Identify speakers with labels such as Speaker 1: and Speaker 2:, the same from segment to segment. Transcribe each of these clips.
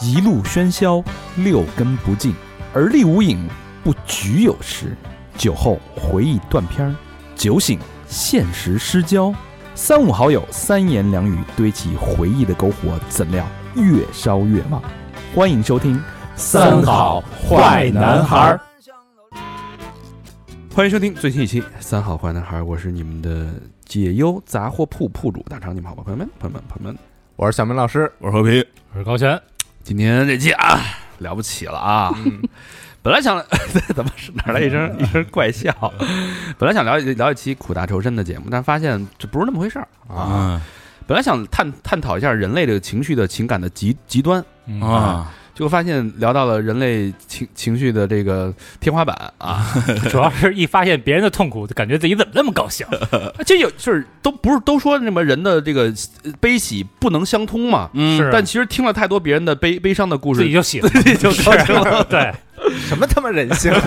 Speaker 1: 一路喧嚣，六根不净，而立无影，不局有时。酒后回忆断片儿，酒醒现实失焦。三五好友，三言两语堆起回忆的篝火，怎料越烧越旺。欢迎收听《
Speaker 2: 儿。
Speaker 3: 欢迎收听最新一期《三好坏男孩》，我是你们的解忧杂货铺铺主大肠，你们好吧，朋友们，朋友们，朋友们，
Speaker 2: 我是小明老师，
Speaker 3: 我是和平。
Speaker 4: 我是高璇，
Speaker 3: 今天这期啊，了不起了啊！本来想 怎么是哪来一声一声怪笑？本来想聊一聊一期苦大仇深的节目，但发现这不是那么回事儿啊。
Speaker 1: 啊
Speaker 3: 本来想探探讨一下人类这个情绪的情感的极极端，
Speaker 4: 嗯
Speaker 1: 啊！
Speaker 3: 结果发现聊到了人类情情绪的这个天花板啊。
Speaker 4: 主要是一发现别人的痛苦，就感觉自己怎么那么高兴？
Speaker 3: 啊这有就是都不是都说什么人的这个呃悲喜不能相通嘛，
Speaker 1: 嗯
Speaker 4: 是
Speaker 3: 但其实听了太多别人的悲悲伤的故
Speaker 4: 自己
Speaker 3: 事，
Speaker 4: 就喜欢，
Speaker 3: 自己就高兴了。
Speaker 4: 对，
Speaker 2: 什么他妈人性？
Speaker 3: 啊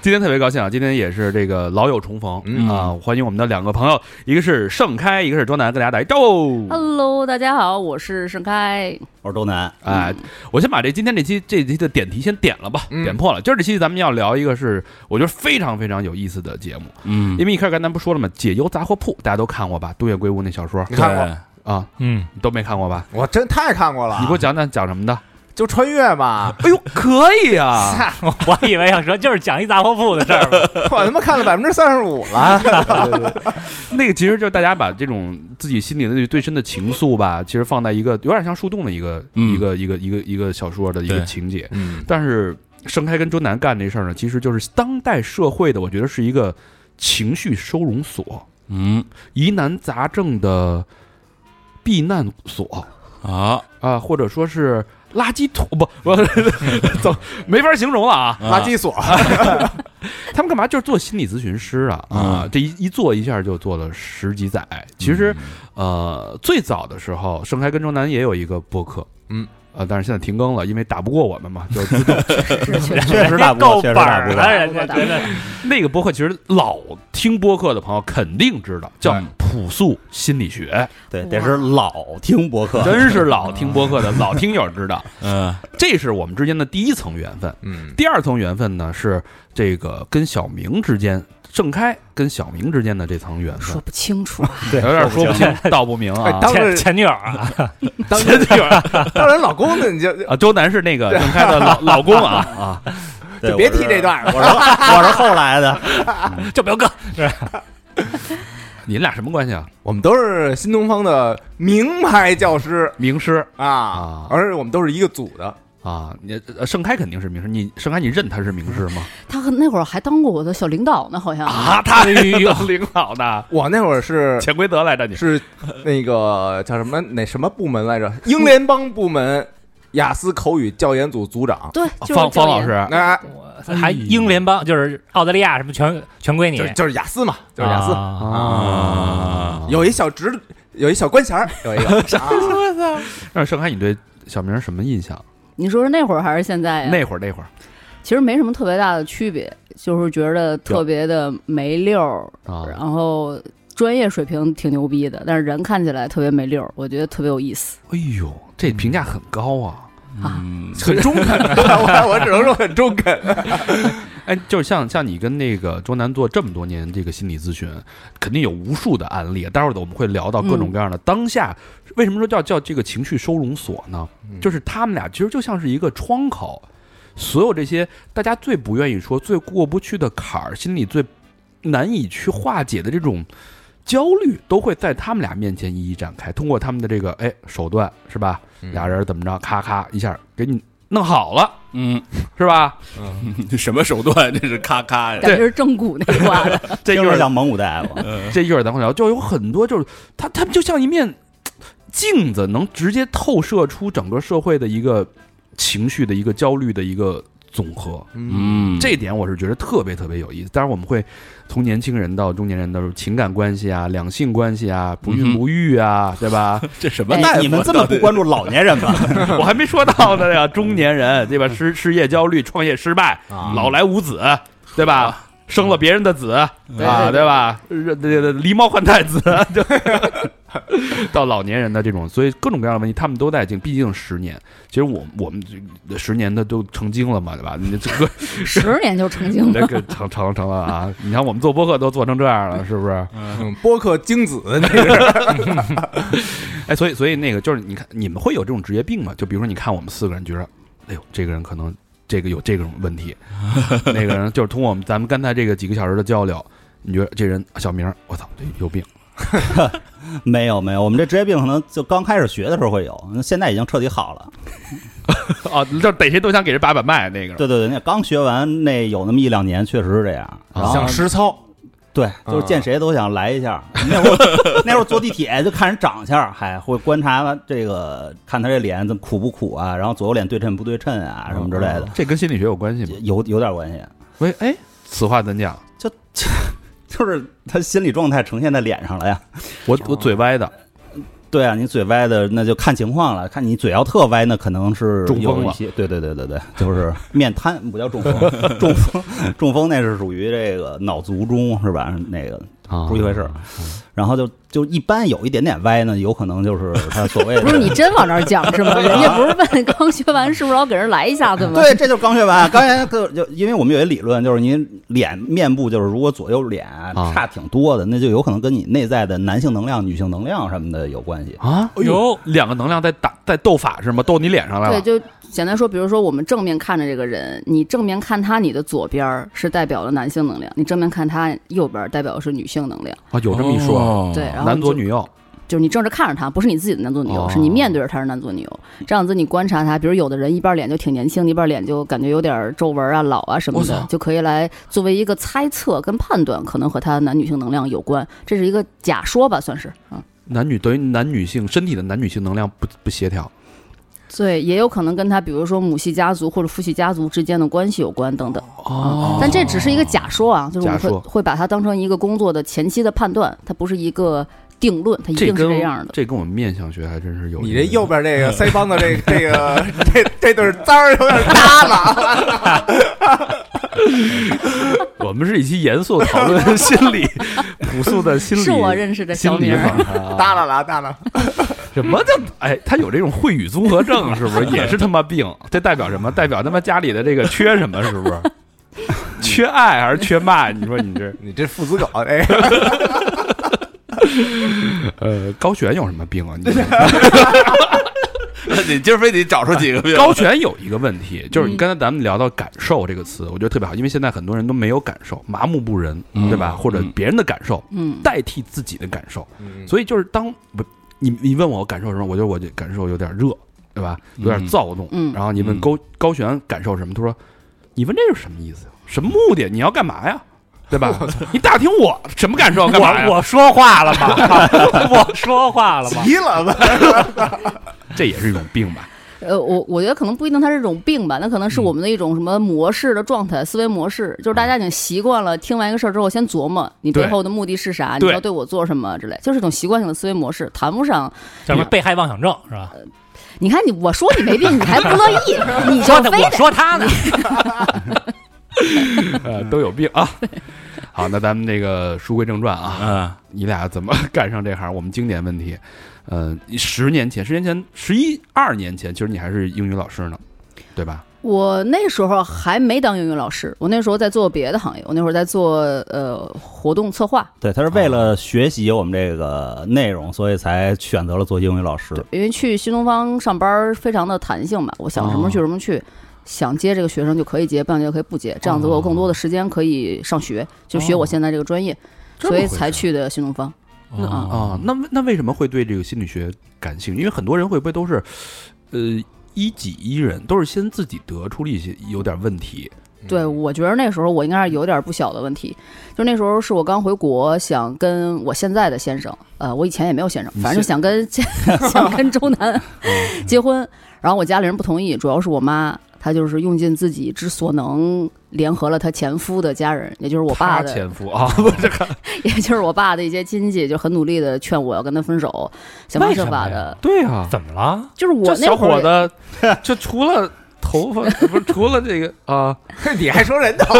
Speaker 3: 今天特别高兴啊！今天也是这个老友重逢、
Speaker 2: 嗯
Speaker 3: 啊，欢迎我们的两个朋友，一个是盛开，一个是周南，跟大家打一招呼。
Speaker 5: Hello，大家好，我是盛 开。
Speaker 6: 我是周南，
Speaker 3: 哎，我先把这今天这期这期的点题先点了吧，
Speaker 2: 嗯
Speaker 3: 点破了。今儿这期咱们要聊一个是我觉得非常非常有意思的节目，
Speaker 1: 嗯，
Speaker 3: 因为一开始刚才咱不说了吗？解忧杂货铺大家都看过吧？东野圭吾那小说
Speaker 2: 你看过？
Speaker 3: 啊，
Speaker 4: 嗯，
Speaker 3: 你都没看过吧？
Speaker 2: 我真太看过了。
Speaker 3: 你给我讲讲讲什么的？
Speaker 2: 就穿越嘛？
Speaker 3: 哎呦，可以啊！
Speaker 4: 我以为要说就是讲一杂货铺的事儿嘛，
Speaker 2: 我他妈看了百分之三十五了。
Speaker 3: 那个其实就是大家把这种自己心里的那最深的情愫吧，其实放在一个有点像树洞的一个、
Speaker 1: 嗯
Speaker 3: 一个一个一个一个小说的一个
Speaker 1: 对
Speaker 3: 情节。
Speaker 2: 嗯
Speaker 3: 但是盛开跟周南干这事儿呢，其实就是当代社会的，我觉得是一个情绪收容所，
Speaker 1: 嗯
Speaker 3: 疑难杂症的避难所
Speaker 1: 啊
Speaker 3: 啊、或者说是垃圾桶不 不，怎么没法形容了啊！
Speaker 2: 垃圾所，
Speaker 3: 他们干嘛就是做心理咨询师啊啊
Speaker 1: 嗯！
Speaker 3: 这一一做一下就做了十几载。其实，呃，最早的时候，盛开跟周南也有一个播客，
Speaker 2: 嗯，
Speaker 3: 呃，但是现在停更了，因为打不过我们嘛，就 自动
Speaker 5: 是确实，
Speaker 6: 确实打不过，
Speaker 4: 够
Speaker 6: 确实
Speaker 4: 本
Speaker 6: 打
Speaker 4: 儿
Speaker 6: 不
Speaker 4: 了，
Speaker 6: 过。
Speaker 4: 人家觉得
Speaker 3: 那个播客其实老听播客的朋友肯定知道，叫朴素心理学，
Speaker 1: 啊
Speaker 6: 对，得是老听博客，
Speaker 3: 真是老听播客的老听友知道，
Speaker 1: 嗯
Speaker 3: 这是我们之间的第一层缘分。
Speaker 2: 嗯，
Speaker 3: 第二层缘分呢是这个跟小明之间，盛开跟小明之间的这层缘
Speaker 5: 说
Speaker 3: 分，
Speaker 5: 不清楚啊。
Speaker 6: 对，
Speaker 3: 有点说不
Speaker 6: 不
Speaker 3: 清道不明啊
Speaker 2: 哎。当
Speaker 4: 前
Speaker 2: 时
Speaker 4: 前女友啊，
Speaker 2: 当
Speaker 3: 前女友
Speaker 2: 当然老公呢，你就
Speaker 3: 啊，周南是那个盛开的老老公啊啊，
Speaker 6: 对
Speaker 2: 就别提这段了
Speaker 6: 我是我是后来的，
Speaker 4: 这表哥
Speaker 3: 你们俩什么关系啊？
Speaker 2: 我们都是新东方的名牌教师
Speaker 3: 名师啊
Speaker 2: 啊，而且我们都是一个组的。
Speaker 3: 啊，你呃盛开肯定是名师，你盛开你认他是名师吗？
Speaker 5: 他和那会儿还当过我的小领导呢，好像。
Speaker 3: 啊，他是领导呢，
Speaker 2: 我那会儿是
Speaker 3: 潜规则来着你。
Speaker 2: 是那个叫什么哪什么部门来着？英联邦部门雅思口语教研组组长。
Speaker 5: 对，就是
Speaker 3: 哦方
Speaker 5: 教
Speaker 3: 方
Speaker 5: 练
Speaker 3: 老，师，
Speaker 2: 那
Speaker 4: 还英联邦，就是澳大利亚什么全全归你，
Speaker 2: 就是就是雅思嘛，就是雅思，
Speaker 4: 啊
Speaker 3: 啊
Speaker 2: 有一小职，有一小官衔儿，有一个啊
Speaker 3: 那盛开，你对小明什么印象？
Speaker 5: 你说是那会儿还是现在呀？
Speaker 3: 那会儿那会儿
Speaker 5: 其实没什么特别大的区别，就是觉得特别的没溜儿，然
Speaker 3: 啊，
Speaker 5: 后专业水平挺牛逼的，但是人看起来特别没溜儿，我觉得特别有意思
Speaker 3: 哎呦，这评价很高啊！
Speaker 5: 啊。
Speaker 2: 很中肯，我我只能说很中肯。
Speaker 3: 哎，就是像像你跟那个周南做这么多年这个心理咨询，肯定有无数的案例。待会儿我们会聊到各
Speaker 5: 嗯
Speaker 3: 种各样的、当下，为什么说叫叫这个情绪收容所呢？就是他们俩其实就像是一个窗口，所有这些大家最不愿意说、最过不去的坎儿，心里最难以去化解的这种焦虑，都会在他们俩面前一一展开。通过他们的这个哎手段是吧？
Speaker 2: 嗯
Speaker 3: 俩人怎么着，咔咔一下给你弄好了
Speaker 1: 嗯，
Speaker 3: 是吧？
Speaker 1: 什么手段？这是咔咔
Speaker 3: 哎
Speaker 1: 呀！
Speaker 5: 感觉是正骨那挂 的，
Speaker 3: 这
Speaker 6: 听
Speaker 3: 就
Speaker 6: 着
Speaker 3: 是
Speaker 6: 像蒙古大夫，
Speaker 3: 这一会儿咱会聊，就有很多就是它它就像一面镜子，能直接透射出整个社会的一个情绪的一个焦虑的一个总和。
Speaker 2: 嗯，
Speaker 1: 嗯，
Speaker 3: 这一点我是觉得特别特别有意思。当然，我们会从年轻人到中年人的情感关系啊、两性关系啊、不
Speaker 1: 嗯
Speaker 3: 孕
Speaker 1: 哼
Speaker 3: 不育啊，对吧？
Speaker 1: 这什么
Speaker 5: 哎
Speaker 1: 大夫？
Speaker 6: 你们这么不关注老年人吧？
Speaker 3: 我还没说到呢，呀，中年人对吧？失失业焦虑、创业失败、
Speaker 2: 啊
Speaker 3: 老来无子，对吧？生了别人的子
Speaker 5: 对
Speaker 3: 啊，
Speaker 5: 对
Speaker 3: 对吧？呃这个狸猫换太子，就到老年人的这种，所以各种各样的问题他们都在经，毕竟十年，其实我我们这十年的都成精了嘛，对吧？你这个
Speaker 5: 十年就 成精
Speaker 3: 那
Speaker 5: 了。
Speaker 3: 个成成成了啊！你看我们做播客都做成这样了，是不是？
Speaker 2: 嗯播客精子，那是
Speaker 3: 哎，所以所以那个就是你看，你们会有这种职业病吗？就比如说，你看我们四个人，觉得，哎呦，这个人可能这个有这种问题，那个人就是通过我们咱们刚才这个几个小时的交流，你觉得这人小明，我操，这有 病，
Speaker 6: 没有没有，我们这职业病可能就刚开始学的时候会有，那现在已经彻底好了。
Speaker 3: 啊，就逮谁都想给人把把脉那个。
Speaker 6: 对对对，那刚学完那有那么一两年，确实是这样。然后
Speaker 2: 想实操，
Speaker 6: 对，就是见谁都想来一下。那会儿那会儿坐地铁就看人长相，还会观察这个，看他这脸怎么苦不苦啊，然后左右脸对称不对称啊，什么之类的，
Speaker 3: 这跟心理学有关系吗？
Speaker 6: 有有点关系。
Speaker 3: 喂，哎，此话怎讲？
Speaker 6: 就是他心理状态呈现在脸上了呀。
Speaker 3: 我
Speaker 6: 啊
Speaker 3: 我嘴歪的，
Speaker 6: 对啊，你嘴歪的那就看情况了，看你嘴要特歪，那可能是
Speaker 3: 中风了
Speaker 6: 有一些。对对对对对， 就是面瘫，不叫中风，中风中风那是属于这个脑卒中是吧？那个
Speaker 3: 啊，
Speaker 6: 不一回事儿。然后就就一般有一点点歪呢，有可能就是他所谓的
Speaker 5: 不 是你真往那儿讲 是吗？人家不是问刚学完是不是老给人来一下子吗？
Speaker 6: 对，这就是刚学 完。啊刚才就就因为我们有一理论，就是您脸面部就是如果左右脸差挺多的，那就有可能跟你内在的男性能量、女性能量什么的有关系。
Speaker 3: 啊，
Speaker 4: 哎呦，
Speaker 3: 两个能量在打在斗法是吗？斗你脸上来
Speaker 5: 对，
Speaker 3: 了。
Speaker 5: 就简单说，比如说我们正面看着这个人，你正面看他，你的左边儿是代表了男性能量，你正面看他右边儿代表的是女性能量。
Speaker 3: 啊，有这么一说，啊
Speaker 4: 哦
Speaker 5: 对，然后
Speaker 3: 男
Speaker 5: 就
Speaker 3: 左女右，
Speaker 5: 就是你正着看着他，不是你自己的男左女右，
Speaker 3: 哦
Speaker 5: 是你面对着他是男左女右。这样子你观察他，比如有的人一半脸就挺年轻，一半脸就感觉有点皱纹啊、老啊什么
Speaker 3: 我
Speaker 5: 的
Speaker 3: 操，
Speaker 5: 就可以来作为一个猜测跟判断，可能和他男女性能量有关，这是一个假说吧，算是嗯。
Speaker 3: 男女等于男女性身体的男女性能量不不协调。
Speaker 5: 对，也有可能跟他，比如说母系家族或者父系家族之间的关系有关等等。嗯
Speaker 3: 哦
Speaker 5: 但这只是一个假说啊，就是我们
Speaker 3: 假
Speaker 5: 会
Speaker 3: 说
Speaker 5: 会把它当成一个工作的前期的判断，它不是一个定论，它一
Speaker 3: 这
Speaker 5: 定是
Speaker 3: 跟
Speaker 5: 这样的。
Speaker 3: 这跟我们面相学还真是有。
Speaker 2: 你这右边这个腮帮子这这个这这对簪儿有点耷了，
Speaker 3: 我们是一期严肃讨论心 理、朴素的心理，
Speaker 5: 是我认识的小
Speaker 3: 心理
Speaker 5: 明儿，
Speaker 3: 访谈啊。
Speaker 2: 耷拉了耷拉了。
Speaker 3: 什么叫哎？他有这种会语综合症是不是？也是他妈病？这代表什么？代表他妈家里的这个缺什么？是不是？ 缺爱还是缺骂？你说你这
Speaker 2: 你这父子狗这个，
Speaker 3: 呃，高璇有什么病啊？你
Speaker 7: 你今儿非得找出几个病
Speaker 3: 高璇有一个问题，就是你刚才咱们聊到感受这个词，我觉得特别好，因为现在很多人都没有感受，麻木不仁，
Speaker 7: 嗯
Speaker 3: 对吧？或者别人的感受
Speaker 5: 嗯，
Speaker 3: 代替自己的感受，
Speaker 7: 嗯
Speaker 3: 所以就是当不你你问我感受什么，我觉得我这感受有点热，对吧？有点躁动。
Speaker 5: 嗯
Speaker 3: 然后你问
Speaker 7: 嗯
Speaker 3: 高高璇感受什么，他说：“你问这是什么意思呀？什么目的？你要干嘛呀？对吧？ 你打听我什么感受？干嘛呀？
Speaker 4: 我我说话了吧？ 我说话了吧？
Speaker 2: 急了吧？
Speaker 3: 这也是一种病吧？
Speaker 5: 呃，我我觉得可能不一定它是一种病吧，那可能是我
Speaker 3: 嗯
Speaker 5: 们的一种什么模式的状态、思维模式，就是大家已经习惯了听完一个事儿之后先琢磨你背
Speaker 3: 对
Speaker 5: 后的目的是啥，你
Speaker 3: 对
Speaker 5: 要对我做什么之类，就是一种习惯性的思维模式，谈不上。
Speaker 4: 叫什么被害妄想症是吧？
Speaker 5: 你看你我说你没病，你还不乐 意，你就
Speaker 4: 说他
Speaker 5: 非
Speaker 4: 我
Speaker 5: 得
Speaker 4: 说他呢，
Speaker 3: 呃，都有病啊。 好，那咱们这个书归正传啊，
Speaker 7: 嗯，
Speaker 3: 你俩怎么 干上这行？我们经典问题，嗯、十年前，十年前，十一二年前，其实你还是英语老师呢，对吧？
Speaker 5: 我那时候还没当英语老师，我那时候在做别的行业，我那时候在做呃活动策划，
Speaker 6: 对，他是
Speaker 3: 啊
Speaker 6: 为了学习我们这个内容，所以才选择了做英语老师。
Speaker 5: 因为去新东方上班儿非常的弹性嘛，我想什
Speaker 3: 哦
Speaker 5: 么去什么去，想接这个学生就可以接，不想接就可以不接，这样子我有更多的时间可以上学，就学我现在这个专业，
Speaker 3: 哦这么
Speaker 5: 所以
Speaker 3: 回事
Speaker 5: 才去的新东方。嗯
Speaker 3: 啊、那那为什么会对这个心理学感兴趣？因为很多人会不会都是，呃，一己一人，都是先自己得出了一些有点问题，
Speaker 2: 嗯
Speaker 5: 对，我觉得那时候我应该是有点不小的问题，就那时候是我刚回国，想跟我现在的先生，呃，我以前也没有先生，反正就想跟 想跟周南 结婚，然后我家里人不同意，主要是我妈，她就是用尽自己之所能，联合了她前夫的家人，也就是我爸
Speaker 3: 他
Speaker 5: 的，
Speaker 3: 前夫啊，不是
Speaker 5: 也就是我爸的一些亲戚，就很努力的劝我要跟他分手，想方设法
Speaker 4: 为什么呀
Speaker 5: 的，
Speaker 3: 对啊，
Speaker 4: 怎么了？
Speaker 5: 就是我
Speaker 3: 这
Speaker 5: 那
Speaker 3: 小
Speaker 5: 会
Speaker 3: 伙
Speaker 5: 儿
Speaker 3: 子，这除了头发，不是除了这个啊，
Speaker 2: 你还说人头？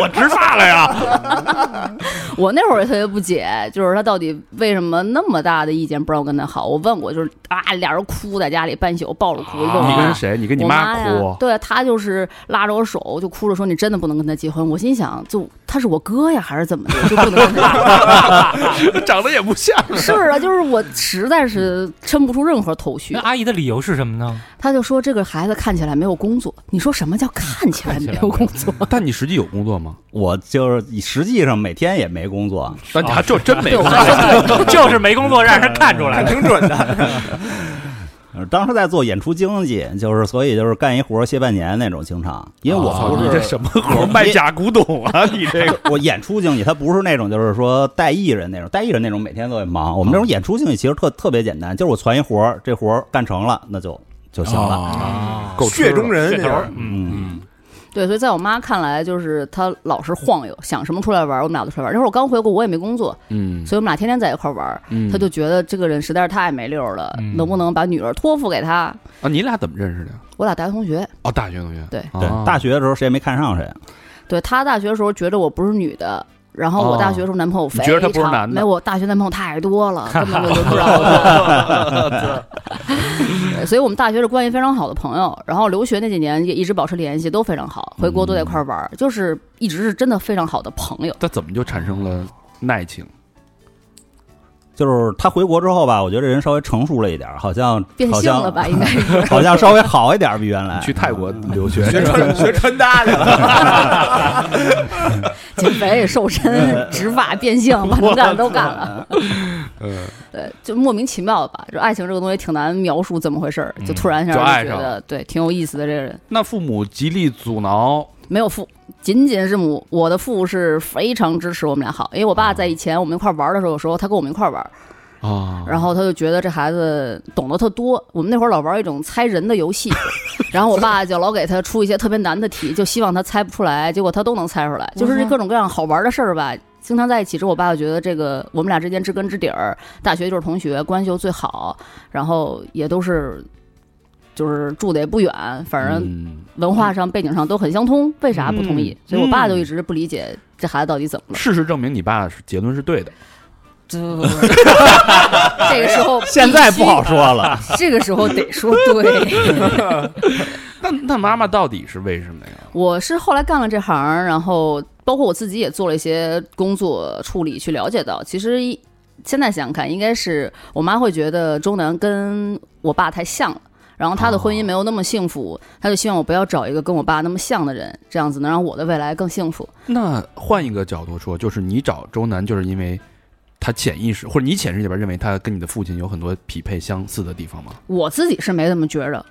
Speaker 3: 我植发了呀。
Speaker 5: 我那会儿也特别不解，就是他到底为什么那么大的意见不让我跟他好？我问过，就是啊，俩人哭在家里半宿，抱着哭，一个
Speaker 3: 你
Speaker 5: 晚
Speaker 3: 跟
Speaker 5: 上。
Speaker 3: 谁？你跟你
Speaker 5: 我妈呀
Speaker 3: 哭？
Speaker 5: 对他就是拉着我手就哭着说：“你真的不能跟他结婚。”我心想，就他是我哥呀，还是怎么的，就不能跟 他。
Speaker 3: 长得也不像。
Speaker 5: 是啊，就是我实在是抻不出任何头绪
Speaker 4: 那。阿姨的理由是什么呢？
Speaker 5: 他就说这个孩子看起来没有工作。你说什么叫看起来没有工作？
Speaker 3: 哦但你实际有工作吗？
Speaker 6: 我就是实际上每天也没工作，
Speaker 3: 但你还就真没
Speaker 5: 对，
Speaker 3: 工
Speaker 5: 我
Speaker 3: 作。
Speaker 5: 妈说对
Speaker 4: 就是没工作让人看出来了。
Speaker 2: 挺准 的，
Speaker 3: 嗯
Speaker 6: 呃当时在做演出经济，就是所以就是干一活歇半年那种，经
Speaker 3: 啊
Speaker 6: 常因为我
Speaker 3: 操，
Speaker 6: 不
Speaker 3: 你
Speaker 6: 是、
Speaker 3: 这什么活儿？卖假古董啊？你这个
Speaker 6: 我演出经济，它不是那种就是说带艺人那种，带艺人那种每天都得忙。我
Speaker 3: 啊
Speaker 6: 们这种演出经济其实特特别简单，就是我传一活儿，这活儿干成了，那就就行了。
Speaker 4: 啊，
Speaker 3: 够吃
Speaker 2: 血中人，
Speaker 4: 噱
Speaker 2: 这
Speaker 4: 头
Speaker 2: 是，
Speaker 4: 嗯，
Speaker 6: 嗯，
Speaker 5: 对，所以在我妈看来，就是她老是晃悠，想什么出来玩儿，我们俩都出来玩儿。那会儿我刚回国，我也没工作，
Speaker 3: 嗯
Speaker 5: 所以我们俩天天在一块儿玩儿。
Speaker 3: 嗯
Speaker 5: 她就觉得这个人实在是太没溜儿了，
Speaker 4: 嗯
Speaker 5: 能不能把女儿托付给他？
Speaker 3: 啊，你俩怎么认识的呀？
Speaker 5: 我俩大学同学，
Speaker 3: 哦，大学同哦学。
Speaker 5: 对
Speaker 6: 对，大学的时候谁也没看上谁，
Speaker 5: 对她大学的时候觉得我不是女的。然后我
Speaker 3: 哦
Speaker 5: 大学的时候男朋友非
Speaker 3: 你
Speaker 5: 常，
Speaker 3: 觉得他不是男的
Speaker 5: 没有我大学男朋友太 多了，根本我就不知道。 对所以我们大学是关系非常好的朋友，然后留学那几年也一直保持联系，都非常好，回国都在一块儿玩儿，就是一直是真的非常好的朋友。
Speaker 3: 他怎么就产生了耐情？
Speaker 6: 就是他回国之后吧，我觉得这人稍微成熟了一点儿，好像
Speaker 5: 变
Speaker 6: 好
Speaker 5: 性
Speaker 6: 像
Speaker 5: 了吧，应该是。
Speaker 6: 好像稍微好一点儿比原 来。
Speaker 3: 去泰国留学，
Speaker 2: 学穿学穿搭去了，
Speaker 5: 减肥、瘦
Speaker 3: 嗯
Speaker 5: 身、植发、变性，把能干的都干了。 对，就莫名其妙吧。就爱情这个东西挺难描述怎么回事儿，就突然一下
Speaker 3: 嗯就爱
Speaker 5: 就觉
Speaker 3: 上
Speaker 5: 得对挺有意思的这个人。
Speaker 3: 那父母极力阻挠，
Speaker 5: 没有父，仅仅是母。我的父是非常支持我们俩好，因为我
Speaker 3: 嗯
Speaker 5: 爸在以前我们一块玩的时候，有时候他跟我们一块玩，
Speaker 3: 啊
Speaker 5: 然后他就觉得这孩子懂得特多。我们那会儿老玩一种猜人的游 戏，然后我爸就老给他出一些特别难的题，就希望他猜不出来，结果他都能猜出
Speaker 6: 嗯
Speaker 5: 来。就是这各种各样好玩的事儿吧，经常在一起之后，我爸就觉得这个我们俩之间知根知底儿，大学就是同学，关系又最好，然后也都是。就是住的也不远， 反正
Speaker 3: 嗯
Speaker 5: 文化上、背景上都很相通，为啥不同意？
Speaker 6: 嗯
Speaker 5: 所以我爸就一直不理解这孩子到底怎么了。
Speaker 3: 事实证明你爸是结论是对的。
Speaker 5: 这个时候
Speaker 6: 现在不好说了，
Speaker 5: 这个时候得说对，
Speaker 3: 那那妈妈到底是为什么呀？
Speaker 5: 我是后来干了这行儿，然后包括我自己也做了一些工作处理，去了解到，其实一现在想想看，应该是我妈会觉得周南跟我爸太像了。然后她的婚姻没有那么幸福，她就希望我不要找一个跟我爸那么像的人，这样子能让我的未来更幸福。
Speaker 3: 那换一个角度说，就是你找周南，就是因为他潜意识或者你潜意识里边认为他跟你的父亲有很多匹配相似的地方吗？
Speaker 5: 我自己是没这么觉着，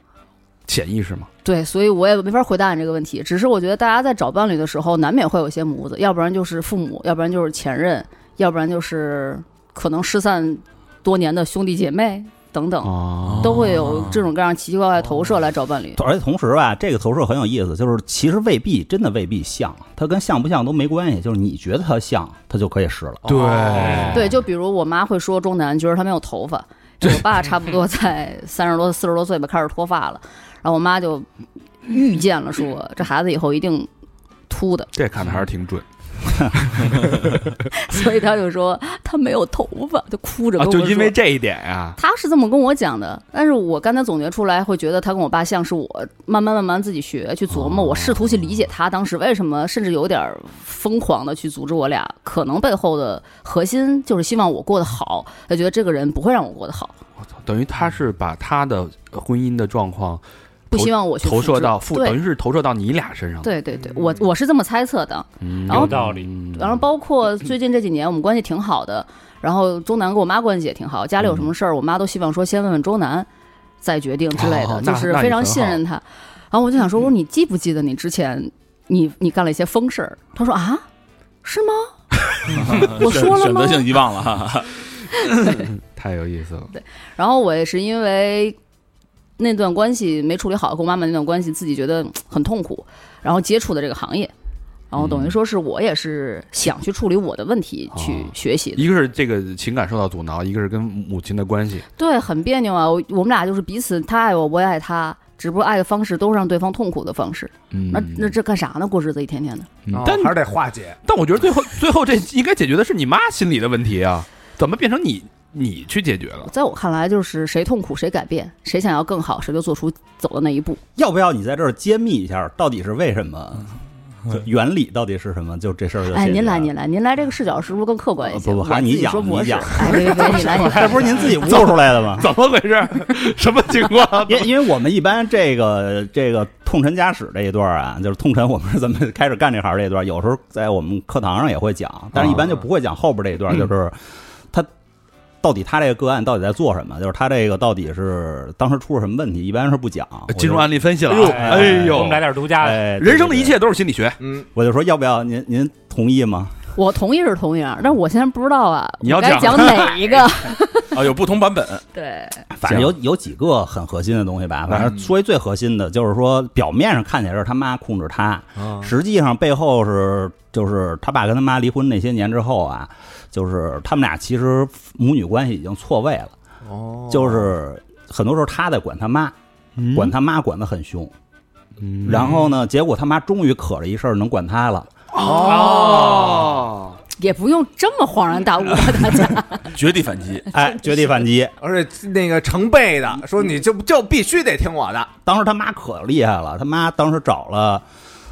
Speaker 3: 潜意识吗？
Speaker 5: 对，所以我也没法回答你这个问题。只是我觉得大家在找伴侣的时候，难免会有一些模子，要不然就是父母，要不然就是前任，要不然就是可能失散多年的兄弟姐妹等等，
Speaker 3: 啊
Speaker 5: 都会有这种各样奇奇怪怪的投射来找伴
Speaker 3: 哦
Speaker 5: 侣。
Speaker 6: 而且同时吧，这个投射很有意思，就是其实未必真的未必像，它跟像不像都没关系，就是你觉得它像，它就可以试了。
Speaker 3: 对
Speaker 5: 对，就比如我妈会说钟南，觉得他没有头发。就我爸差不多在三十多、四十多岁吧，开始脱发了，然后我妈就预见了说，这孩子以后一定秃的，
Speaker 3: 这看的还是挺准
Speaker 5: 所以她就说他没有头发，就哭着
Speaker 3: 啊，
Speaker 5: 跟我
Speaker 3: 就
Speaker 5: 说。
Speaker 3: 因为这一点啊，
Speaker 5: 他是这么跟我讲的，但是我刚才总结出来，会觉得他跟我爸像是我慢慢慢慢自己学去琢
Speaker 3: 哦
Speaker 5: 磨，我试图去理解他当时为什么，甚至有点疯狂的去阻止我俩，可能背后的核心就是希望我过得好，他觉得这个人不会让我过得好，
Speaker 3: 我操，等于
Speaker 5: 嗯
Speaker 3: 他是把他的呃婚姻的状况
Speaker 5: 不希望我呃去
Speaker 3: 投
Speaker 5: 复
Speaker 3: 射
Speaker 5: 制
Speaker 3: 到父，嗯等
Speaker 5: 对
Speaker 3: 于是投射到你俩身上。，
Speaker 5: 对对对，我我是这么猜测的。啊
Speaker 3: 嗯、
Speaker 5: 然后有
Speaker 4: 道理
Speaker 3: 嗯
Speaker 5: 然后包括最近这几年我们关系挺好的，然后周南跟我妈关系也挺好，家里有什
Speaker 3: 嗯
Speaker 5: 么事儿，我妈都希望说先问问周南，再决定之类的，
Speaker 3: 哦那
Speaker 5: 就是非常信任他。然后我就想说，
Speaker 3: 嗯
Speaker 5: 我说你记不记得你之前你你干了一些疯事儿？他说啊，是吗？ 我说了
Speaker 7: 选
Speaker 5: 吗
Speaker 7: 择？性遗忘了 哈哈。
Speaker 3: 太有意思了。
Speaker 5: 然后我也是因为那段关系没处理好，跟我妈妈那段关系，自己觉得嗯很痛苦，然后接触的这个行业，然后等于说是我也是想去处理我的问题
Speaker 3: 嗯哦
Speaker 5: 去学习的。
Speaker 3: 一个是这个情感受到阻挠，一个是跟母亲的关系。
Speaker 5: 对，很别扭啊。我我们俩就是彼此，他爱我，我也爱他，只不过爱的方式都是让对方痛苦的方式。
Speaker 3: 嗯
Speaker 5: 那那这干啥呢？过日子一天天的，
Speaker 2: 哦
Speaker 3: 但
Speaker 2: 还是得化解。
Speaker 3: 但我觉得最后最后这应该解决的是你妈心理的问题啊，怎么变成你你去解决了？
Speaker 5: 在我看来就是谁痛苦谁改变，谁想要更好，谁就做出走的那一步。
Speaker 6: 要不要你在这儿揭秘一下，到底是为什么？就原理到底是什么？就这事儿就
Speaker 5: 哎，
Speaker 6: 解决
Speaker 5: 您来，
Speaker 6: 了
Speaker 5: 您来，您来，这个视角是不是更客观一些？
Speaker 6: 呃不不
Speaker 5: 我
Speaker 6: 还是你
Speaker 5: 自己
Speaker 6: 讲
Speaker 5: 说模
Speaker 6: 你
Speaker 5: 式
Speaker 6: 讲
Speaker 5: 哎，别别别，你 来，你来，
Speaker 6: 这不是您自 己悟出来的吗？
Speaker 3: 怎么回事？ 什么情况？
Speaker 6: 因因为我们一般这个这个痛陈家史这一段啊，就是痛陈我们是怎么开始干这行这一段，有时候在我们课堂上也会讲，但是一般就不会讲后边这一
Speaker 3: 嗯
Speaker 6: 段，就是他到底他这个个案到底在做什么，就是他这个到底是当时出了什么问题，一般是不讲。
Speaker 3: 呃进入
Speaker 6: 我就
Speaker 3: 案例分析了啊，哎
Speaker 4: 我
Speaker 3: 呦
Speaker 4: 们，来点独家的，
Speaker 6: 哎，对
Speaker 3: 人生的一，
Speaker 6: 对对
Speaker 3: 切都是心理学。
Speaker 2: 嗯，
Speaker 6: 我就说要不要您您同意吗？
Speaker 5: 我同意是同意啊，但是我现在不知道啊，
Speaker 3: 你要
Speaker 5: 我该
Speaker 3: 讲
Speaker 5: 讲哪一 个？
Speaker 7: 啊，有不同版本，
Speaker 5: 对，
Speaker 6: 反正有有几个很核心的东西吧。反
Speaker 3: 嗯
Speaker 6: 正说一最核心的，就是说表面上看起来是他妈控制他，实际上背后是就是他爸跟他妈离婚那些年之后啊，就是他们俩其实母女关系已经错位了，
Speaker 2: 哦
Speaker 6: 就是很多时候他在管他妈，管他妈管得很凶。然后呢，结果他妈终于可了一事儿能管他了，
Speaker 3: 哦，
Speaker 5: 也不用这么恍然 大悟吧，大家。
Speaker 7: 绝地反击。
Speaker 6: 哎，绝地反击。
Speaker 2: 而且那个成倍的说你就就必须得听我的，
Speaker 6: 当时他妈可厉害了，他妈当时找了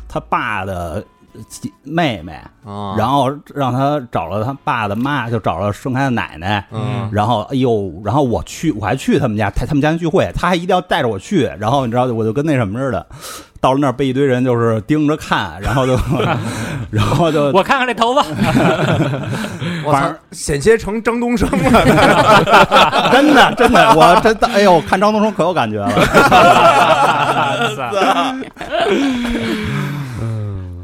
Speaker 6: 他爸的姐妹妹，
Speaker 2: 啊
Speaker 6: 然后让他找了他爸的妈，就找了生他的奶奶。
Speaker 2: 嗯
Speaker 6: 然后，哎呦，然后我去，我还去他们家，他他们家聚会，他还一定要带着我去。然后你知道，我就跟那什么似的，到了那儿被一堆人就是盯着看，然 后就，然后就
Speaker 4: 我看看这头发，
Speaker 2: 嗯我
Speaker 6: 反
Speaker 2: 操
Speaker 6: 而，
Speaker 2: 险些成张东升了。
Speaker 6: 真的真的，我真的，哎呦，看张东升可有感觉了。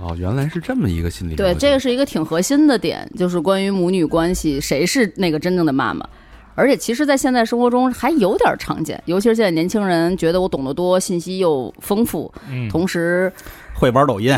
Speaker 3: 哦，原来是这么一个心理
Speaker 5: 对，
Speaker 3: 逻辑
Speaker 5: 这个是一个挺核心的点，就是关于母女关系，谁是那个真正的妈妈。而且，其实，在现在生活中还有点常见，尤其是现在年轻人觉得我懂得多，信息又丰富，
Speaker 4: 嗯，
Speaker 5: 同时
Speaker 6: 会玩抖音，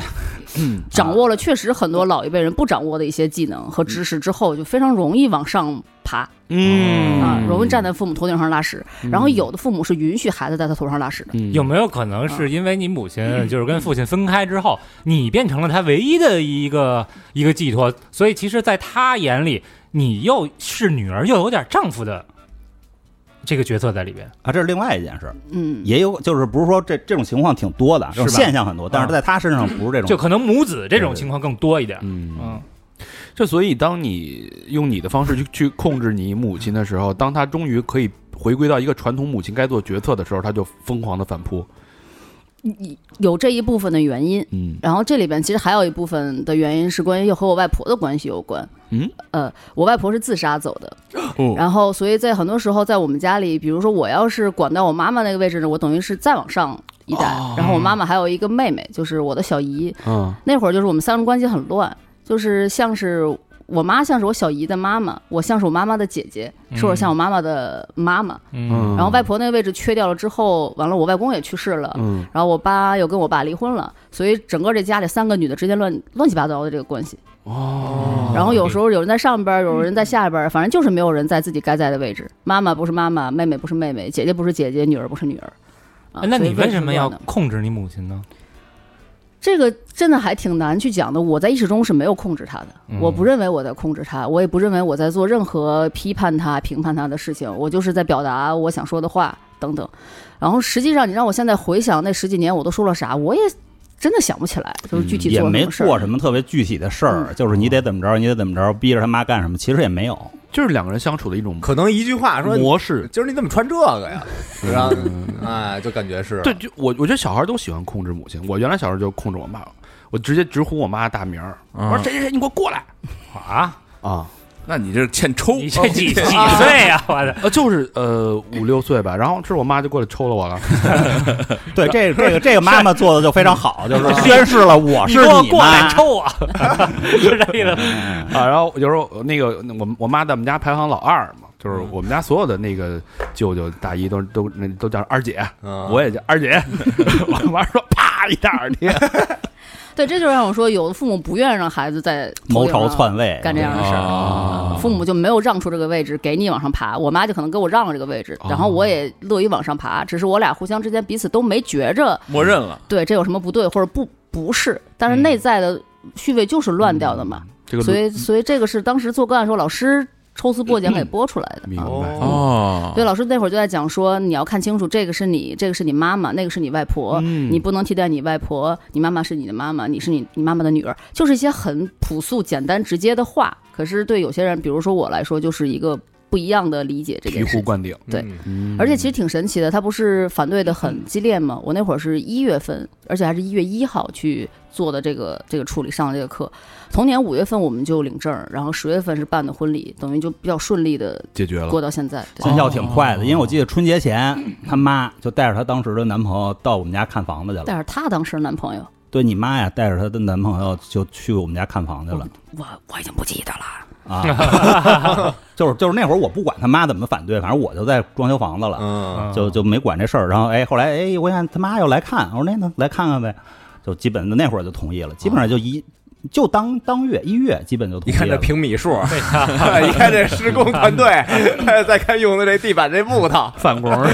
Speaker 5: 掌握了确实很多老一辈人不掌握的一些技能和知识之后，就非常容易往上爬啊，
Speaker 3: 嗯
Speaker 5: 容易站在父母头顶上拉屎。然后，有的父母是允许孩子在他头上拉屎的，
Speaker 3: 嗯
Speaker 4: 有没有可能是因为你母亲就是跟父亲分开之后，你变成了他唯一的一个一个寄托，所以其实，在他眼里，你又是女儿，又有点丈夫的这个角色在里边。
Speaker 6: 啊，这是另外一件事儿，
Speaker 5: 嗯，
Speaker 6: 也有就是不是说这这种情况挺多的，这种
Speaker 4: 是吧
Speaker 6: 现象很多，但
Speaker 5: 嗯
Speaker 6: 是在他身上不是这种，
Speaker 4: 就可能母子这种情况更多一点。
Speaker 3: 嗯，
Speaker 4: 嗯，
Speaker 3: 这所以当你用你的方式去去控制你母亲的时候，当她终于可以回归到一个传统母亲该做决策的时候，她就疯狂的反扑。
Speaker 5: 有这一部分的原因。
Speaker 3: 嗯
Speaker 5: 然后这里边其实还有一部分的原因是关于又和我外婆的关系有关。
Speaker 3: 嗯，
Speaker 5: 呃，我外婆是自杀走的，
Speaker 3: 哦
Speaker 5: 然后所以在很多时候在我们家里，比如说我要是管到我妈妈那个位置呢，我等于是再往上一代。
Speaker 3: 哦
Speaker 5: 然后我妈妈还有一个妹妹，就是我的小姨。
Speaker 3: 嗯
Speaker 5: 那会儿就是我们三人关系很乱，就是像是我妈像是我小姨的妈妈，我像是我妈妈的姐姐，是我像我妈妈的妈妈。
Speaker 3: 嗯，
Speaker 5: 然后外婆那个位置缺掉了之后，完了我外公也去世了，
Speaker 3: 嗯
Speaker 5: 然后我爸又跟我爸离婚了，所以整个这家里三个女的之间乱乱七八糟的这个关系。
Speaker 3: 哦，嗯
Speaker 5: 然后有时候有人在上边儿，有人在下边儿，反正就是没有人在自己该在的位置。妈妈不是妈妈，妹妹不是妹妹，姐姐不是姐姐，女儿不是女儿。啊
Speaker 4: 哎那
Speaker 5: 所以
Speaker 4: 你为什么要
Speaker 5: 乱的
Speaker 4: 控制你母亲呢？
Speaker 5: 这个真的还挺难去讲的。我在意识中是没有控制她的，
Speaker 4: 嗯
Speaker 5: 我不认为我在控制她，我也不认为我在做任何批判她、评判她的事情，我就是在表达我想说的话等等。然后实际上，你让我现在回想那十几年我都说了啥，我也真的想不起来，就是具体
Speaker 6: 也
Speaker 5: 做了
Speaker 6: 没
Speaker 5: 事儿嗯
Speaker 6: 做什么特别具体的事儿，就是你得怎么着，你得怎么着，逼着他妈干什么，其实也没有。
Speaker 3: 就是两个人相处的一种
Speaker 2: 可能一句话说，
Speaker 3: 模式。
Speaker 2: 今儿你怎么穿这个呀？然后哎，就感觉是
Speaker 3: 对，，就我我觉得小孩都喜欢控制母亲。我原来小时候就控制我妈，我直接直呼我妈大名儿，我说谁谁谁，你给我过来
Speaker 4: 啊，
Speaker 3: 嗯啊！
Speaker 7: 那你这是欠抽，
Speaker 4: 你啊这几几岁呀？我的，
Speaker 3: 呃，就是呃五六岁吧，然后是我妈就过来抽了我了。
Speaker 6: 对，这个这个这个妈妈做的就非常好，就是宣誓了我
Speaker 4: 你
Speaker 6: 是
Speaker 4: 给我
Speaker 6: 你
Speaker 4: 过来
Speaker 6: 妈。
Speaker 4: 抽我，是这意思吗？
Speaker 3: 啊，然后有时候那个我们我妈在我们家排行老二嘛，就是我们家所有的那个舅舅大姨都都那都叫二姐，
Speaker 2: 嗯
Speaker 3: 我也叫二姐。我妈说啪一大耳贴，
Speaker 5: 对，这就让我说，有的父母不愿意让孩子在头
Speaker 6: 谋
Speaker 5: 顶上
Speaker 6: 朝篡位，
Speaker 5: 干这样的事儿。
Speaker 7: 啊
Speaker 5: 啊父母就没有让出这个位置给你往上爬，我妈就可能给我让了这个位置，然后我也乐于往上爬，只是我俩互相之间彼此都没觉着
Speaker 7: 默认了，
Speaker 5: 对这有什么不对或者不不是，但是内在的序位就是乱掉的嘛，
Speaker 3: 嗯这个
Speaker 5: 所以所以这个是当时做个案的时候老师抽丝剥茧给剥出来的
Speaker 3: 嗯明
Speaker 5: 啊。
Speaker 3: 白
Speaker 2: 哦
Speaker 7: 哦
Speaker 5: 对，，老师那会儿就在讲说，你要看清楚，这个是你，这个是你妈妈，那个是你外婆，
Speaker 3: 嗯
Speaker 5: 你不能替代你外婆，你妈妈是你的妈妈，你是你你妈妈的女儿，就是一些很朴素、简单、直接的话。可是对有些人，比如说我来说，就是一个不一样的理解这
Speaker 3: 醍
Speaker 5: 件事
Speaker 3: 醐
Speaker 5: 情。
Speaker 3: 灌顶，
Speaker 5: 对
Speaker 2: 嗯
Speaker 3: 嗯
Speaker 5: 而且其实挺神奇的，他不是反对的很激烈吗？我那会儿是一月份，而且还是一月一号去做的这个这个处理，上了这个课。同年五月份我们就领证儿，然后十月份是办的婚礼，等于就比较顺利的
Speaker 3: 解决了
Speaker 5: 过，到现在。对哦
Speaker 6: 见效挺快的，因为我记得春节前，她妈就带着她当时的男朋友到我们家看房子去了。
Speaker 5: 但是她当时男朋友。
Speaker 6: 对你妈呀，带着她的男朋友就去我们家看房去了
Speaker 5: 我我已经不记得了。
Speaker 6: 啊。 就是就是那会儿我不管他妈怎么反对，反正我就在装修房子了，
Speaker 2: 嗯，
Speaker 6: 就就没管这事儿。然后哎，后来哎，我想他妈要来看，我说那呢来看看呗，就基本那会儿就同意了，基本上就一就当当月一月基本就
Speaker 2: 一
Speaker 6: 同
Speaker 2: 看
Speaker 6: 意
Speaker 2: 这
Speaker 6: 了。
Speaker 2: 平米数， 一看这施工团队，再看用的这地板这木头，
Speaker 3: 返工，
Speaker 7: 啊，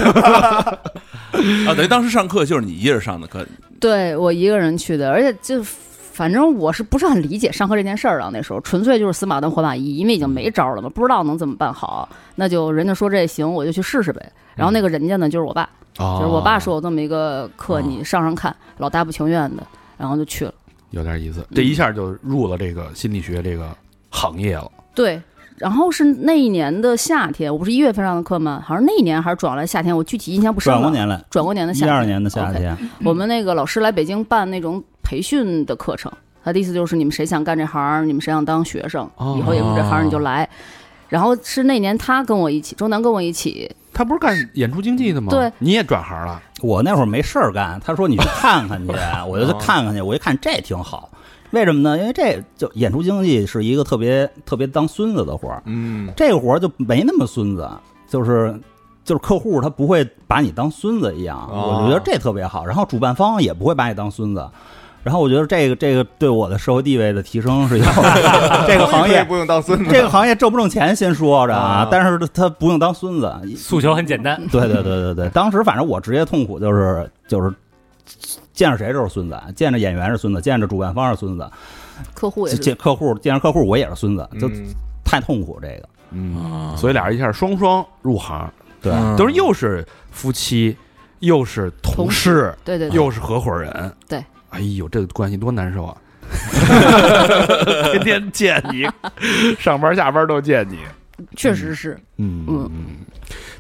Speaker 7: 等于当时上课就是你一人上的课，
Speaker 5: 对我一个人去的，而且就反正我是不是很理解上课这件事儿啊？那时候纯粹就是死马当活马医，因为已经没招儿了嘛，不知道能怎么办好，那就人家说这行，我就去试试呗。然后那个人家呢，就是我爸，
Speaker 3: 就
Speaker 5: 就是
Speaker 6: 哦
Speaker 5: 我爸说有这么一个课，你上上看，老大不情愿的，然后就去了。
Speaker 3: 有点意思，
Speaker 5: 嗯
Speaker 3: 这一下就入了这个心理学这个行业了，
Speaker 5: 对。然后是那一年的夏天，我不是一月份上的课吗？好像那一年还是转过来夏天，我具体印象不深了。
Speaker 6: 转过年来，
Speaker 5: 转过年的夏
Speaker 6: 一
Speaker 5: 天，
Speaker 6: 二年的夏
Speaker 5: OK
Speaker 6: 天，
Speaker 5: 我们那个老师来北京办那种培训的课程，他的意思就是你们谁想干这行，你们谁想当学生，
Speaker 3: 哦
Speaker 5: 以后也入这行你就
Speaker 6: 哦
Speaker 5: 来。然后是那年他跟我一起，周南跟我一起，
Speaker 3: 他不是干演出经济的吗？
Speaker 5: 对，
Speaker 3: 你也转行了，
Speaker 6: 我那会儿没事儿干，他说你去看看 去，我就去看看去。我一看这挺好，为什么呢？因为这就演出经济是一个特别特别当孙子的活儿，
Speaker 2: 嗯，
Speaker 6: 这个活儿就没那么孙子，就是就是客户他不会把你当孙子一样，
Speaker 2: 哦
Speaker 6: 我觉得这特别好。然后主办方也不会把你当孙子。然后我觉得这个这个对我的社会地位的提升是有 这个行业
Speaker 2: 不用当孙子，
Speaker 6: 这个行业挣不挣钱先说着啊
Speaker 2: 啊，
Speaker 6: 但是他不用当孙子，
Speaker 4: 诉求很简单，
Speaker 6: 对对对对对，当时反正我职业痛苦就是就是见着谁都是孙子，见着演员是孙子，见着主办方是孙子，
Speaker 5: 客户也
Speaker 6: 见
Speaker 5: 是，
Speaker 6: 客户见着客户我也是孙子，就
Speaker 2: 嗯
Speaker 6: 太痛苦这个。
Speaker 3: 嗯，
Speaker 7: 啊
Speaker 3: 所以俩人一下双双入行，
Speaker 6: 对，
Speaker 2: 嗯
Speaker 3: 都是又是夫妻，又是同事，
Speaker 5: 对对对，
Speaker 3: 又是合伙人，
Speaker 5: 对，
Speaker 3: 哎呦，这个关系多难受啊！ 天天见你， 上班下班都见你，
Speaker 5: 确实是，
Speaker 3: 嗯
Speaker 5: 嗯
Speaker 3: 嗯。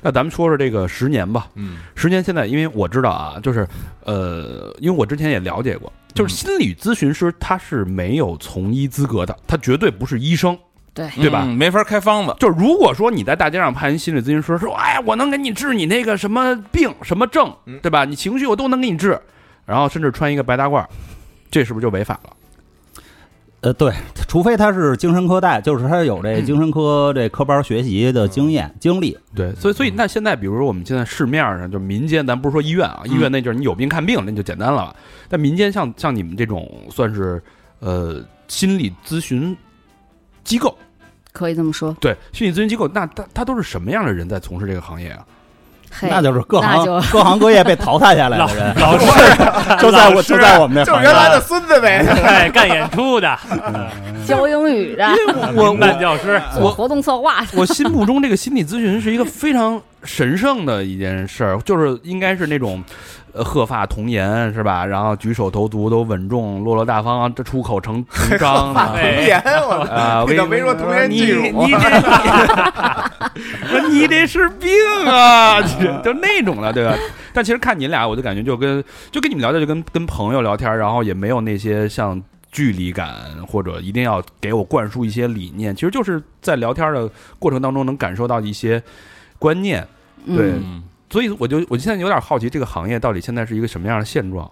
Speaker 3: 那咱们说说这个十年吧，
Speaker 2: 嗯
Speaker 3: 十年现在，因为我知道啊，就是呃，因为我之前也了解过，就是心理咨询师他是没有从医资格的，他绝对不是医生。
Speaker 5: 对
Speaker 7: 嗯
Speaker 3: 对吧
Speaker 7: 没法开方子，
Speaker 3: 就是如果说你在大街上判一心理咨询师说，哎，我能给你治你那个什么病、什么症
Speaker 2: 嗯，
Speaker 3: 对吧？你情绪我都能给你治，然后甚至穿一个白大褂儿，这是不是就违法了？
Speaker 6: 呃，对，除非他是精神科带，就是他有这精神科这科班学习的经验经历，
Speaker 3: 对，所以
Speaker 2: 嗯
Speaker 3: 所以那现在，比如说我们现在市面上就民间，咱不是说医院啊，医
Speaker 2: 嗯
Speaker 3: 院那就是你有病看病，那就简单了。但民间像像你们这种算是呃心理咨询机构，
Speaker 5: 可以这么说。
Speaker 3: 对心理咨询机构，那他他都是什么样的人在从事这个行业啊？
Speaker 5: 嘿，
Speaker 6: 那就是各
Speaker 5: 那
Speaker 6: 行
Speaker 5: 就
Speaker 6: 各行各业被淘汰下来的人，
Speaker 4: 老师
Speaker 6: 就 在
Speaker 4: 老
Speaker 6: 我
Speaker 4: 师
Speaker 6: 就在我们这
Speaker 2: 就是
Speaker 6: 行
Speaker 2: 原
Speaker 6: 业。
Speaker 2: 来的孙子呗。
Speaker 4: 哎干演出的，
Speaker 5: 教英语的，
Speaker 3: 我
Speaker 4: 民办教 师，
Speaker 5: 做 活动策划的，
Speaker 3: 我心目中这个心理咨询是一个非常神圣的一件事儿，就是应该是那种，呃，鹤发童颜是吧？然后举手投足都稳重、落落大方，这出口成 成章啊
Speaker 4: 哎
Speaker 2: 年我操
Speaker 3: 啊！
Speaker 2: 你
Speaker 3: 为
Speaker 2: 倒没说童颜
Speaker 3: 你
Speaker 2: 巨 乳
Speaker 3: 你这，说你这是病 啊，就就那种了，对吧？但其实看你俩，我就感觉就跟就跟你们聊天，就跟跟朋友聊天，然后也没有那些像距离感，或者一定要给我灌输一些理念。其实就是在聊天的过程当中，能感受到一些观念。对
Speaker 5: 嗯，
Speaker 7: 嗯
Speaker 3: 所以我就我现在有点好奇，这个行业到底现在是一个什么样的现状？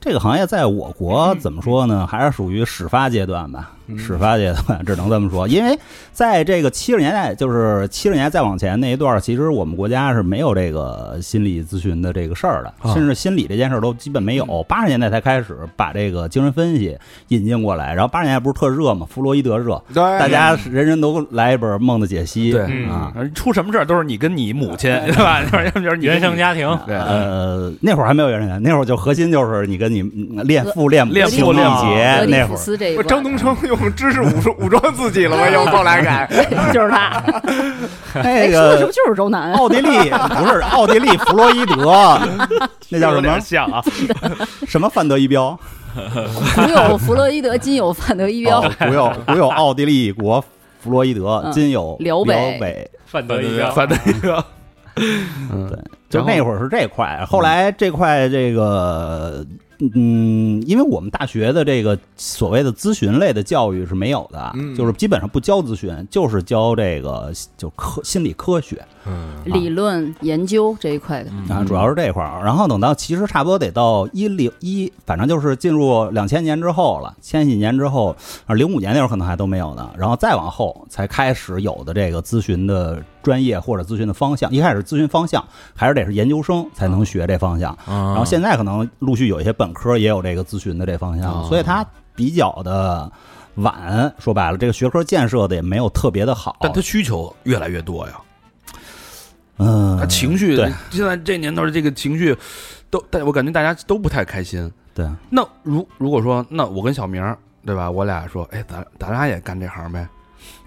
Speaker 6: 这个行业在我
Speaker 3: 嗯
Speaker 6: 国怎么说呢？还是属于始发阶段吧，始发阶段只能这么说。因为在这个七十年代，就是七十年代再往前那一段儿，其实我们国家是没有这个心理咨询的这个事儿的，
Speaker 3: 啊
Speaker 6: 甚至心理这件事儿都基本没
Speaker 3: 嗯
Speaker 6: 有。八十年代才开始把这个精神分析引进过来，然后八十年代不是特热嘛，弗洛伊德热，
Speaker 2: 对，
Speaker 6: 大家人人都来一本《梦的解析》
Speaker 3: 哎对
Speaker 2: 嗯
Speaker 6: 啊。
Speaker 3: 出什么事儿都是你跟你母亲，对吧？ 要不然就是你 跟
Speaker 4: 原
Speaker 3: 你
Speaker 4: 生家庭，
Speaker 3: 对，
Speaker 6: 呃，那会儿还没有原生家庭，那会儿就核心就是你跟你嗯练腹练母
Speaker 3: 练
Speaker 6: 亲
Speaker 3: 腹啊
Speaker 6: 密
Speaker 3: 练母
Speaker 6: 结
Speaker 5: 俄
Speaker 6: 哎那
Speaker 5: 里
Speaker 6: 会
Speaker 5: 甫
Speaker 6: 儿，
Speaker 5: 斯这一
Speaker 2: 我
Speaker 5: 段，
Speaker 2: 张东升用知识武装武装自己了吗？又后来改，
Speaker 5: 就是他。
Speaker 6: 那
Speaker 5: 哎，说的是不是
Speaker 6: 个
Speaker 5: 就是周南？
Speaker 6: 奥地利不是奥地利弗洛伊德，那叫
Speaker 3: 有
Speaker 6: 什
Speaker 3: 点
Speaker 6: 么
Speaker 3: 像啊？
Speaker 6: 什么范德一彪？
Speaker 5: 古有哦弗洛伊德，今有范德一彪。
Speaker 6: 哦古有古有奥地利国弗洛伊德，
Speaker 5: 嗯
Speaker 6: 今有
Speaker 5: 辽
Speaker 6: 北。
Speaker 5: 北
Speaker 4: 范德一彪，
Speaker 3: 反正一个，嗯，
Speaker 6: 对就那
Speaker 3: 儿
Speaker 6: 会儿是这块，后来这块这个，嗯，因为我们大学的这个所谓的咨询类的教育是没有的，
Speaker 2: 嗯
Speaker 6: 就是基本上不教咨询，就是教这个就科心理科学。
Speaker 5: 理论研究这一块的，
Speaker 3: 嗯
Speaker 6: 啊，主要是这块儿。然后等到其实差不多得到一零一，反正就是进入两千年之后了，千禧年之后，啊，零五年那会儿可能还都没有呢。然后再往后才开始有的这个咨询的专业或者咨询的方向。一开始咨询方向还是得是研究生才能学这方向，然
Speaker 3: 啊
Speaker 7: 然
Speaker 6: 后现在可能陆续有一些本科也有这个咨询的这方向，
Speaker 3: 哦
Speaker 6: 所以它比较的晚。说白了，这个学科建设的也没有特别的好。
Speaker 3: 但他需求越来越多呀，
Speaker 6: 嗯
Speaker 3: 他，啊情绪
Speaker 6: 对
Speaker 3: 现在这年头这个情绪都，但我感觉大家都不太开心。
Speaker 6: 对，
Speaker 3: 那如如果说，那我跟小明儿对吧？我俩说，哎，咱咱俩也干这行呗。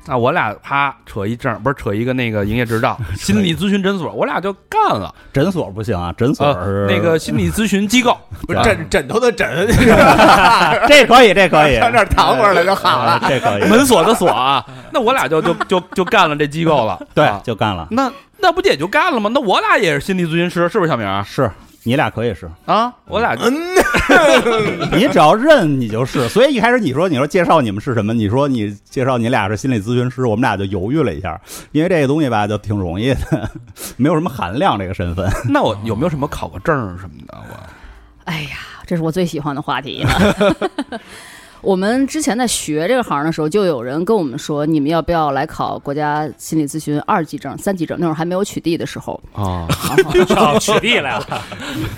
Speaker 3: 那我俩啪扯一证，不是扯一个那个营业执 照，心理咨询诊所，我俩就干了。
Speaker 6: 诊所不行啊，诊所
Speaker 3: 呃，
Speaker 6: 是、
Speaker 3: 那个心理咨询机 构，
Speaker 2: 不是枕枕头的枕，
Speaker 6: 这可以，这可以，哎
Speaker 2: 上这儿躺会儿了就好了。
Speaker 6: 这可 以，
Speaker 3: 门锁的锁啊，那我俩就就就就干了这机构了。
Speaker 6: 对，
Speaker 3: 啊
Speaker 6: 就干了。
Speaker 3: 那那不也就干了吗？那我俩也是心理咨询师，是不是小明儿
Speaker 6: 是你俩可以是，
Speaker 3: 啊？我俩
Speaker 6: 嗯你只要认你就是。所以一开始你说你说介绍你们是什么？你说你介绍你俩是心理咨询师，我们俩就犹豫了一下，因为这个东西吧就挺容易的， 没有什么含量这个身 份。
Speaker 3: 那我有没有什么考个证儿什么的？我
Speaker 5: 哎呀，这是我最喜欢的话题了。 我们之前在学这个行的时候，就有人跟我们说，你们要不要来考国家心理咨询二级证、三级证？那会儿还没有取缔的时候，
Speaker 3: 啊，
Speaker 4: 哦取缔了呀，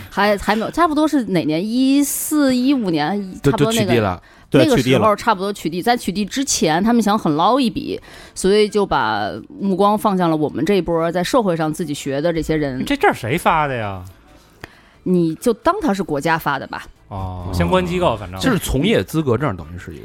Speaker 5: 还还没有，差不多是哪年？一四一五年，一
Speaker 3: 就
Speaker 5: 差不
Speaker 3: 就
Speaker 5: 多
Speaker 3: 取
Speaker 5: 那
Speaker 3: 缔
Speaker 5: 个
Speaker 3: 了。
Speaker 6: 对，
Speaker 5: 那个
Speaker 6: 取
Speaker 5: 时
Speaker 6: 缔
Speaker 5: 候
Speaker 6: 了。
Speaker 5: 差不多取缔，在取缔之前，他们想狠捞一笔，所以就把目光放向了我们这一波在社会上自己学的这些人。
Speaker 4: 这证儿谁发的呀？
Speaker 5: 你就当它是国家发的吧，
Speaker 4: 哦，相关机构反正
Speaker 3: 这是从业资格证，等于是一个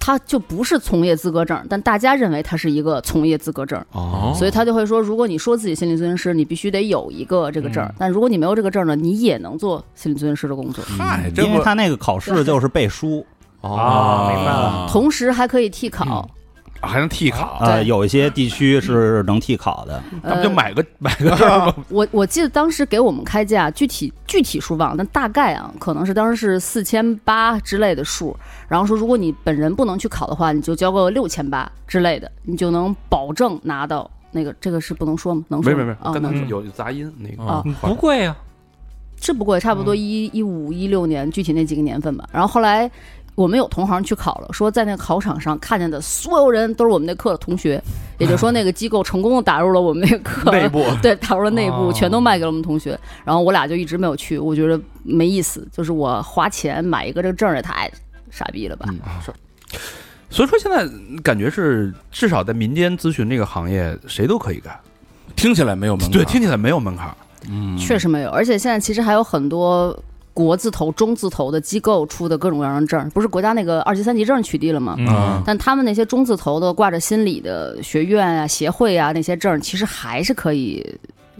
Speaker 5: 它就不是从业资格证，但大家认为它是一个从业资格证。
Speaker 3: 哦
Speaker 5: 所以他就会说，如果你说自己心理咨询师，你必须得有一个这个证儿。但如果你没有这个证儿呢，你也能做心理咨询师的工作，
Speaker 2: 嗨，哎这
Speaker 6: 因为
Speaker 2: 不
Speaker 6: 他那个考试就是背 书，
Speaker 4: 啊，明白了。
Speaker 5: 同时还可以替考。
Speaker 3: 哦啊还能替考，
Speaker 6: 呃，
Speaker 5: 对
Speaker 6: 有一些地区
Speaker 2: 嗯
Speaker 6: 是能替考的，
Speaker 3: 咱们就
Speaker 5: 呃
Speaker 3: 买个买个证儿吧。
Speaker 5: 我我记得当时给我们开价，具体具体数忘了，但大概啊，可能是当时是四千八之类的数。然后说，如果你本人不能去考的话，你就交个六千八之类的，你就能保证拿到那个。这个是不能说吗？能说
Speaker 3: 没没
Speaker 5: 吗
Speaker 3: 没
Speaker 5: 啊，
Speaker 3: 刚
Speaker 5: 那
Speaker 3: 才
Speaker 4: 嗯
Speaker 3: 有杂音那个
Speaker 5: 啊
Speaker 4: 嗯不贵啊，
Speaker 5: 是不贵，差不多
Speaker 4: 嗯
Speaker 5: 一一五一六年，具体那几个年份吧。然后后来我们有同行去考了，说在那考场上看见的所有人都是我们那课的同学，也就是说那个机构成功的打入了我们那个课
Speaker 3: 内 部，
Speaker 5: 对，打入了内部，
Speaker 4: 哦
Speaker 5: 全都卖给了我们同学。然后我俩就一直没有去，我觉得没意思，就是我花钱买一个这个证儿也太傻逼了吧。
Speaker 3: 嗯所以说现在感觉是至少在民间咨询这个行业，谁都可以干。
Speaker 7: 听起来没有门槛，
Speaker 3: 对，听起来没有门槛儿。
Speaker 7: 嗯
Speaker 5: 确实没有，而且现在其实还有很多国字头、中字头的机构出的各种各样的证儿，不是国家那个二级、三级证取缔了吗？
Speaker 4: 嗯，
Speaker 5: 但他们那些中字头的挂着心理的学院啊、协会啊那些证儿，其实还是可以。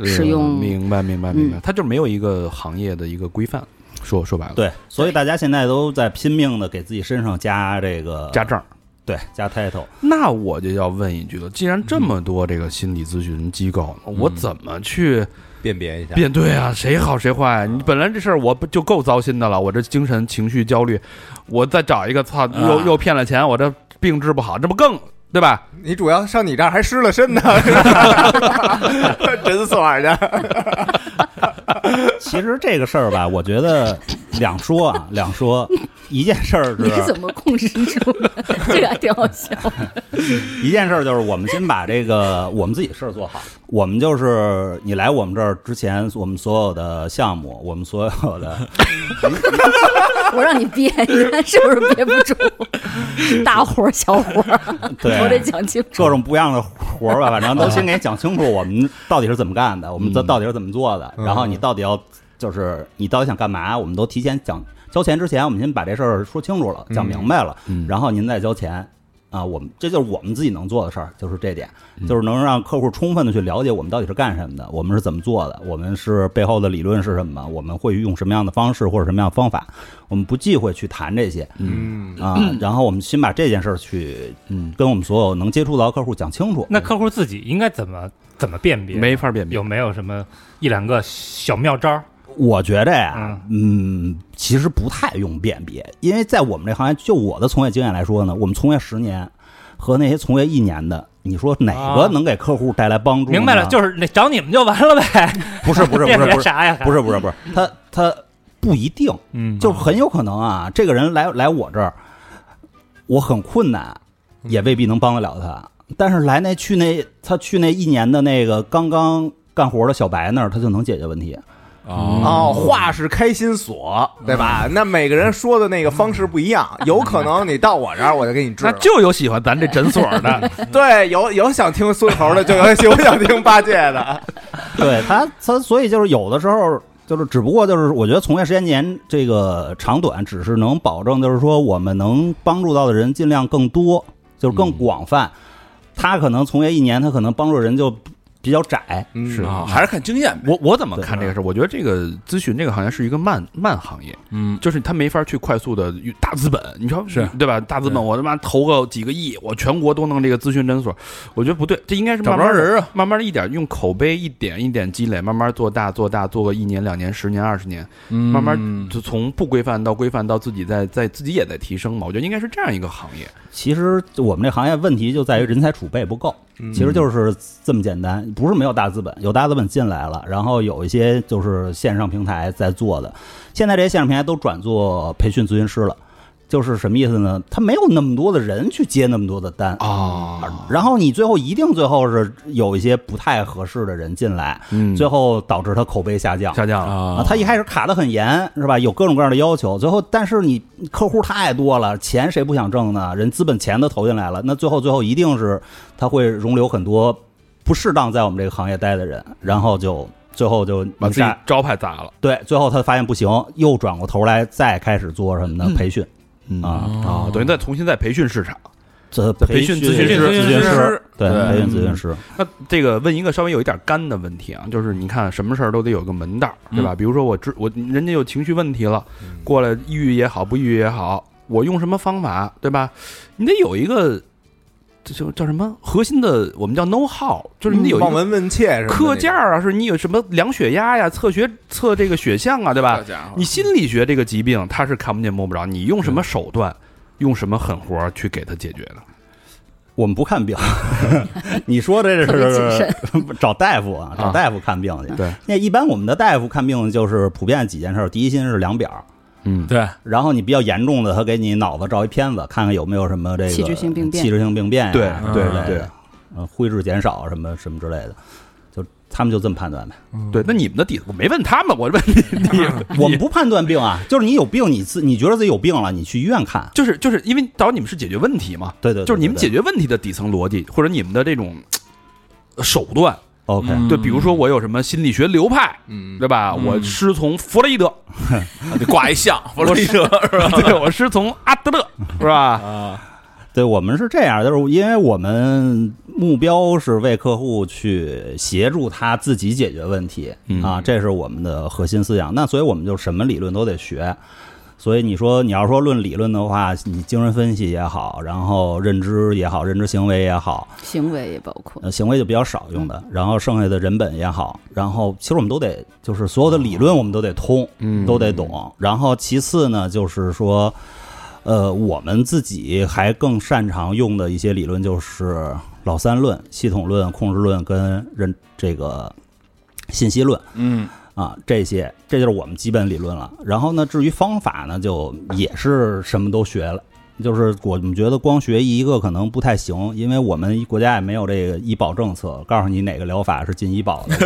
Speaker 5: 使用
Speaker 3: 呃明白明白明白，
Speaker 5: 嗯
Speaker 3: 它就没有一个行业的一个规范。说说白了，
Speaker 6: 对，所以大家现在都在拼命的给自己身上加这个
Speaker 3: 加证儿。
Speaker 6: 对加 title，
Speaker 3: 那我就要问一句了，既然这么多这个心理咨询机构，
Speaker 4: 嗯
Speaker 3: 我怎么去
Speaker 2: 辨别一下，
Speaker 3: 辨对啊？谁好谁坏？你本来这事儿我不就够糟心的了，我这精神情绪焦虑，我再找一个操，又又骗了钱，我这病治不好，这不更对吧？
Speaker 2: 你主要上你 这儿还失了身呢，诊所去。
Speaker 6: 其实这个事儿吧，我觉得两说啊，两说。一件事儿
Speaker 5: 你
Speaker 6: 是，
Speaker 5: 怎么控制住 的？这个还挺好笑。
Speaker 6: 一件事儿就是，我们先把这个我们自己的事儿做好。我们就是你来我们这儿之前，我们所有的项目，我们所有的
Speaker 5: 我让你憋，你看是不是憋不 住？大活儿小活儿，
Speaker 6: 对
Speaker 5: 我得讲清楚。
Speaker 6: 各种不一样的活儿吧，反正都先给你讲清楚，我们到底是怎么干的，我们到到底是怎么做的，然后你到底要就是你到底想干嘛，我们都提前讲。交钱之前，我们先把这事儿说清楚了，讲明白了，然后您再交钱。啊，我们这就是我们自己能做的事儿，就是这点，就是能让客户充分的去了解我们到底是干什么的，我们是怎么做的，我们是背后的理论是什么，我们会用什么样的方式或者什么样的方法，我们不忌讳去谈这些，
Speaker 2: 嗯，
Speaker 6: 啊，然后我们先把这件事儿去，嗯，跟我们所有能接触到的客户讲清楚。
Speaker 4: 那客户自己应该怎么怎么辨别？
Speaker 3: 没法辨别
Speaker 4: 有。没有什么一两个小妙招儿？
Speaker 6: 我觉着呀，嗯，其实不太用辨别，因为在我们这行业，就我的从业经验来说呢，我们从业十年和那些从业一年的，你说哪个
Speaker 4: 啊
Speaker 6: 能给客户带来帮助呢？
Speaker 4: 明白了，就是那找你们就完了呗。
Speaker 6: 不是不 是不是
Speaker 4: 辨
Speaker 6: 不
Speaker 4: 别
Speaker 6: 是
Speaker 4: 啥呀？
Speaker 6: 不是不是不是，他他不一定，
Speaker 2: 嗯
Speaker 6: 就是很有可能啊，这个人来来我这儿，我很困难，也未必能帮得了他。但是来那去那他去那一年的那个刚刚干活的小白那儿，他就能解决问题。
Speaker 2: 哦，
Speaker 7: 嗯
Speaker 2: 话是开心锁，对吧？那每个人说的那个方式不一样，
Speaker 7: 嗯
Speaker 2: 有可能你到我这儿我就给你治
Speaker 3: 那
Speaker 2: 了。
Speaker 3: 就有喜欢咱这诊所的，
Speaker 7: 嗯
Speaker 2: 对，有有想听孙猴的，就 有有想听八戒的。
Speaker 6: 对他他，所以就是有的时候。就是，只不过就是，我觉得从业时间年这个长短，只是能保证，就是说我们能帮助到的人尽量更多，就是更广泛。他可能从业一年，他可能帮助人就比较窄，
Speaker 3: 是嗯
Speaker 7: 啊，还是看经验呗。啊
Speaker 3: 我我怎么看这个事儿？我觉得这个咨询这个行业是一个慢慢行业，
Speaker 7: 嗯，
Speaker 3: 就是他没法去快速的大资本，你说
Speaker 7: 是
Speaker 3: 对吧？大资本，我他妈投个几个亿，我全国都弄这个咨询诊所，我觉得不对，这应该是
Speaker 7: 找
Speaker 3: 慢
Speaker 7: 不着
Speaker 3: 慢
Speaker 7: 人啊，
Speaker 3: 慢慢的一点用口碑一点一点积累，慢慢做大做大，做个一年两年十年二十年，慢
Speaker 7: 慢
Speaker 3: 慢就从不规范到规范到自己在在自己也在提升嘛。我觉得应该是这样一个行业，
Speaker 6: 其实我们这行业问题就在于人才储备不够，其实就是这么简单，不是没有大资本，有大资本进来了，然后有一些就是线上平台在做的，现在这些线上平台都转做培训咨询师了，就是什么意思呢？他没有那么多的人去接那么多的单
Speaker 2: 哦嗯
Speaker 3: 啊，
Speaker 6: 然后你最后一定最后是有一些不太合适的人进来，
Speaker 3: 嗯
Speaker 6: 最后导致他口碑下降，
Speaker 3: 下降了。
Speaker 6: 啊
Speaker 7: 啊，，
Speaker 6: 他一开始卡的很严，是吧？有各种各样的要求，最后但是你客户太多了，钱谁不想挣呢？人资本钱都投进来了，那最后最后一定是他会容留很多不适当在我们这个行业待的人，然后就最后就
Speaker 3: 把自己
Speaker 6: 杀
Speaker 3: 招牌砸了
Speaker 6: 对，最后他发现不行，又转过头来再开始做什么呢？培训啊，
Speaker 3: 啊，等于再重新再培训市场。
Speaker 6: 这
Speaker 3: 培训咨询
Speaker 6: 师、
Speaker 3: 师嗯
Speaker 6: 咨询
Speaker 7: 咨询师
Speaker 6: 对，
Speaker 7: 对
Speaker 6: 培训咨询师，
Speaker 3: 那这个问一个稍微有一点干的问题啊，就是你看什么事儿都得有个门道儿，对
Speaker 6: 嗯
Speaker 3: 吧？比如说我知我人家有情绪问题了，过来抑郁也好，不抑郁也好，我用什么方法，对吧？你得有一个，这就叫什么核心的，我们叫 know how，就是你得有
Speaker 6: 嗯
Speaker 2: 望
Speaker 3: 一个
Speaker 2: 闻问切是吧？
Speaker 3: 课件儿啊，是你有什么量血压呀、测血测这个血项啊，对吧
Speaker 7: 好？家伙，
Speaker 3: 你心理学这个疾病它是看不见摸不着，你用什么手段，用什么狠活儿去给它解决的？
Speaker 6: 我们不看病， 你说这
Speaker 5: 特别谨
Speaker 6: 是 找大夫啊，找大夫看病去。
Speaker 3: 对，
Speaker 6: 那一般我们的大夫看病就是普遍几件事儿，第一心是量表，
Speaker 3: 嗯，
Speaker 7: 对，
Speaker 6: 然后你比较严重的，他给你脑子照一片子，看看有没有什么这个
Speaker 5: 器质性病变
Speaker 6: 器质性病变呀
Speaker 3: 对
Speaker 6: 什么
Speaker 7: 对
Speaker 6: 之类的
Speaker 3: 对，
Speaker 6: 呃，灰质减少什么什么之类的，就他们就这么判 断呗。
Speaker 3: 对，那你们的底子我没问他们，我问你，你
Speaker 6: 我们不判断病啊，就是你有病，你自你觉得自己有病了，你去医院看。
Speaker 3: 就是就是因为找你们是解决问题嘛，
Speaker 6: 对对，
Speaker 3: 就是你们解
Speaker 6: 决。
Speaker 3: 决问题的底层逻辑或者你们的这种呃手段，
Speaker 6: OK，
Speaker 7: 嗯
Speaker 3: 对，比如说我有什么心理学流派，
Speaker 2: 嗯，
Speaker 3: 对吧？我师从弗洛伊德，
Speaker 7: 啊 得挂一像， 弗洛伊德是吧？
Speaker 3: 对我师从阿德 勒，是吧？
Speaker 7: 啊，
Speaker 6: 对我们是这样，就是因为我们目标是为客户去协助他自己解决问题、
Speaker 3: 嗯
Speaker 6: 啊，这是我们的核心思想。那所以我们就什么理论都得学。所以你说你要说论理论的话，你精神分析也好，然后认知也好，认知行为也好，
Speaker 5: 行为也包括，
Speaker 6: 呃，行为就比较少用的。然后剩下的人本也好，然后其实我们都得就是所有的理论我们都得通，
Speaker 3: 嗯
Speaker 6: 都得懂。然后其次呢，就是说，呃，我们自己还更擅长用的一些理论就是老三论、系统论、控制论跟认这个信息论。
Speaker 7: 嗯
Speaker 6: 啊，这些这就是我们基本理论了。然后呢，至于方法呢，就也是什么都学了。就是我们觉得光学一个可能不太行，因为我们国家也没有这个医保政策，告诉你哪个疗法是进医保的，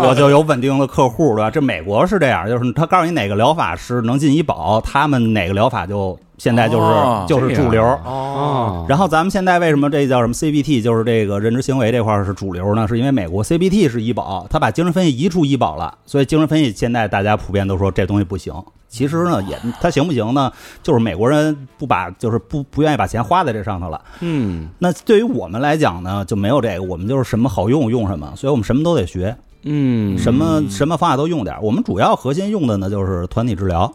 Speaker 6: 我就有稳定的客户，对吧？这美国是这样，就是他告诉你哪个疗法是能进医保，他们哪个疗法就现在就是、
Speaker 7: 哦
Speaker 6: 就是主流。
Speaker 2: 哦，
Speaker 6: 然后咱们现在为什么这叫什么 CBT，就是这个认知行为这块儿是主流呢？是因为美国 CBT 是医保，它把精神分析移出医保了，所以精神分析现在大家普遍都说这东西不行。其实呢，也它行不行呢？就是美国人不把，就是不不愿意把钱花在这上头了。
Speaker 3: 嗯
Speaker 6: 那对于我们来讲呢，就没有这个，我们就是什么好用用什么，所以我们什么都得学，
Speaker 3: 嗯，
Speaker 6: 什么什么方法都用点儿。我们主要核心用的呢就是团体治疗、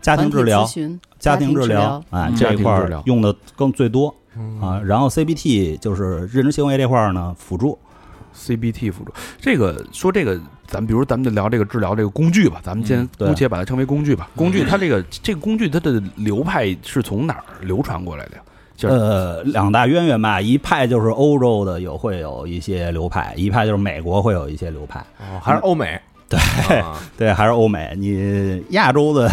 Speaker 6: 家庭治疗
Speaker 5: 团、体咨询
Speaker 6: 家庭治疗
Speaker 5: 疗，
Speaker 6: 哎
Speaker 5: 嗯，
Speaker 6: 这一块
Speaker 3: 家庭治
Speaker 6: 儿
Speaker 3: 疗嗯
Speaker 6: 用的更最多啊。然后 CBT 就是认知行为这块儿呢，辅助
Speaker 3: CBT 辅助？这个说这个，咱们比如咱们就聊这个治疗这个工具吧，咱们先
Speaker 6: 嗯对
Speaker 3: 姑且把它称为工具吧。工
Speaker 7: 嗯
Speaker 3: 具它这个这个工具它的流派是从哪儿流传过来的呀？就是
Speaker 6: 呃两大渊源吧，一派就是欧洲的有会有一些流派，一派就是美国会有一些流派，
Speaker 2: 哦还是欧美，啊对，
Speaker 6: 对，还是欧美。你亚洲的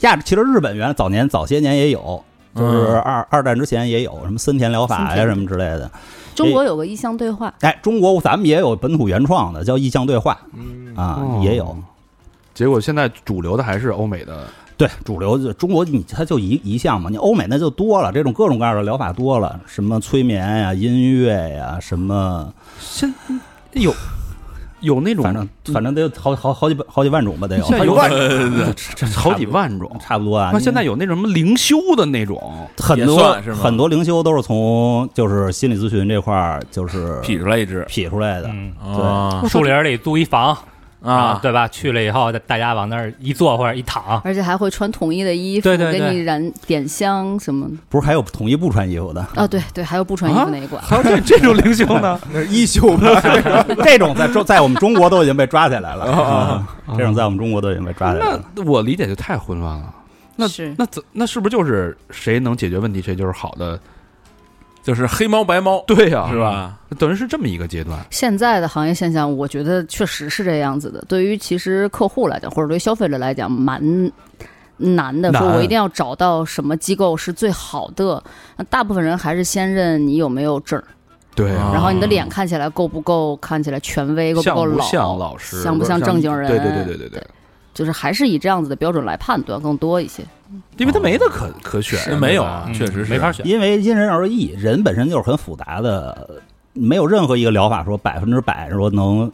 Speaker 6: 亚，其实日本原来早年早些年也有。就是
Speaker 3: 嗯
Speaker 6: 二、二战之前也有什么森田疗法呀
Speaker 5: 森田
Speaker 6: 什么之类的，
Speaker 5: 中国有个意向对话，
Speaker 6: 哎，中国咱们也有本土原创的，叫意向对话
Speaker 2: 嗯
Speaker 6: 啊，
Speaker 3: 哦
Speaker 6: 也有。
Speaker 3: 结果现在主流的还是欧美的，
Speaker 6: 对，主流就中国你它就一一项嘛，你欧美那就多了，这种各种各样的疗法多了，什么催眠呀、音乐呀、什么，
Speaker 3: 现有有那种
Speaker 6: 反正反正得有好好好几百好几万种吧，得有，
Speaker 3: 现在有
Speaker 2: 万
Speaker 7: 呃
Speaker 6: 这
Speaker 3: 好几，万种。
Speaker 6: 差不多啊。
Speaker 3: 那现在
Speaker 6: 有
Speaker 3: 有那种什么灵修的那种，
Speaker 6: 很
Speaker 7: 也
Speaker 6: 多
Speaker 7: 算是吗
Speaker 6: 很多灵修都是从就是心理咨询这块儿就是
Speaker 7: 劈出来一只
Speaker 6: 劈出来的，
Speaker 4: 嗯，
Speaker 7: 啊
Speaker 4: 树林里租一房
Speaker 7: 啊，
Speaker 4: 对吧？去了以后，大家往那儿一坐或者一躺，
Speaker 5: 而且还会穿统一的衣服，
Speaker 4: 对对对
Speaker 5: 给你燃点香什么的。
Speaker 6: 不是还有统一不穿衣服的，
Speaker 5: 哦，对对，还有不穿衣
Speaker 6: 啊
Speaker 5: 服那一关。
Speaker 3: 还有 这这种灵修呢？
Speaker 2: 那是一休吧？
Speaker 6: 这种在中在我们中国都已经被抓起来
Speaker 7: 哦
Speaker 6: 了，啊 这种在我们中国都已经被抓起来了。
Speaker 3: 那我理解就太混乱了。那
Speaker 5: 是
Speaker 3: 那怎那是不是就是谁能解决问题谁就是好的？
Speaker 7: 就是黑猫白 猫，
Speaker 3: 对呀、
Speaker 7: 是？吧？
Speaker 3: 等于是这么一个阶段。
Speaker 5: 现在的行业现象，我觉得确实是这样子的。对于其实客户来讲，或者对于消费者来讲，蛮难的。
Speaker 6: 难
Speaker 5: 说我一定要找到什么机构是最好的。那大部分人还是先认你有没有证儿，
Speaker 3: 对
Speaker 7: 啊
Speaker 5: 然后你的脸看起来够不够，看起来权威够
Speaker 3: 像
Speaker 5: 够
Speaker 3: 不
Speaker 5: 老，
Speaker 3: 像老师，
Speaker 5: 像不像正经人啊
Speaker 3: 对对对对对对，
Speaker 5: 就是还是以这样子的标准来判断更多一些。
Speaker 3: 因为他没得可可选，
Speaker 7: 是没有
Speaker 3: 对吧
Speaker 7: 确实
Speaker 4: 嗯
Speaker 7: 是
Speaker 4: 没法选。
Speaker 6: 因为因人而异，人本身就是很复杂的，没有任何一个疗法说百分之百说能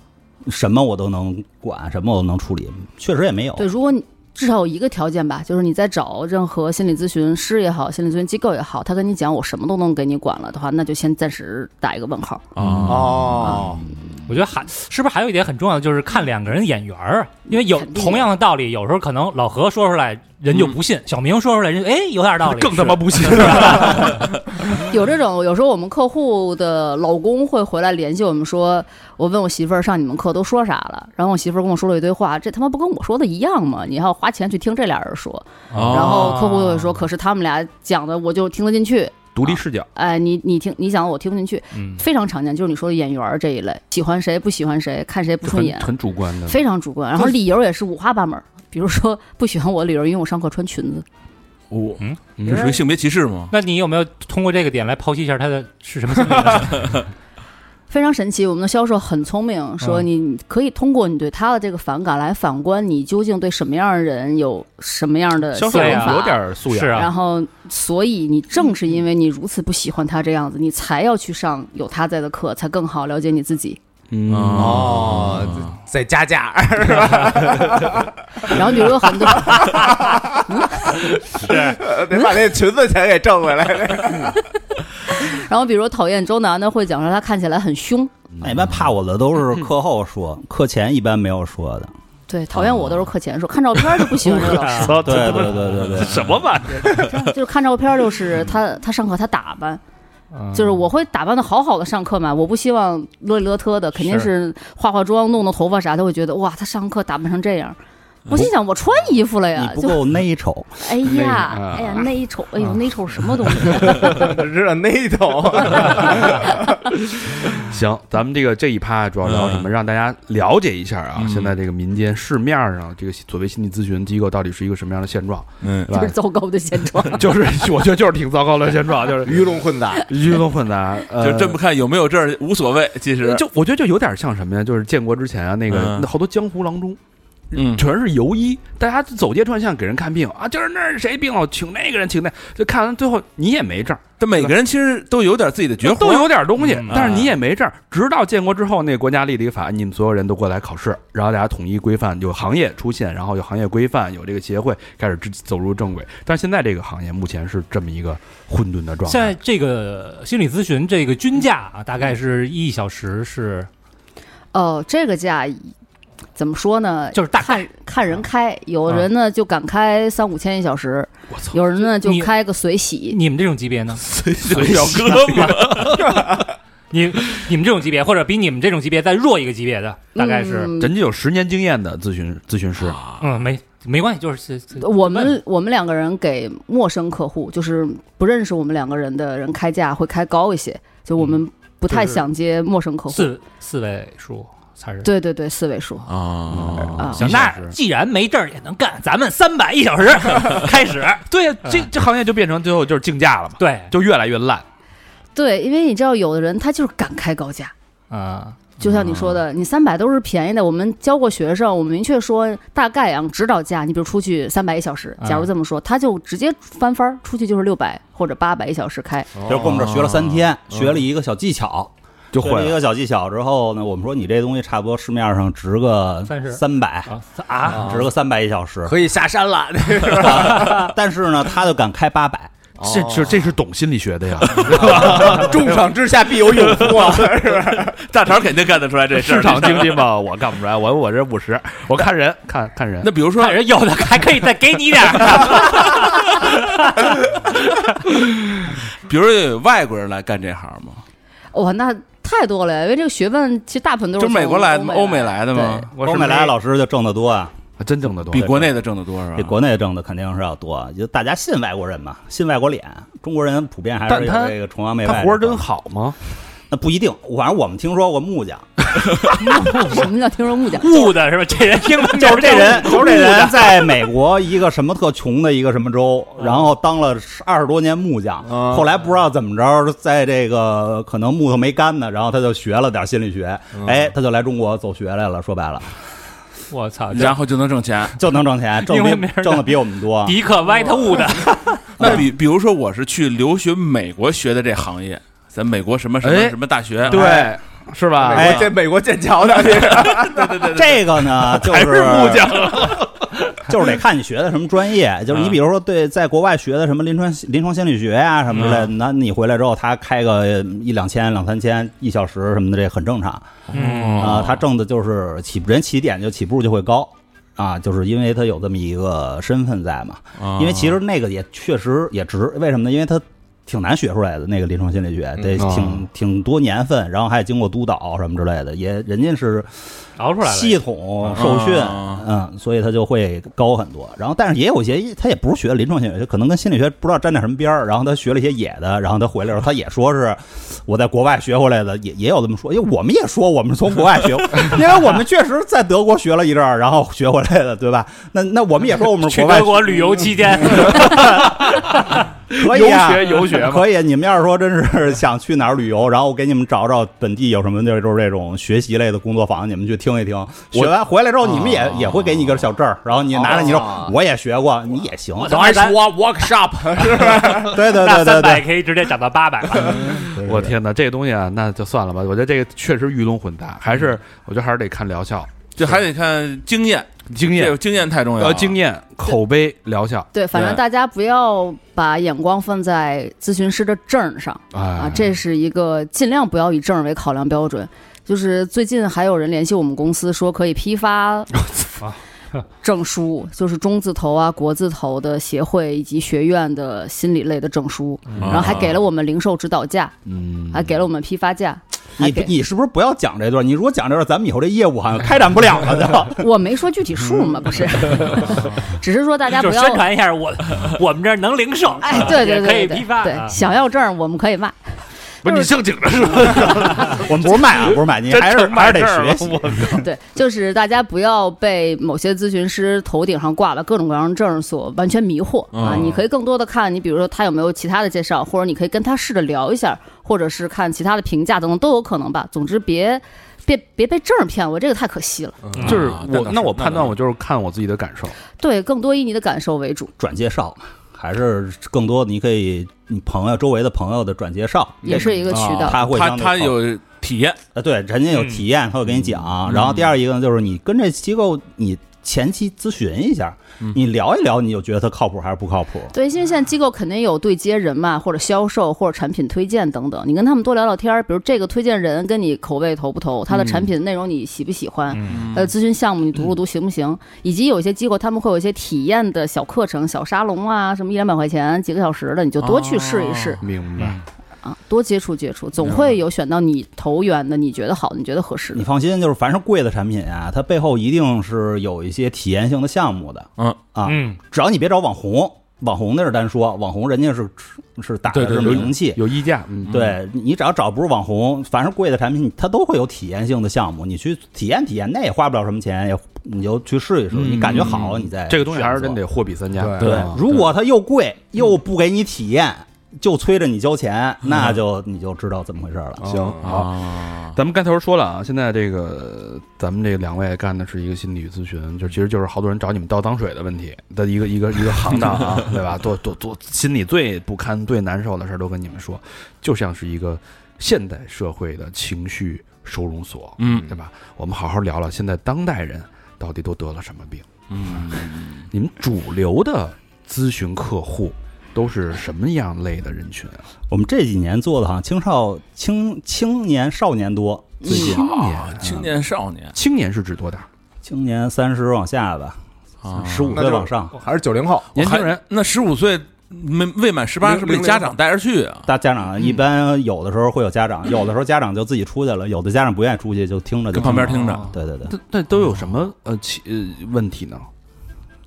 Speaker 6: 什么我都能管，什么我都能处理，确实也没有。
Speaker 5: 对，如果你至少有一个条件吧，就是你在找任何心理咨询师也好，心理咨询机构也好，他跟你讲我什么都能给你管了的话，那就先暂时打一个问号。
Speaker 7: 啊，
Speaker 2: 哦，
Speaker 4: 我觉得还是不是还有一点很重要的，就是看两个人眼缘儿，因为有
Speaker 5: 肯定
Speaker 4: 同样的道理，有时候可能老何说出来人就不信，小明说出来人哎有点道理，
Speaker 3: 更他妈
Speaker 4: 是
Speaker 3: 不信。
Speaker 5: 有这种，有时候我们客户的老公会回来联系我们说，我问我媳妇儿上你们课都说啥了，然后我媳妇儿跟我说了一堆话，这他妈不跟我说的一样吗？你还要花钱去听这俩人说，
Speaker 7: 哦
Speaker 5: 然后客户就会说，可是他们俩讲的我就听得进去，
Speaker 3: 独立视角，
Speaker 5: 哎，你你听你讲的我听不进去，
Speaker 4: 嗯
Speaker 5: 非常常见，就是你说的眼缘儿这一类，喜欢谁不喜欢谁，看谁不
Speaker 3: 就
Speaker 5: 顺
Speaker 3: 很
Speaker 5: 眼，
Speaker 3: 很主观的。
Speaker 5: 非常主观，然后理由也是五花八门儿。比如说不喜欢我的理由，因为我上课穿裙子。
Speaker 7: 我
Speaker 3: 嗯
Speaker 7: 这属于性别歧视吗？
Speaker 4: 那你有没有通过这个点来剖析一下他的是什么心理呢？
Speaker 5: 非常神奇，我们的销售很聪明，说
Speaker 4: 嗯
Speaker 5: 你你可以通过你对他的这个反感来反观你究竟对什么样的人有什么样的
Speaker 3: 销售
Speaker 5: 想法，
Speaker 4: 对
Speaker 3: 人
Speaker 4: 啊
Speaker 3: 有点素
Speaker 4: 是
Speaker 3: 养，
Speaker 4: 啊
Speaker 5: 然后所以你正是因为你如此不喜欢他这样子，你才要去上有他在的课，才更好了解你自己。
Speaker 3: 嗯
Speaker 2: 哦，再加价，
Speaker 5: 然后比如有很多，
Speaker 2: 得把那裙子钱给挣回 来。
Speaker 5: 然后比如讨厌周楠的会讲说他看起来很凶，
Speaker 6: 那一般怕我的都是课后说，课前一般没有说的。
Speaker 5: 对，讨厌我都是课前说，看照片儿就不喜欢这个老 师。
Speaker 7: 哦
Speaker 6: 对对对对对，
Speaker 3: 什么玩意儿？
Speaker 5: 就是看照片儿，就是他他上课他打扮，就是我会打扮的好好的上课嘛，我不希望邋里邋遢的，肯定是化化妆、弄弄头发啥，他会觉得哇，他上课打扮成这样。我心想，我穿衣服了呀，
Speaker 6: 你不
Speaker 5: 就
Speaker 6: 够内丑，
Speaker 5: 哎呀
Speaker 3: 啊，
Speaker 5: 哎呀，那一瞅，哎呦，那一瞅什么东西？
Speaker 2: 知道啊那头，
Speaker 3: 行，咱们这个这一趴主要聊什么？让大家了解一下啊，
Speaker 7: 嗯
Speaker 3: 现在这个民间市面上这个所谓心理咨询机构到底是一个什么样的现状，
Speaker 7: 嗯，
Speaker 3: 对
Speaker 5: 就是
Speaker 3: 吧？
Speaker 5: 糟糕的现状。
Speaker 3: 就是我觉得就是挺糟糕的现状，就是
Speaker 2: 鱼龙混杂。
Speaker 3: 鱼龙混 杂，呃
Speaker 7: 就这么看有没有证儿无所谓，其实
Speaker 3: 就我觉得就有点像什么呀？就是建国之前啊，那个
Speaker 7: 嗯
Speaker 3: 那好多江湖郎中，
Speaker 7: 嗯
Speaker 3: 全是游医，大家走街串巷给人看病啊，就是那儿谁病了，请那个人，请那，就看完最后你也没证儿，
Speaker 7: 但每个人其实都有点自己的绝活
Speaker 3: 都，有点东西
Speaker 4: 嗯，
Speaker 3: 但是你也没证儿。直到建国之后，那个国家立了一个法，你们所有人都过来考试，然后大家统一规范，有行业出现，然后有行业规范，有这个协会开始走入正轨。但是现在这个行业目前是这么一个混沌的状
Speaker 4: 现在
Speaker 3: 态，
Speaker 4: 这个心理咨询这个均价啊，大概是一小时是
Speaker 5: 哦，这个价怎么说呢？
Speaker 4: 就是大概
Speaker 5: 看看
Speaker 4: 啊
Speaker 5: 人开，有人呢就敢开三五千一小时，
Speaker 3: 我操，
Speaker 5: 有人呢就
Speaker 4: 你
Speaker 5: 开个随喜。
Speaker 4: 你们这种级别呢？
Speaker 3: 啊
Speaker 7: 表哥嘛，
Speaker 4: 你你们这种级别，或者比你们这种级别再弱一个级别的，大概是
Speaker 5: 嗯
Speaker 3: 人家有十年经验的咨询咨询师，
Speaker 4: 嗯，没没关系，就是是
Speaker 5: 我们我们两个人给陌生客户，就是不认识我们两个人的人开价会开高一些，就我们不太
Speaker 4: 嗯就是
Speaker 5: 想接陌生客户。
Speaker 4: 四四位数才是。
Speaker 5: 对对对，四位数。
Speaker 7: 啊，
Speaker 2: 嗯
Speaker 5: 啊
Speaker 4: 行，
Speaker 3: 一小
Speaker 4: 那
Speaker 3: 时
Speaker 4: 既然没证儿也能干，咱们三百一小时开始。
Speaker 3: 对呀，这这行业就变成最后就是竞价了嘛，
Speaker 4: 对，
Speaker 3: 就越来越烂。
Speaker 5: 对，因为你知道，有的人他就是敢开高价，
Speaker 4: 啊，
Speaker 5: 就像你说的，你三百都是便宜的。我们教过学生，我们明确说大概啊指导价，你比如出去三百一小时，
Speaker 4: 啊
Speaker 5: 假如这么说，他就直接翻番儿，出去就是六百或者八百一小时开。
Speaker 6: 就是跟我们这儿学了三天，学了一个小技巧，
Speaker 3: 就
Speaker 6: 哦学
Speaker 3: 会
Speaker 6: 了一
Speaker 3: 了。
Speaker 6: 个小技巧之后呢，我们说你这东西差不多市面上值个
Speaker 4: 30
Speaker 6: 三百，
Speaker 4: 啊啊！
Speaker 6: 值个三百一小时，
Speaker 2: 可以下山了，
Speaker 6: 但是呢，他就敢开八百。
Speaker 3: 这这这是懂心理学的呀，哦
Speaker 2: 重赏之下必有勇夫啊！
Speaker 7: 大肠肯定干得出来这事儿
Speaker 3: 市场经济嘛， 我干不出来，我我这五十，我看人看看人
Speaker 7: 那。比如说
Speaker 4: 看人有的还可以再给你点 儿，
Speaker 7: 比如说有外国人来干这行吗？
Speaker 5: 哇，那太多了，因为这个学问其实大部分都是
Speaker 7: 就是美国来的
Speaker 5: 从
Speaker 7: 吗？
Speaker 5: 欧
Speaker 7: 欧美来的吗？
Speaker 3: 我
Speaker 6: 欧美来的老师就挣得多啊，
Speaker 3: 师真正的多
Speaker 7: 比，国内的挣得多是吧？
Speaker 6: 比国内挣的肯定是要多啊。就大家信外国人嘛，信外国脸，中国人普遍还是
Speaker 3: 但他
Speaker 6: 有这个崇洋媚外。
Speaker 3: 他活儿真，好吗？
Speaker 6: 那不一定。反正我们听说过木匠，
Speaker 5: 对 什么叫听说 木匠？
Speaker 4: 悟的是吧？这人听着
Speaker 6: 就是这人，就是这
Speaker 4: 悟
Speaker 6: 人
Speaker 4: 的
Speaker 6: 在美国一个什么特穷的一个什么州，
Speaker 4: 嗯
Speaker 6: 然后当了二十多年木匠，
Speaker 2: 啊
Speaker 6: 后来不知道怎么着，在这个可能木头没干呢，然后他就学了点心理学，
Speaker 4: 嗯
Speaker 6: 哎，他就来中国走学来了。说白了，
Speaker 4: 我操！
Speaker 7: 然后就能挣钱。
Speaker 6: 就能挣钱，挣
Speaker 4: 因为
Speaker 6: 得
Speaker 4: 没人
Speaker 6: 比挣的比我们多。
Speaker 4: 迪克歪他悟的，
Speaker 7: 那比比如说我是去留学美国学的这行业，在美国什么什么
Speaker 3: 哎
Speaker 7: 什么大学，
Speaker 3: 对，是吧？
Speaker 6: 哎
Speaker 2: 我这美国剑桥的，这是
Speaker 6: 这个呢，就是
Speaker 7: 还是木匠， 啊
Speaker 6: 就是得看你学的什么专业。就是你比如说对在国外学的什么临床临床心理学呀、什么之类
Speaker 7: 啊
Speaker 6: 的，那你回来之后他开个一两千、两三千一小时什么的，这很正常。
Speaker 4: 嗯
Speaker 6: 啊，他挣的就是起人起点就起步就会高啊，就是因为他有这么一个身份在嘛。
Speaker 7: 啊
Speaker 6: 因为其实那个也确实也值，为什么呢？因为他挺难学出来的那个临床心理学，得
Speaker 3: 嗯
Speaker 7: 啊
Speaker 6: 挺挺多年份，然后还经过督导什么之类的，也人家是
Speaker 4: 熬出来了。啊
Speaker 6: 系统受训，
Speaker 7: 嗯
Speaker 6: 嗯，所以他就会高很多。然后，但是也有一些他也不是学临床心理学，可能跟心理学不知道沾点什么边儿。然后他学了一些野的，然后他回来的时候他也说是我在国外学回来的，也也有这么说，因为我们也说我们是从国外学， 因为我们确实在德国学了一阵儿，然后学回来的，对吧？那那我们也说我们是
Speaker 4: 去
Speaker 6: 国外
Speaker 4: 德国旅游期间，
Speaker 6: 可以
Speaker 3: 游
Speaker 6: 啊，
Speaker 3: 学游学嘛
Speaker 6: 可以。你们要是说真是想去哪儿旅游，然后我给你们找找本地有什么，就是这种学习类的工作坊，你们去听一听。学完回来之后，你们
Speaker 3: 啊
Speaker 6: 也也会给你一个小证儿，然后你拿着你
Speaker 2: 哦
Speaker 6: 说我也学过，你也行。
Speaker 2: 还说 workshop 是吧？
Speaker 6: 对对
Speaker 4: 那三
Speaker 6: 对对
Speaker 4: 百
Speaker 6: 对，
Speaker 4: 可以直接涨到八百了。
Speaker 3: 我天哪，这东西啊，那就算了吧。我觉得这个确实鱼龙混杂，还是我觉得还是得看疗效、
Speaker 7: 这还得看经验，
Speaker 3: 经
Speaker 7: 这
Speaker 3: 验
Speaker 7: 个、经验太重要
Speaker 3: 呃
Speaker 7: 了。
Speaker 3: 经验、口碑、疗效。
Speaker 5: 对，反正
Speaker 7: 对
Speaker 5: 大家不要把眼光放在咨询师的证儿上。啊
Speaker 3: 啊，
Speaker 5: 这是一个尽量不要以证儿为考 量标准。就是最近还有人联系我们公司说可以批发，证书，就是中字头啊、国字头的协会以及学院的心理类的证书，
Speaker 7: 嗯
Speaker 5: 然后还给了我们零售指导价，
Speaker 3: 嗯，
Speaker 5: 还给了我们批发价。还
Speaker 6: 你
Speaker 5: 给
Speaker 6: 你是不是不要讲这段？你如果讲这段，咱们以后这业务好像开展不了了， 就
Speaker 5: 我没说具体数嘛，不是，只是说大家
Speaker 4: 就
Speaker 5: 不
Speaker 4: 是
Speaker 5: 要
Speaker 4: 宣传一下我 我们这儿能零售，
Speaker 5: 哎，对对
Speaker 4: 也可以
Speaker 5: 对
Speaker 4: 批
Speaker 5: 对
Speaker 4: 发
Speaker 5: 对
Speaker 4: 啊，
Speaker 5: 想要证儿我们 可以卖。
Speaker 3: 不是你正经着是吧？
Speaker 6: 我们不是卖啊，不是卖， 你还是
Speaker 3: 真
Speaker 6: 还是得
Speaker 3: 卖这儿
Speaker 6: 学
Speaker 3: 了
Speaker 6: 习
Speaker 3: 我。
Speaker 5: 对，就是大家不要被某些咨询师头顶上挂了各种各样的证儿所完全迷惑
Speaker 4: 嗯
Speaker 5: 啊！你可以更多的看，你比如说他有没有其他的介绍，或者你可以跟他试着聊一下，或者是看其他的评价等等都有可能吧。总之别别别被证儿骗过，这个太可惜了。
Speaker 3: 就是
Speaker 7: 啊
Speaker 3: 我，
Speaker 7: 那
Speaker 3: 那我判断我就是看我自己的感受。
Speaker 5: 对，更多以你的感受为主，
Speaker 6: 转介绍，还是更多你可以你朋友周围的朋友的转介绍，
Speaker 5: 也是一个渠道。
Speaker 6: 他会
Speaker 7: 他
Speaker 6: 相对
Speaker 7: 他
Speaker 6: 靠
Speaker 7: 有体验，
Speaker 6: 呃，对，人家有
Speaker 3: 嗯
Speaker 6: 体验，他会给你讲。然后第二一个呢，就是你跟这机构你前期咨询一下，
Speaker 3: 嗯
Speaker 6: 你聊一聊，你就觉得他靠谱还是不靠谱。
Speaker 5: 对，因为现在机构肯定有对接人嘛，或者销售，或者产品推荐等等。你跟他们多聊聊天儿，比如这个推荐人跟你口味投不投，他的产品内容你喜不喜欢，
Speaker 3: 嗯
Speaker 5: 呃，咨询项目你读不读行不行，以及有一些机构他们会有一些体验的小课程、小沙龙啊，什么一两百块钱几个小时的，你就多去试一试、
Speaker 3: 明白，
Speaker 5: 啊，多接触接触，总会有选到你投缘的，你觉得好，你觉得合适
Speaker 6: 你
Speaker 5: 的。
Speaker 6: 放心，就是凡是贵的产品啊，它背后一定是有一些体验性的项目的。
Speaker 7: 嗯
Speaker 6: 啊，
Speaker 4: 嗯，
Speaker 6: 只要你别找网红，网红那是单说，网红人家是是打的是
Speaker 3: 有
Speaker 6: 名气。
Speaker 3: 有溢价，嗯，
Speaker 6: 对你只要找不是网红，凡是贵的产品，它都会有体验性的项目，你去体验体验，那也花不了什么钱，也你就去试一试，你感觉好，你再
Speaker 3: 嗯这个东西还是
Speaker 6: 选择
Speaker 3: 真得货比三家。
Speaker 2: 对
Speaker 6: 对
Speaker 3: 啊，
Speaker 6: 如果它又贵
Speaker 7: 嗯
Speaker 6: 又不给你体验，就催着你交钱，那
Speaker 7: 嗯
Speaker 6: 就你就知道怎么回事了。
Speaker 2: 行
Speaker 3: 好
Speaker 7: 啊，
Speaker 3: 咱们刚才说了啊，现在这个咱们这两位干的是一个心理咨询，就其实就是好多人找你们倒脏水的问题的一个一个一个行当 啊，对吧？多多多，心里最不堪、最难受的事儿都跟你们说，就像是一个现代社会的情绪收容所，
Speaker 7: 嗯
Speaker 3: 对吧？我们好好聊聊现在当代人到底都得了什么病。
Speaker 7: 嗯，
Speaker 3: 你们主流的咨询客户都是什么样类的人群啊？
Speaker 6: 我们这几年做的好像青少青青年少年多，
Speaker 5: 嗯
Speaker 6: 最近
Speaker 3: 青
Speaker 7: 啊，
Speaker 3: 年，
Speaker 7: 青年少年
Speaker 3: 青年是指多大？
Speaker 6: 青年三十往下吧，
Speaker 7: 啊，
Speaker 6: 十五
Speaker 2: 那
Speaker 6: 岁
Speaker 2: 就
Speaker 6: 往上，
Speaker 2: 还是九零后，
Speaker 3: 年轻人。
Speaker 7: 那十五岁没未满十八，
Speaker 2: 零
Speaker 7: 是不是
Speaker 2: 零
Speaker 7: 得
Speaker 2: 零
Speaker 7: 家长带着去啊？
Speaker 6: 大家长一般有的时候会有家长，有的时候家长就自己出去了，有的家长不愿意出去就听着就
Speaker 7: 跟旁边
Speaker 6: 听
Speaker 7: 听
Speaker 3: 哦
Speaker 6: 着。对
Speaker 7: 着，
Speaker 6: 对对，
Speaker 3: 那那都有什么呃其呃问题呢？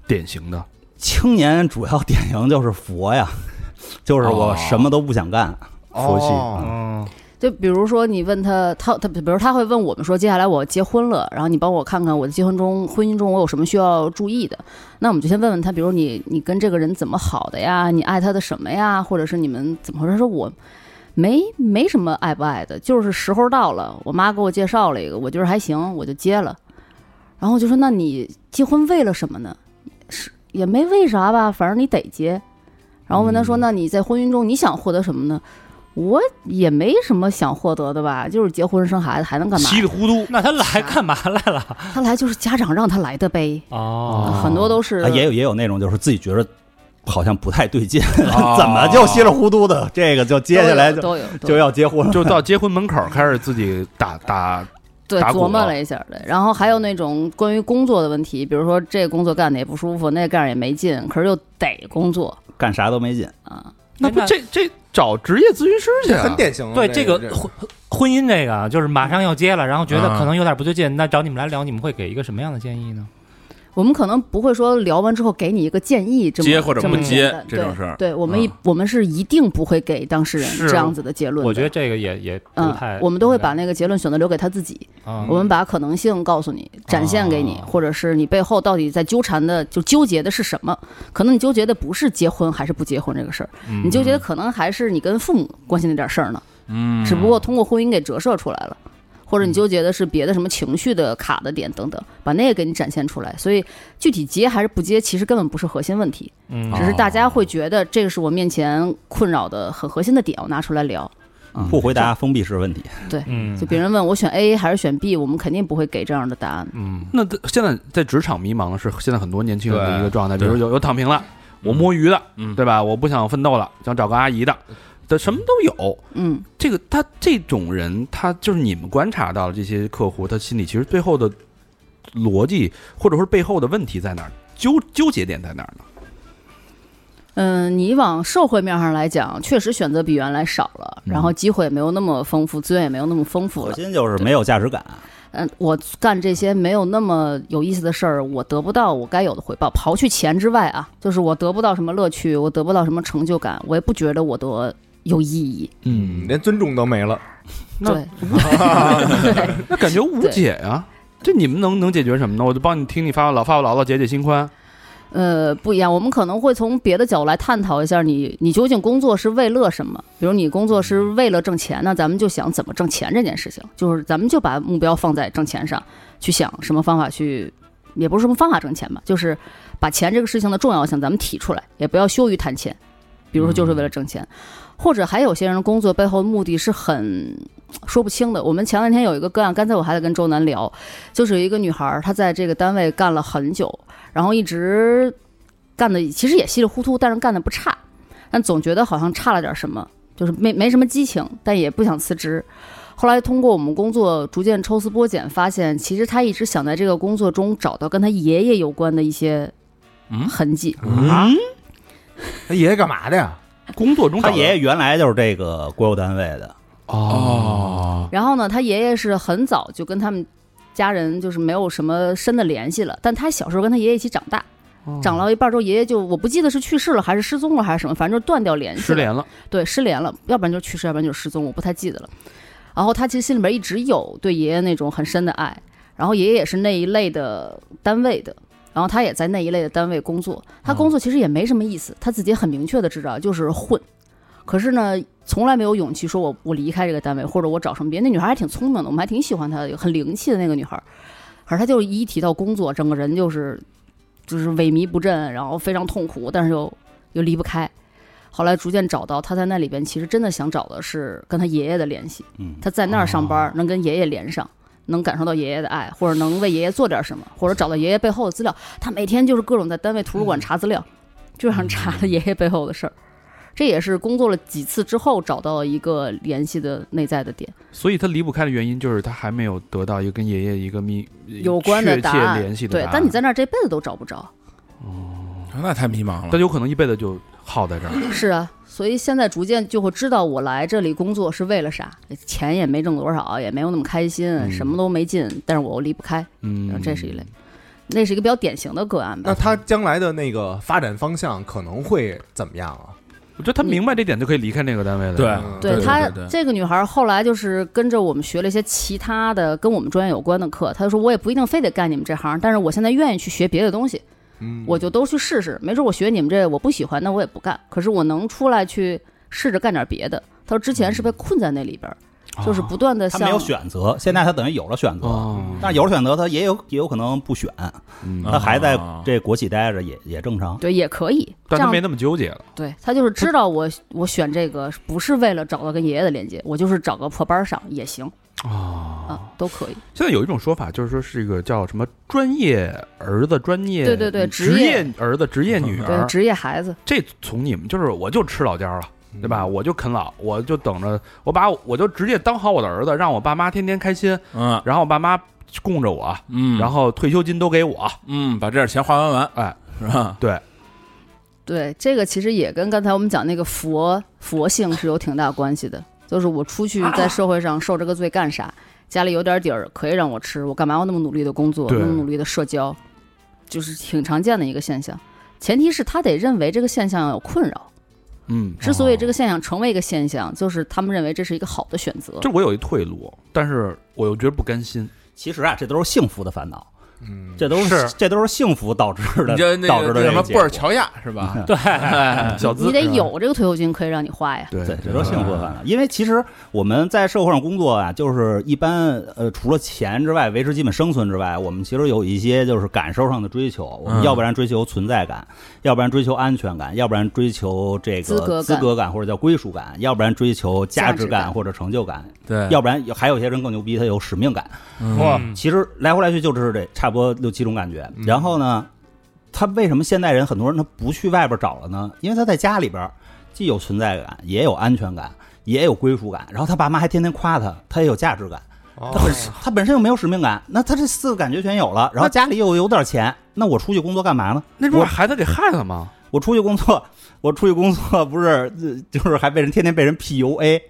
Speaker 3: 典型的
Speaker 6: 青年主要 典型就是佛呀，就是
Speaker 7: 哦
Speaker 6: 我什么都不想干，
Speaker 3: 佛系
Speaker 2: 哦
Speaker 4: 嗯，
Speaker 5: 就比如说你问他，他他比如他会问我们说，接下来我结婚了，然后你帮我看看我的结婚中婚姻中我有什么需要注意的。那我们就先问问他，比如你你跟这个人怎么好的呀？你爱他的什么呀？或者是你们怎么回事？他说我没没什么爱不爱的，就是时候到了，我妈给我介绍了一个，我觉得还行，我就接了。然后我就说，那你结婚为了什么呢？是也没为啥吧，反正你得结。然后问他说，那你在婚姻中你想获得什么呢？我也没什么想获得的吧，就是结婚生孩子还能干嘛？
Speaker 3: 稀里糊涂，
Speaker 4: 那他来干嘛来了？
Speaker 5: 他来就是家长让他来的呗，
Speaker 4: 哦，
Speaker 5: 很多都是
Speaker 6: 啊，也有也有那种就是自己觉得好像不太对 劲，
Speaker 7: 哦
Speaker 6: 怎么就稀里糊涂的这个就
Speaker 5: 都有
Speaker 6: 接下来就
Speaker 5: 都有都有
Speaker 6: 就要结婚了。
Speaker 3: 就到结婚门口开始自己打打，
Speaker 5: 对
Speaker 3: 打鼓
Speaker 5: 琢磨了一下对，然后还有那种关于工作的问题，比如说这工作干的也不舒服，那干着也没劲，可是又得工作
Speaker 6: 干啥都没劲。
Speaker 5: 啊。
Speaker 3: 那不
Speaker 4: 哎那
Speaker 3: 这这找职业咨询师去
Speaker 2: 这
Speaker 3: 啊？
Speaker 2: 很典型的
Speaker 4: 对
Speaker 2: 那
Speaker 4: 这个婚婚姻这个啊，就是马上要结了，然后觉得
Speaker 7: 啊
Speaker 4: 可能有点不对劲，那找你们来聊，你们会给一个什么样的建议呢？
Speaker 5: 我们可能不会说聊完之后给你一个建议，这么
Speaker 7: 接或者
Speaker 5: 这么
Speaker 7: 不接
Speaker 5: 简单
Speaker 7: 这种事儿
Speaker 5: 对，对我们一、
Speaker 7: 嗯
Speaker 5: 我们是一定不会给当事人
Speaker 4: 是
Speaker 5: 这样子的结论的
Speaker 4: 我觉得这个也也不
Speaker 5: 嗯
Speaker 4: 太，，
Speaker 5: 我们都会把那个结论选择留给他自己。
Speaker 4: 啊
Speaker 5: 我们把可能性告诉你，展现给你，或者是你背后到底在纠缠的，就纠结的是什么？可能你纠结的不是结婚还是不结婚这个事儿，你纠结的可能还是你跟父母关系那点事儿呢，
Speaker 7: 嗯，
Speaker 5: 只不过通过婚姻给折射出来了。或者你纠结的是别的什么情绪的卡的点等等，把那个给你展现出来。所以具体结还是不结，其实根本不是核心问题，
Speaker 4: 嗯
Speaker 5: 只是大家会觉得这个是我面前困扰的很核心的点，我拿出来聊。嗯
Speaker 6: 不回答封闭式问题，
Speaker 4: 嗯
Speaker 5: 就别人问我选 A 还是选 B，我们肯定不会给这样的答案的。
Speaker 4: 嗯
Speaker 3: 那这现在在职场迷茫的是现在很多年轻人的
Speaker 2: 对
Speaker 3: 一个状态，比如
Speaker 7: 对
Speaker 3: 有有躺平了，我摸鱼的，
Speaker 7: 嗯
Speaker 3: 对吧？我不想奋斗了，想找个阿姨的，这什么都有。
Speaker 5: 嗯，
Speaker 3: 这个他这种人，他就是你们观察到的这些客户，他心里其实最后的逻辑，或者说背后的问题在哪儿，纠纠结点在哪儿呢？
Speaker 5: 嗯，你往社会面上来讲，确实选择比原来少了，然后机会也没有那么丰富，资源也没有那么丰富
Speaker 6: 核
Speaker 5: 了。
Speaker 6: 心就是没有价值感。
Speaker 5: 嗯，我干这些没有那么有意思的事儿，我得不到我该有的回报。刨去钱之外啊，就是我得不到什么乐趣，我得不到什么成就感，我也不觉得我多有意义。
Speaker 2: 嗯，连尊重都没了。
Speaker 3: 那
Speaker 5: 对，
Speaker 3: 那感觉无解呀、这你们能能解决什么呢？我就帮你听你发发牢发发牢牢解解心宽。
Speaker 5: 呃，不一样，我们可能会从别的角度来探讨一下你，你究竟工作是为了什么？比如你工作是为了挣钱，那咱们就想怎么挣钱这件事情，就是咱们就把目标放在挣钱上，去想什么方法去，也不是什么方法挣钱吧，就是把钱这个事情的重要性咱们提出来，也不要羞于谈钱。比如说，就是为了挣钱，或者还有些人工作背后的目的是很说不清的。我们前两天有一个个案，刚才我还在跟周楠聊，就是有一个女孩儿，她在这个单位干了很久，然后一直干的其实也稀里糊涂，但是干的不差，但总觉得好像差了点什么，就是没没什么激情，但也不想辞职。后来通过我们工作逐渐抽丝剥茧，发现其实她一直想在这个工作中找到跟她爷爷有关的一些
Speaker 7: 嗯
Speaker 5: 痕迹。
Speaker 2: 啊，
Speaker 5: 嗯
Speaker 2: 他爷爷干嘛的呀？
Speaker 3: 工作中
Speaker 6: 他
Speaker 3: 找到
Speaker 6: 爷爷原来就是这个国有单位的，
Speaker 3: 啊哦，
Speaker 5: 然后呢，他爷爷是很早就跟他们家人就是没有什么深的联系了，但他小时候跟他爷爷一起长大，长到一半之后，爷爷就我不记得是去世了还是失踪了还是什么，反正就断掉联系了，
Speaker 3: 失联了，
Speaker 5: 对，失联了，要不然就去世，要不然就失踪，我不太记得了。然后他其实心里边一直有对爷爷那种很深的爱，然后爷爷也是那一类的单位的，然后他也在那一类的单位工作。他工作其实也没什么意思，他自己很明确的知道就是混，可是呢，从来没有勇气说我我离开这个单位，或者我找什么别。那女孩还挺聪明的，我们还挺喜欢她的，很灵气的那个女孩。可是她就一提到工作，整个人就是就是萎靡不振，然后非常痛苦，但是又又离不开。后来逐渐找到，她在那里边其实真的想找的是跟她爷爷的联系。
Speaker 6: 嗯
Speaker 5: 她在那儿上
Speaker 3: 哦
Speaker 5: 班，能跟爷爷连上，能感受到爷爷的爱，或者能为爷爷做点什么，或者找到爷爷背后的资料。她每天就是各种在单位图书馆查资料，就想查爷爷背后的事儿。这也是工作了几次之后找到一个联系的内在的点。
Speaker 3: 所以他离不开的原因就是他还没有得到一个跟爷爷一个密呃
Speaker 5: 有关的
Speaker 3: 确
Speaker 5: 答
Speaker 3: 切
Speaker 5: 案，
Speaker 3: 联系的答
Speaker 5: 对
Speaker 3: 案。，
Speaker 5: 但你在那儿这辈子都找不着。
Speaker 3: 嗯
Speaker 7: 那太迷茫
Speaker 3: 他
Speaker 7: 了。
Speaker 3: 有可能一辈子就耗在这儿。
Speaker 5: 是啊，所以现在逐渐就会知道我来这里工作是为了啥，钱也没挣多少，也没有那么开心，什么都没劲，但是我又离不开，
Speaker 3: 嗯，
Speaker 5: 这是一类。那是一个比较典型的个案吧
Speaker 2: 那。他将来的那个发展方向可能会怎么样啊？
Speaker 3: 我觉得他明白这点就可以离开那个单位了。
Speaker 7: 对
Speaker 2: 嗯
Speaker 5: 对
Speaker 7: 对
Speaker 5: 她
Speaker 7: 对对
Speaker 5: 这个女孩后来就是跟着我们学了一些其他的跟我们专业有关的课，她就说我也不一定非得干你们这行，但是我现在愿意去学别的东西，
Speaker 2: 嗯
Speaker 5: 我就都去试试。没准我学你们这我不喜欢，那我也不干。可是我能出来去试着干点别的。她说之前是被困在那里边儿，就是不断的
Speaker 6: 他
Speaker 5: 像
Speaker 6: 没有选择，现在他等于有了选择，
Speaker 3: 哦，
Speaker 6: 但是有了选择，他也有也有可能不选，他还在
Speaker 7: 啊
Speaker 6: 这国企待着也也正常。
Speaker 5: 对，也可以。这
Speaker 3: 但
Speaker 5: 样
Speaker 3: 他没那么纠结了。
Speaker 5: 对他就是知道我我选这个不是为了找到跟爷爷的连接，我就是找个破班儿上也行
Speaker 3: 哦，
Speaker 5: 啊，都可以。
Speaker 3: 现在有一种说法，就是说是一个叫什么专业儿子、专业
Speaker 5: 对对对职
Speaker 3: 职
Speaker 5: 业
Speaker 3: 业儿子、职业女
Speaker 5: 对，
Speaker 3: 儿。
Speaker 5: 职业孩子，
Speaker 3: 这从你们就是我就吃老家了。对吧？我就啃老，我就等着，我把我就直接当好我的儿子，让我爸妈天天开心，
Speaker 7: 嗯
Speaker 3: 然后我爸妈供着我，
Speaker 7: 嗯，
Speaker 3: 然后退休金都给我。
Speaker 7: 嗯，把这点钱花完完，
Speaker 3: 哎，
Speaker 7: 是吧？
Speaker 5: 对这个其实也跟刚才我们讲那个佛佛性是有挺大关系的。就是我出去在社会上受这个罪干啥？家里有点底儿可以让我吃，我干嘛要那么努力的工作，
Speaker 3: 对
Speaker 5: 那么努力的社交？就是挺常见的一个现象。前提是他得认为这个现象有困扰。
Speaker 3: 嗯，
Speaker 5: 之所以这个现象成为一个现象，就是他们认为这是一个好的选择。
Speaker 3: 这我有一退路，但是我又觉得不甘心。
Speaker 6: 其实啊，这都是幸福的烦恼，
Speaker 2: 嗯，
Speaker 6: 这都
Speaker 4: 是
Speaker 6: 这都是幸福导致的，
Speaker 7: 你就那
Speaker 6: 导
Speaker 7: 个
Speaker 6: 致
Speaker 7: 那
Speaker 6: 的
Speaker 7: 什
Speaker 6: 这
Speaker 7: 么
Speaker 6: 个结
Speaker 7: 布尔
Speaker 6: 果
Speaker 7: 乔亚是吧？
Speaker 3: 嗯
Speaker 4: 对，
Speaker 3: 小资
Speaker 5: 你得
Speaker 3: 是吧
Speaker 5: 有这个退休金可以让你花呀。
Speaker 3: 对
Speaker 6: 对，这都是幸福的烦恼。因为其实我们在社会上工作啊，就是一般呃，除了钱之外，维持基本生存之外，我们其实有一些就是感受上的追求。我们
Speaker 7: 嗯
Speaker 6: 要不然追求存在感，要不然追求安全感，要不然追求这个
Speaker 5: 资格感
Speaker 6: 资格感或者叫归属感，要不然追求价值
Speaker 5: 价值感
Speaker 6: 感或者成就感，
Speaker 7: 对，
Speaker 6: 要不然有还有一些人更牛逼，他有使命感。
Speaker 4: 哇，
Speaker 6: 其实来回来去就是这差不多六七种感觉。
Speaker 4: 嗯
Speaker 6: 然后呢，他为什么现代人很多人他不去外边找了呢？因为他在家里边既有存在感，也有安全感，也有归属感。然后他爸妈还天天夸他，他也有价值感。他
Speaker 4: 哦
Speaker 6: 本身他本身又没有使命感，那他这四个感觉全有了，然后家里又有点钱，那我出去工作干嘛呢？
Speaker 3: 那不把孩子给害了吗？。
Speaker 6: 我出去工作，我出去工作不是呃就是还被人天天被人 PUA，、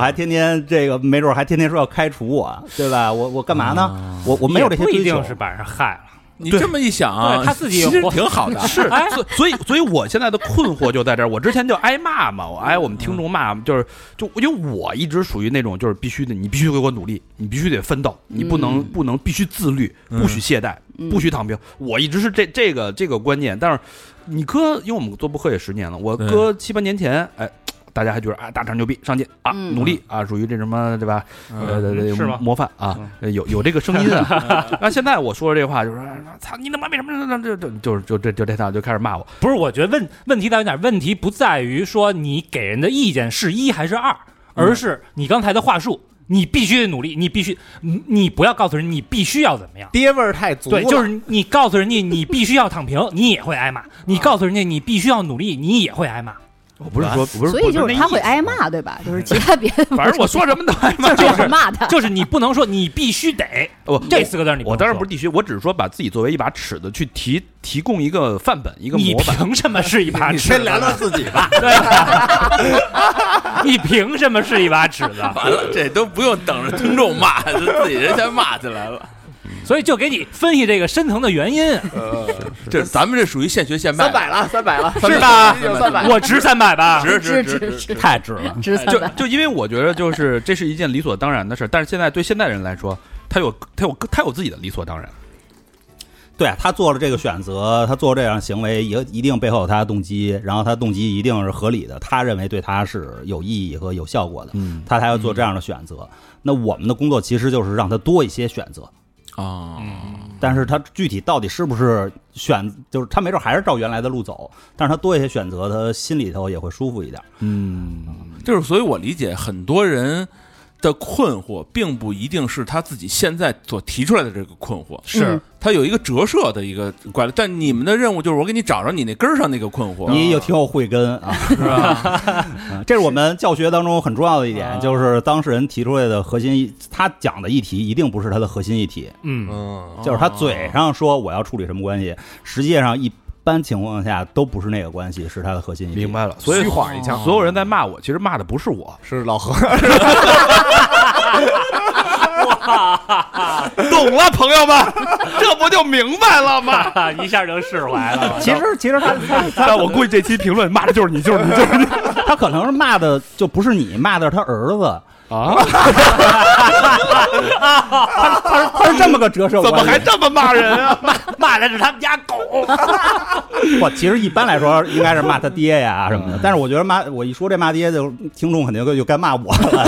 Speaker 4: 嗯
Speaker 6: 还天天这个没准还天天说要开除我，对吧？我我干嘛呢？我我没有这
Speaker 4: 嗯
Speaker 6: 些
Speaker 4: 也不一
Speaker 6: 追求
Speaker 4: 定，是把人害了，
Speaker 7: 啊你这么一想啊，
Speaker 4: 对他自己也
Speaker 7: 其实
Speaker 4: 活
Speaker 7: 挺好的
Speaker 3: 是
Speaker 4: 哎，
Speaker 3: 所所以所以我现在的困惑就在这儿。我之前就挨骂嘛，我挨我们听众骂，就是就因为我一直属于那种就是必须得你必须给我努力，你必须得奋斗，你不能、不能必须自律，不许懈怠，
Speaker 5: 嗯
Speaker 3: 不许躺平。我一直是这这个这个观念，但是你哥，因为我们做播客也十年了，我哥七八年前，哎。大家还觉得啊，大肠牛逼，上进啊，
Speaker 5: 嗯
Speaker 3: 努力啊，属于这什么对吧？呃，对对
Speaker 4: 嗯是吗嗯
Speaker 3: 模范啊，呃有有这个声音 啊。那现在我说这话，就是说啊操你他妈为什么这这这就是就这就这套就开始骂我。
Speaker 4: 不是，我觉得问问题在于哪儿？问题不在于说你给人的意见是一还是二，而是你刚才的话术，你必须得努力，你必须，你你不要告诉人你必须要怎么样。
Speaker 2: 爹味儿太足了，
Speaker 4: 对，就是你告诉人家你必须要躺平， 你也会挨骂；你告诉人家你必须要努力，你也会挨骂。
Speaker 3: 我不是说，不是，
Speaker 5: 所以
Speaker 3: 不
Speaker 5: 就是
Speaker 3: 那
Speaker 5: 他
Speaker 3: 意
Speaker 5: 会
Speaker 3: 思
Speaker 5: 挨，骂，对吧？ 就是其他别的不是，
Speaker 3: 反正我说什么 都挨骂。
Speaker 5: 就是骂 他，
Speaker 4: 就是你不能说你必须得
Speaker 3: 我
Speaker 4: 这四个字，你
Speaker 3: 我当然不
Speaker 4: 是
Speaker 3: 是地区，我只是说把自己作为一把尺子去提提供一个范本，一个
Speaker 4: 你
Speaker 3: 模板。
Speaker 4: 凭什么是一把
Speaker 2: 你
Speaker 4: 尺
Speaker 2: 先
Speaker 4: 子
Speaker 2: 聊
Speaker 4: 呢？
Speaker 2: 聊自己吧。
Speaker 4: 你凭什么是一把尺子？
Speaker 7: 完了，这都不用等着听众骂，就自己人先骂起来了。
Speaker 4: 所以就给你分析这个深层的原因啊。
Speaker 7: 这咱们这属于现学现卖，
Speaker 2: 三百了，三百了，
Speaker 7: 三百
Speaker 2: 是吧？
Speaker 7: 三百
Speaker 2: 有三百，
Speaker 4: 我值三百 吧，
Speaker 7: 值
Speaker 5: 值
Speaker 7: 值
Speaker 5: 值
Speaker 7: 值
Speaker 5: 值
Speaker 7: 值。
Speaker 6: 太值了。
Speaker 5: 值三
Speaker 3: 就
Speaker 5: 百。
Speaker 3: 就因为我觉得就是这是一件理所当然的事儿，但是现在对现代人来说，他有他有他有自己的理所当然。
Speaker 6: 对他做了这个选择，他做这样的行为，也一定背后有他的动机，然后他动机一定是合理的，他认为对他是有意义和有效果的，
Speaker 3: 嗯，
Speaker 6: 他才要做这样的选择。那我们的工作其实就是让他多一些选择，
Speaker 7: 啊，
Speaker 6: 嗯但是他具体到底是不是选，就是他没准还是照原来的路走，但是他多一些选择，他心里头也会舒服一点。
Speaker 7: 就是所以我理解很多人的困惑，并不一定是他自己现在所提出来的这个困惑，
Speaker 5: 嗯
Speaker 7: 他有一个折射的一个怪。但你们的任务就是我给你找着你那根儿上那个困惑，
Speaker 6: 你有挺有慧根 啊，是吧？这是我们教学当中很重要的一点，就是当事人提出来的核心议，他讲的议题一定不是他的核心议题，
Speaker 4: 嗯，
Speaker 3: 哦
Speaker 2: 嗯，
Speaker 6: 就是他嘴上说我要处理什么关系，实际上一般情况下都不是那个关系是他的核心议题。
Speaker 3: 明白了。所以
Speaker 2: 虚晃一枪
Speaker 3: 所有人在骂我，其实骂的不是我，
Speaker 2: 是老何，
Speaker 3: 懂了，朋友们，这不就明白了吗？
Speaker 4: 一下就释怀了。
Speaker 6: 其实，其实他
Speaker 3: 但我估计这期评论骂的就是你，就是你，就是你
Speaker 6: 他可能是骂的就不是你，骂的是他儿子。
Speaker 3: 啊！
Speaker 6: 他是他是这么个折射
Speaker 3: 怎么
Speaker 6: 关系
Speaker 3: 还这么骂人啊？
Speaker 4: 骂的是他们家狗。
Speaker 6: 不，其实一般来说应该是骂他爹呀什么的，但是我觉得骂我一说这骂爹，就听众肯定就就该骂我了。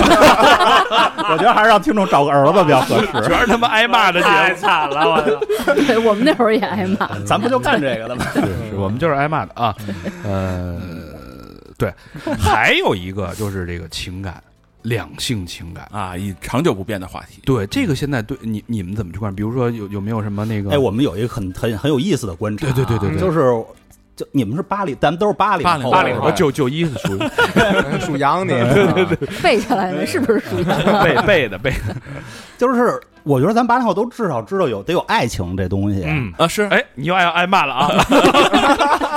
Speaker 6: 我觉得还是让听众找个儿子比较合适。
Speaker 3: 全是他妈挨骂的节目
Speaker 4: 太。惨了，我
Speaker 5: 嗯对我们那会儿也挨骂，
Speaker 6: 咱不就干这个的吗？
Speaker 3: 是是，我们就是挨骂的啊。呃，对，还有一个就是这个情感，两性情感。
Speaker 7: 啊，一长久不变的话题。
Speaker 3: 对，这个现在对你你们怎么去看？比如说有有没有什么那个？
Speaker 6: 哎，我们有一个很很很有意思的观察啊，
Speaker 3: 对对对对对
Speaker 6: 就是 就你们是八零，咱们都是八零
Speaker 7: 八零
Speaker 6: 后，
Speaker 7: 八零后
Speaker 3: 啊九九一是 属于
Speaker 2: 属羊你，对对对，
Speaker 5: 背下来的是不是 属于？
Speaker 3: 背背的背的。
Speaker 6: 就是我觉得咱八零后都至少知道有得有爱情这东西。
Speaker 4: 嗯，
Speaker 7: 啊，是
Speaker 3: 哎，你又挨挨骂了啊？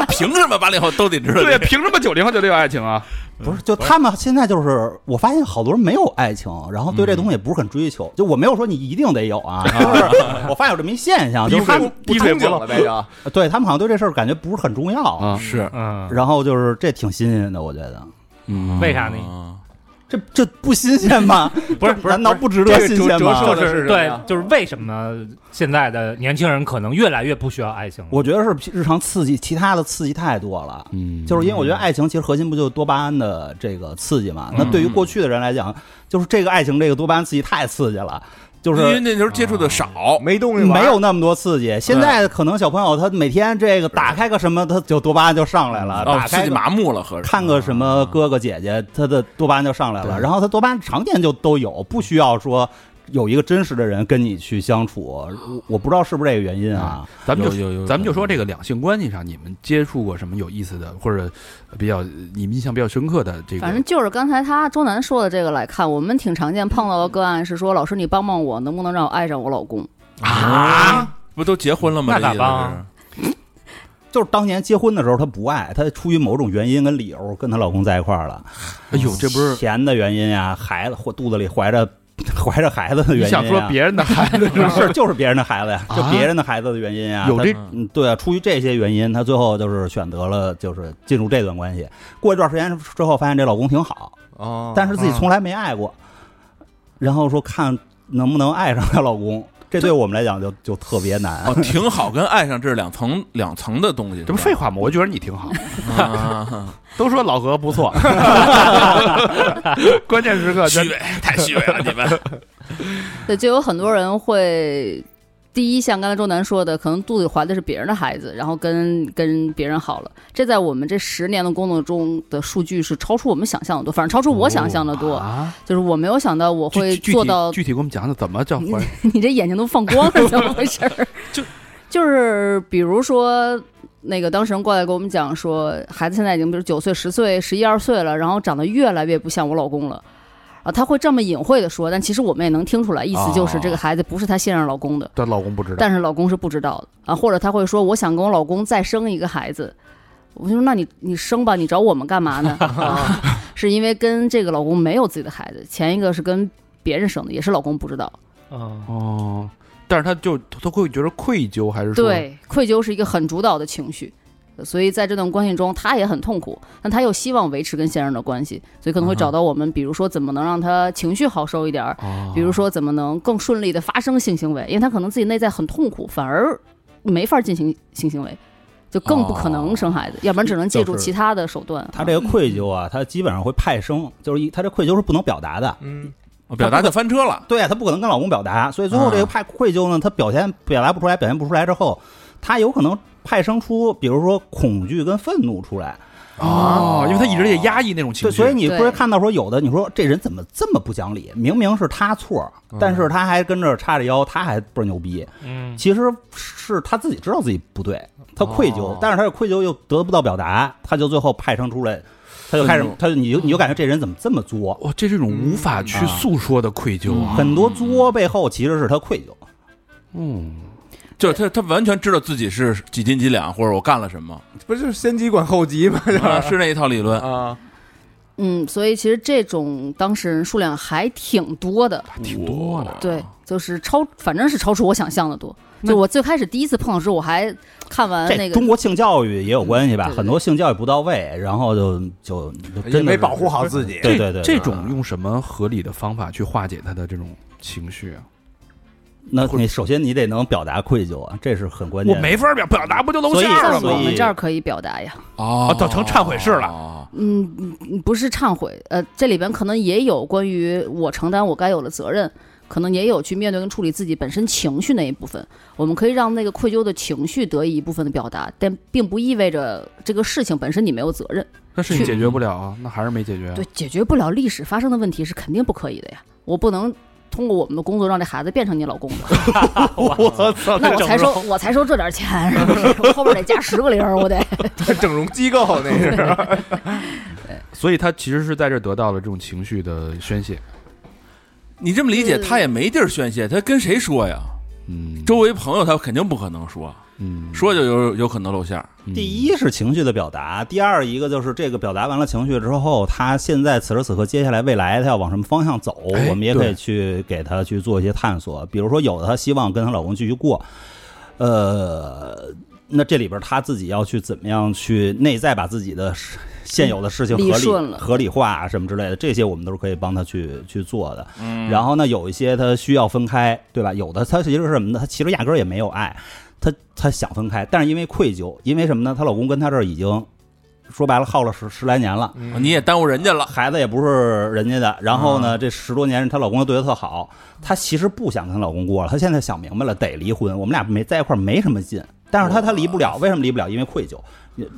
Speaker 7: 凭什么八零后都得知道？
Speaker 3: 对，，凭什么九零后就得有爱情啊？
Speaker 6: 不是，就他们现在就是，我发现好多人没有爱情，然后对这东西也不是很追求。就我没有说你一定得有啊，就是我发现有这么一现象，就是他们
Speaker 2: 啊不
Speaker 3: 滴水
Speaker 2: 正
Speaker 3: 不
Speaker 2: 经
Speaker 3: 漏
Speaker 2: 了呗就。
Speaker 6: 对他们好像对这事儿感觉不是很重要。
Speaker 3: 啊！
Speaker 7: 是，
Speaker 4: 嗯，
Speaker 6: 然后就是这挺新鲜的，我觉得
Speaker 7: 嗯
Speaker 4: 为啥呢
Speaker 7: 啊
Speaker 6: 这这不新鲜吗？
Speaker 4: 不是不是
Speaker 6: 难道不值
Speaker 2: 这
Speaker 6: 得
Speaker 2: 个
Speaker 6: 新
Speaker 2: 折
Speaker 6: 鲜吗？
Speaker 2: 折射 的是什么
Speaker 4: 对
Speaker 2: 呀，
Speaker 4: 就是为什么现在的年轻人可能越来越不需要爱情了？
Speaker 6: 我觉得是日常刺激，其他的刺激太多了。
Speaker 3: 嗯
Speaker 6: 就是因为我觉得爱情其实核心不就是多巴胺的这个刺激嘛？那对于过去的人来讲，就是这个爱情这个多巴胺刺激太刺激了，就
Speaker 7: 因为
Speaker 6: 是。
Speaker 7: 那时候接触的少，
Speaker 2: 没东西玩
Speaker 6: 没有那么多刺激，现在可能小朋友他每天这个打开个什么，他就多巴胺就上来
Speaker 3: 啊
Speaker 6: 了，
Speaker 7: 哦，
Speaker 6: 打
Speaker 7: 刺
Speaker 6: 开
Speaker 7: 激
Speaker 6: 个
Speaker 7: 麻木了，合着
Speaker 6: 看个什么哥哥姐姐，他的多巴胺就上来了，然后他多巴胺常年就都有，不需要说有一个真实的人跟你去相处，我我不知道是不是这个原因啊。
Speaker 3: 咱们就
Speaker 7: 有有有
Speaker 3: 咱们就说这个两性关系上，你们接触过什么有意思的，或者比较你们印象比较深刻的这个？
Speaker 5: 反正就是刚才他周楠说的这个来看，我们挺常见碰到的个案是说，老师你帮帮我，能不能让我爱上我老公？
Speaker 7: 啊，不都结婚了吗？
Speaker 4: 那咋
Speaker 7: 这意思
Speaker 4: 办啊
Speaker 7: 是
Speaker 6: 就是当年结婚的时候，她不爱，她出于某种原因跟理由跟她老公在一块儿了。
Speaker 3: 哎呦，这不是
Speaker 6: 钱的原因呀、孩子或肚子里怀着怀着孩子的
Speaker 3: 你
Speaker 6: 原因、啊。
Speaker 3: 想说别人的孩子是吧
Speaker 6: 是就是别人的孩子呀，就别人的孩子的原因呀。
Speaker 3: 有
Speaker 6: 她
Speaker 3: 这
Speaker 6: 嗯，对啊，出于这些原因，她最后就是选择了就是进入这段关系。过一段时间之后，发现这老公挺好，
Speaker 2: 哦，
Speaker 6: 但是自己从来没爱过，然后说看能不能爱上她老公，这对我们来讲就就特别难。
Speaker 7: 哦，挺好，跟爱上这是两层两层的东西，
Speaker 3: 这不废话吗？我觉得你挺好，
Speaker 7: 话啊！
Speaker 3: 都说老何不 错，关键时刻
Speaker 7: 虚
Speaker 3: 真
Speaker 7: 伪，太虚伪了，你们。
Speaker 5: 对，就有很多人会，第一像刚才周楠说的，可能肚子里怀的是别人的孩子，然后跟跟别人好了。这在我们这十年的工作中的数据是超出我们想象的多，反正超出我想象的多。
Speaker 3: 哦啊。
Speaker 5: 就是我没有想到我
Speaker 3: 具
Speaker 5: 会
Speaker 3: 具
Speaker 5: 做
Speaker 3: 体
Speaker 5: 到，
Speaker 3: 具体给我们讲讲怎么 叫怀
Speaker 5: 你这眼睛都放光了，怎么回事儿？
Speaker 3: 就
Speaker 5: 就是比如说。那个当事人过来给我们讲说，孩子现在已经比如九岁、十岁、十一二岁了，然后长得越来越不像我老公了，啊，他会这么隐晦的说，但其实我们也能听出来，意思就是
Speaker 3: 哦
Speaker 5: 这个孩子不是她现任老公的，
Speaker 3: 但老公不知道，
Speaker 5: 但是老公是不知道的啊，或者他会说我想跟我老公再生一个孩子，我就说那你你生吧，你找我们干嘛呢？啊、 是因为跟这个老公没有自己的孩子，前一个是跟别人生的，也是老公不知道。
Speaker 4: 嗯，
Speaker 3: 哦，但是他就他他会觉得愧疚，还是说
Speaker 5: 对，愧疚是一个很主导的情绪。所以在这段关系中，他也很痛苦，但他又希望维持跟先生的关系，所以可能会找到我们，比如说怎么能让他情绪好受一点儿，
Speaker 3: 哦
Speaker 5: 比如说怎么能更顺利的发生性行为，因为他可能自己内在很痛苦，反而没法进行性行为，就更不可能生孩子，要不然只能借助
Speaker 6: 就是
Speaker 5: 其他的手段。
Speaker 6: 她这个愧疚啊，她基本上会派生，就是一她这愧疚是不能表达的，
Speaker 2: 嗯，
Speaker 7: 我哦表达就翻车 了，
Speaker 6: 对她啊不可能跟老公表达，所以最后这个派愧疚呢，她表现表达不出来，表现不出来之后，她有可能派生出，比如说恐惧跟愤怒出来。
Speaker 3: 哦，因为他一直也压抑那种情
Speaker 6: 对，
Speaker 3: 绪，
Speaker 6: 所以你不
Speaker 5: 对
Speaker 6: 是看到说有的，你说这人怎么这么不讲理？明明是他错，但是他还跟这儿叉着腰，他还倍儿牛逼。
Speaker 4: 嗯，
Speaker 6: 其实是他自己知道自己不对，他愧疚，
Speaker 2: 哦
Speaker 6: 但是他的愧疚又得不到表达，他就最后派生出来，他就开始
Speaker 7: 愤怒，
Speaker 6: 他就你就你就感觉这人怎么这么作？
Speaker 3: 哇，这是一种无
Speaker 5: 嗯
Speaker 3: 法去诉说的愧疚啊，
Speaker 6: 很多作背后其实是他愧疚。
Speaker 3: 嗯，
Speaker 7: 就是他他完全知道自己是几斤几两，或者我干了什么，
Speaker 2: 不就是先急管后急吗？
Speaker 7: 啊是那一套理论。
Speaker 2: 啊，
Speaker 5: 嗯，所以其实这种当事人数量还挺多的，
Speaker 3: 挺多的，啊
Speaker 5: 对，就是超，反正是超出我想象的多。就我最开始第一次碰的时候，我还看完呃那
Speaker 6: 这
Speaker 5: 个嗯
Speaker 6: 中国性教育也有关系吧？
Speaker 5: 对对
Speaker 6: 很多性教育不到位，然后就就就真
Speaker 2: 也
Speaker 6: 的
Speaker 2: 没
Speaker 6: 是
Speaker 2: 保护好自己，
Speaker 6: 对对对啊
Speaker 3: 这种用什么合理的方法去化解他的这种情绪啊？
Speaker 6: 那你首先你得能表达愧疚啊，这是很关
Speaker 3: 我
Speaker 6: 键的。
Speaker 3: 没法表表达，不就露
Speaker 6: 所以
Speaker 3: 馅儿
Speaker 5: 在
Speaker 3: 了
Speaker 6: 所
Speaker 5: 我
Speaker 3: 吗
Speaker 6: 以？
Speaker 5: 们这儿可以表达呀。
Speaker 7: 哦
Speaker 3: 啊到成忏悔式了
Speaker 7: 了。
Speaker 5: 嗯，嗯不是忏悔，呃，这里边可能也有关于我承担我该有的责任，可能也有去面对跟处理自己本身情绪那一部分。我们可以让那个愧疚的情绪得以一部分的表达，但并不意味着这个事情本身你没有责任。
Speaker 3: 那是你
Speaker 5: 去
Speaker 3: 解决不了啊，那还是没解决啊。
Speaker 5: 对，解决不了历史发生的问题是肯定不可以的呀。我不能通过我们的工作让这孩子变成你老公 吧？
Speaker 4: 我操
Speaker 5: 那我才收，我才收这点 钱，是不是？我后边得加十个零儿，我得。
Speaker 2: 整容机构那是。
Speaker 3: 所以他其实是在这儿得到了这种情绪的宣泄。
Speaker 7: 你这么理解，
Speaker 5: 嗯
Speaker 7: 他也没地儿宣泄，他跟谁说呀？
Speaker 3: 嗯，
Speaker 7: 周围朋友他肯定不可能说，
Speaker 3: 嗯
Speaker 7: 说就有有可能露馅儿。
Speaker 3: 嗯
Speaker 6: 第一是情绪的表达，第二一个就是这个表达完了情绪之后，他现在此时此刻接下来未来他要往什么方向走，
Speaker 3: 哎
Speaker 6: 我们也可
Speaker 3: 对
Speaker 6: 以去给他去做一些探索。比如说，有的她希望跟她老公继续过，呃，那这里边她自己要去怎么样去内在把自己的事现有的事情
Speaker 5: 嗯理
Speaker 6: 合
Speaker 5: 顺
Speaker 6: 理
Speaker 5: 了
Speaker 6: 合理化啊什么之类的，这些我们都是可以帮她去去做的。然后呢，有一些她需要分开，对吧？有的她其实是什么呢？她其实压根儿也没有爱。她她想分开，但是因为愧疚，因为什么呢？她老公跟她这儿已经说白了耗了十十来年了，
Speaker 4: 嗯
Speaker 7: 啊你也耽误人家了，
Speaker 6: 孩子也不是人家的。然后
Speaker 4: 嗯
Speaker 6: 呢，这十多年她老公又对她特好，她其实不想跟她老公过了，她现在想明白了，得离婚。我们俩没在一块儿没什么劲，但是他他离不了，为什么离不了？因为愧疚，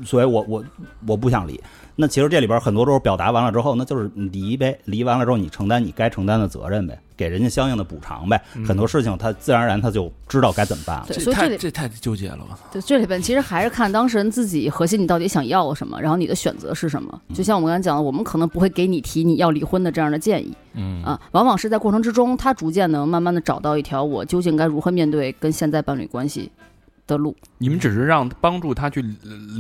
Speaker 6: 所以我我我不想离。那其实这里边很多都是表达完了之后，那就是你离呗，离完了之后你承担你该承担的责任呗，给人家相应的补偿呗。
Speaker 4: 嗯
Speaker 6: 很多事情他自然而然他就知道该怎么办了。
Speaker 5: 对，
Speaker 7: 这
Speaker 5: 所以这
Speaker 7: 太
Speaker 5: 里
Speaker 7: 这太纠结了，我操！
Speaker 5: 对，这里边其实还是看当事人自己，核心你到底想要什么，然后你的选择是什
Speaker 7: 嗯
Speaker 5: 么。就像我们刚才讲的，我们可能不会给你提你要离婚的这样的建议，
Speaker 4: 嗯
Speaker 5: 啊，往往是在过程之中，他逐渐能慢慢的找到一条我究竟该如何面对跟现在伴侣关系的路。
Speaker 3: 你们只是让帮助他去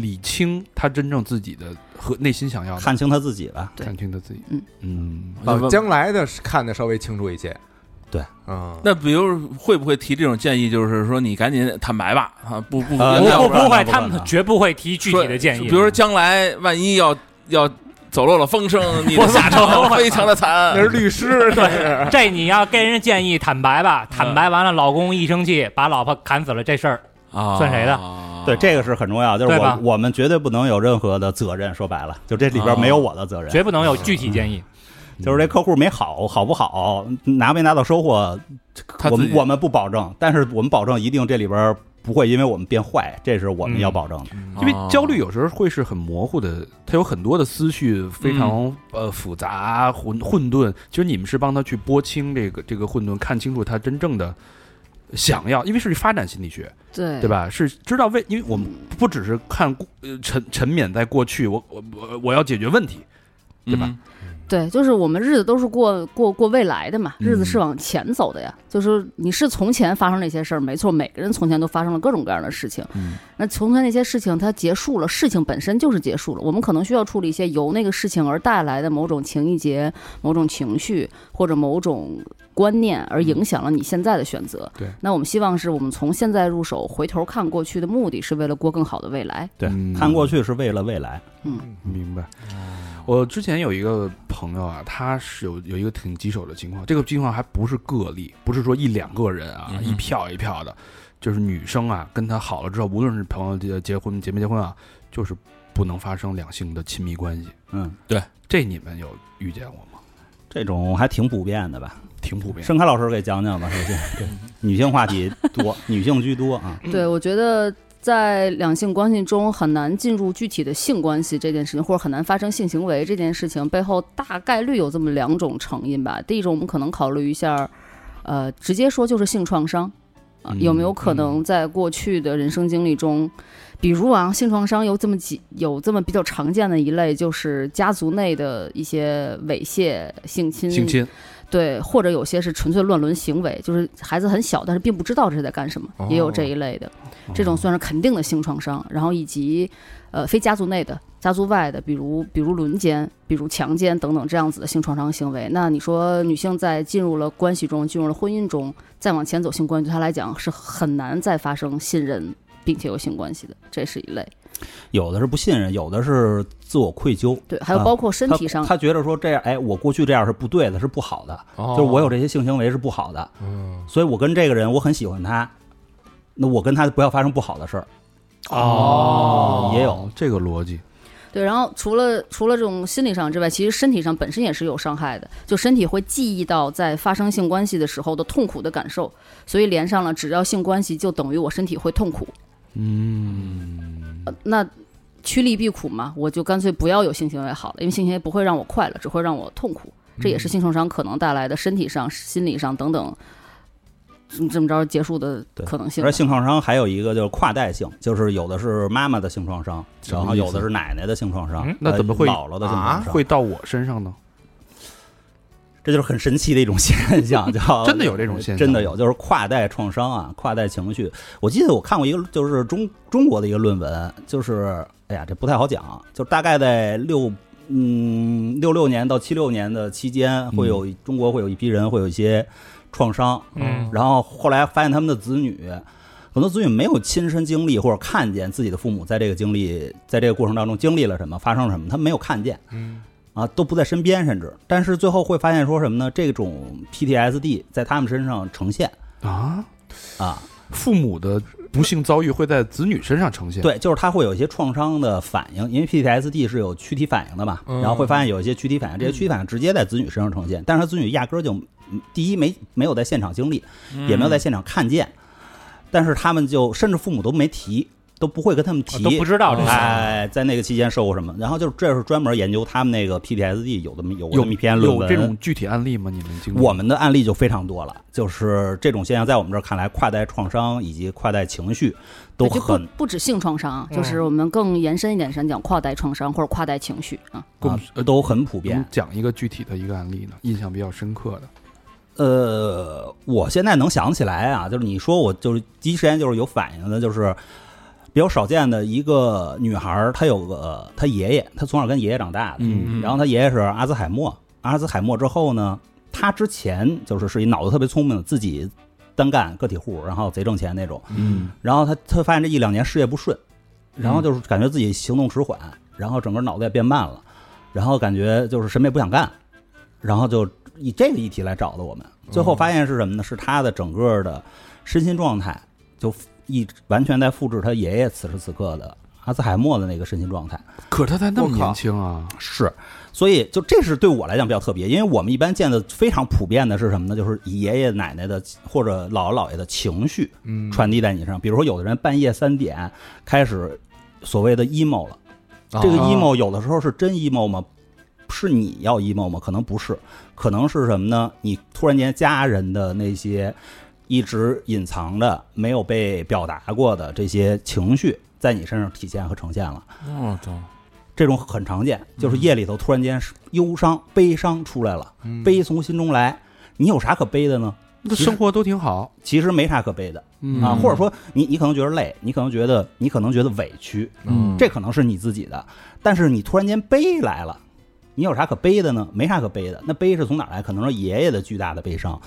Speaker 3: 理清他真正自己的和内心想要的，
Speaker 6: 看清他自己吧，
Speaker 5: 对
Speaker 3: 看清他自己。
Speaker 5: 嗯
Speaker 3: 嗯，
Speaker 7: 我就问
Speaker 2: 哦将来的是看的稍微清楚一些。
Speaker 6: 对，
Speaker 2: 嗯，
Speaker 7: 那比如会不会提这种建议，就是说你赶紧坦白吧，啊，不不
Speaker 6: 呃
Speaker 4: 不
Speaker 6: 那
Speaker 4: 不
Speaker 6: 不
Speaker 4: 不
Speaker 6: 可
Speaker 4: 会，
Speaker 6: 能
Speaker 4: 他
Speaker 6: 不可
Speaker 4: 们
Speaker 6: 能
Speaker 4: 绝不会提具体的建议。
Speaker 7: 比如说将来万一要要走漏了风声，你的下场非常的惨。
Speaker 2: 那是律师，这是
Speaker 4: 这你要跟人建议坦白吧，坦白完了，老公一生气把老婆砍死了这事儿，
Speaker 7: 啊
Speaker 4: 算谁的？
Speaker 6: 对，这个是很重要，就是
Speaker 4: 对吧
Speaker 6: 我我们绝对不能有任何的责任。说白了，就这里边没有
Speaker 4: 哦
Speaker 6: 我的责任，
Speaker 4: 绝不能有具体建议。
Speaker 6: 就是这客户没好好不好，拿没拿到收获，
Speaker 7: 他
Speaker 6: 我
Speaker 7: 自己
Speaker 6: 们我们不保证，但是我们保证一定这里边不会因为我们变坏，这是我们
Speaker 3: 嗯
Speaker 6: 要保证的。
Speaker 3: 因为焦虑有时候会是很模糊的，他有很多的思绪，非常、呃复杂、混混沌。其实你们是帮他去拨清这个这个混沌，看清楚他真正的想要，因为是发展心理学，
Speaker 5: 对
Speaker 3: 对？吧？是知道为，因为我们不只是看过呃沉沉湎在过去，我我我我要解决问题，对吧？
Speaker 5: 对，就是我们日子都是过过过未来的嘛，日子是
Speaker 3: 嗯
Speaker 5: 往前走的呀。就是你是从前发生那些事儿，没错，每个人从前都发生了各种各样的事情。
Speaker 3: 嗯
Speaker 5: 那从前那些事情它结束了，事情本身就是结束了。我们可能需要处理一些由那个事情而带来的某种情意结、某种情绪或者某种观念，而影响了你现在的选择。
Speaker 3: 嗯对
Speaker 5: 那我们希望是我们从现在入手，回头看过去的目的是为了过更好的未来。
Speaker 6: 对
Speaker 3: 嗯，
Speaker 6: 看过去是为了未来，
Speaker 3: 明白。我之前有一个朋友啊，他是有有一个挺棘手的情况，这个情况还不是个例，不是说一两个人啊，
Speaker 7: 嗯哼
Speaker 3: 一票一票的，就是女生啊，跟他好了之后，无论是朋友结结婚结没结婚啊，就是不能发生两性的亲密关系。
Speaker 6: 嗯，
Speaker 3: 这你们有遇见过吗？
Speaker 6: 这种还挺普遍的吧？
Speaker 3: 挺普遍的。
Speaker 6: 盛开老师给讲讲吧，首 先，对女性话题多，女性居多啊。
Speaker 3: 嗯
Speaker 5: 对，我觉得在两性关系中很难进入具体的性关系这件事情，或者很难发生性行为这件事情背后，大概率有这么两种成因吧。第一种，我们可能考虑一下，呃，直接说就是性创伤。啊，
Speaker 3: 嗯
Speaker 5: 有没有可能在过去的人生经历中，比如啊，性创伤有这么几有这么比较常见的一类，就是家族内的一些猥亵、性侵、
Speaker 3: 性侵，
Speaker 5: 对，或者有些是纯粹乱伦行为，就是孩子很小，但是并不知道这是在干什么，也有这一类的，这种算是肯定的性创伤。然后以及，呃，非家族内的、家族外的，比如比如轮奸、比如强奸等等这样子的性创伤行为。那你说女性在进入了关系中、进入了婚姻中，再往前走性关系，对她来讲是很难再发生信任并且有性关系的，这是一类。
Speaker 6: 有的是不信任，有的是自我愧疚，
Speaker 5: 对，还有
Speaker 6: 啊
Speaker 5: 包括身体上，
Speaker 6: 他，他觉得说这样，哎，我过去这样是不对的，是不好的，
Speaker 2: 哦
Speaker 6: 就是我有这些性行为是不好的，嗯，所以我跟这个人我很喜欢他，那我跟他不要发生不好的事儿，
Speaker 3: 哦
Speaker 6: 也有
Speaker 3: 这个逻辑，
Speaker 5: 对，然后除了除了这种心理上之外，其实身体上本身也是有伤害的，就身体会记忆到在发生性关系的时候的痛苦的感受，所以连上了，只要性关系就等于我身体会痛苦。嗯，那趋利避苦嘛，我就干脆不要有性行为好了，因为性行为不会让我快乐，只会让我痛苦。这
Speaker 6: 嗯
Speaker 5: 也是性创伤可能带来的身体上、心理上等等，嗯这么着结束的
Speaker 6: 对
Speaker 5: 可能性吧
Speaker 6: 而。性创伤还有一个就是跨代性，就是有的是妈妈的性创伤，
Speaker 3: 什么
Speaker 6: 然
Speaker 3: 意思
Speaker 6: 后有的是奶奶的性创伤
Speaker 4: 嗯，
Speaker 3: 那怎么会啊
Speaker 6: 呃姥姥的性创伤？
Speaker 3: 会到我身上呢？
Speaker 6: 这就是很神奇的一种现 象，叫
Speaker 3: 真的有这种现象
Speaker 6: 真的有，就是跨代创伤啊，跨代情绪。我记得我看过一个，就是中中国的一个论文，就是哎呀，这不太好讲，就大概在六嗯六六年到七六年的期间，
Speaker 3: 嗯
Speaker 6: 会有、中国会有一批人会有一些创伤，
Speaker 4: 嗯
Speaker 6: 然后后来发现他们的子女。很多子女没有亲身经历或者看见自己的父母在这个经历，在这个过程当中经历了什么，发生了什么，他们没有看见，啊，都不在身边，甚至，但是最后会发现说什么呢？这种 PTSD 在他们身上呈现
Speaker 3: 啊，
Speaker 6: 啊，
Speaker 3: 父母的不幸遭遇会在子女身上呈现。，
Speaker 6: 对，就是他会有一些创伤的反应，因为 PTSD 是有躯体反应的嘛，
Speaker 4: 嗯
Speaker 6: 然后会发现有一些躯体反应，这些躯体反应直接在子女身上呈现，
Speaker 4: 嗯
Speaker 6: 但是他子女压根儿就嗯第一没没有在现场经历，也没有在现场看见。但是他们就甚至父母都没提，都不会跟他们提，
Speaker 4: 哦都不知道这事儿。
Speaker 6: 哎，在那个期间受过什么？然后就是这是专门研究他们那个 PTSD 有这么有
Speaker 3: 有
Speaker 6: 这么一篇论
Speaker 3: 有
Speaker 6: 文。
Speaker 3: 这种具体案例吗？你们经历
Speaker 6: 我们的案例就非常多了，就是这种现象在我们这儿看来，跨代创伤以及跨代情绪都
Speaker 5: 对就不
Speaker 6: 很啊
Speaker 5: 不止性创伤，啊
Speaker 4: 嗯
Speaker 5: 就是我们更延伸一点，想讲跨代创伤或者跨代情绪啊。
Speaker 3: 共
Speaker 6: 啊
Speaker 4: 呃
Speaker 6: 都很普
Speaker 3: 能
Speaker 6: 遍。
Speaker 3: 讲一个具体的一个案例呢？印象比较深刻的，
Speaker 6: 呃，我现在能想起来啊，就是你说我就是第一时间就是有反应的，就是比较少见的一个女孩儿，她有个她爷爷，她从小跟爷爷长大的，
Speaker 3: 嗯
Speaker 6: 然后她爷爷是阿兹海默，阿兹海默之后呢，她之前就是是一脑子特别聪明，自己单干个体户，然后贼挣钱那种，
Speaker 3: 嗯，
Speaker 6: 然后她她发现这一两年事业不顺，然后就是感觉自己行动迟缓，然后整个脑子也变慢了，然后感觉就是什么也不想干，然后就以这个议题来找的我们。最后发现是什么呢？是他的整个的身心状态就一直完全在复制他爷爷此时此刻的阿兹海默的那个身心状态。
Speaker 3: 可是他才那么
Speaker 6: 我靠
Speaker 3: 年轻啊，
Speaker 6: 是，所以就这是对我来讲比较特别，因为我们一般见的非常普遍的是什么呢？就是爷爷奶奶的或者姥姥姥爷的情绪
Speaker 2: 嗯
Speaker 6: 传递在你身上。比如说，有的人半夜三点开始所谓的 emo 了，
Speaker 3: 这
Speaker 6: 这个 emo 有的时候是真 emo 吗？是你要 emo 吗？可能不是，可能是什么呢？你突然间家人的那些一直隐藏的、没有被表达过的这些情绪，在你身上体现和呈现了。
Speaker 7: 我操，
Speaker 6: 这种很常见，就是夜里头突然间是忧伤、悲伤出来了，悲从心中来。你有啥可悲的呢？
Speaker 3: 那生活都挺好
Speaker 6: 其实没啥可悲的
Speaker 3: 嗯
Speaker 6: 啊，或者说你你可能觉得累，你可能觉得你可能觉得委屈，
Speaker 7: 嗯
Speaker 6: 这可能是你自己的，但是你突然间悲来了，你有啥可悲的呢？没啥可悲的。那悲是从哪儿来？可能是爷爷的巨大的悲伤，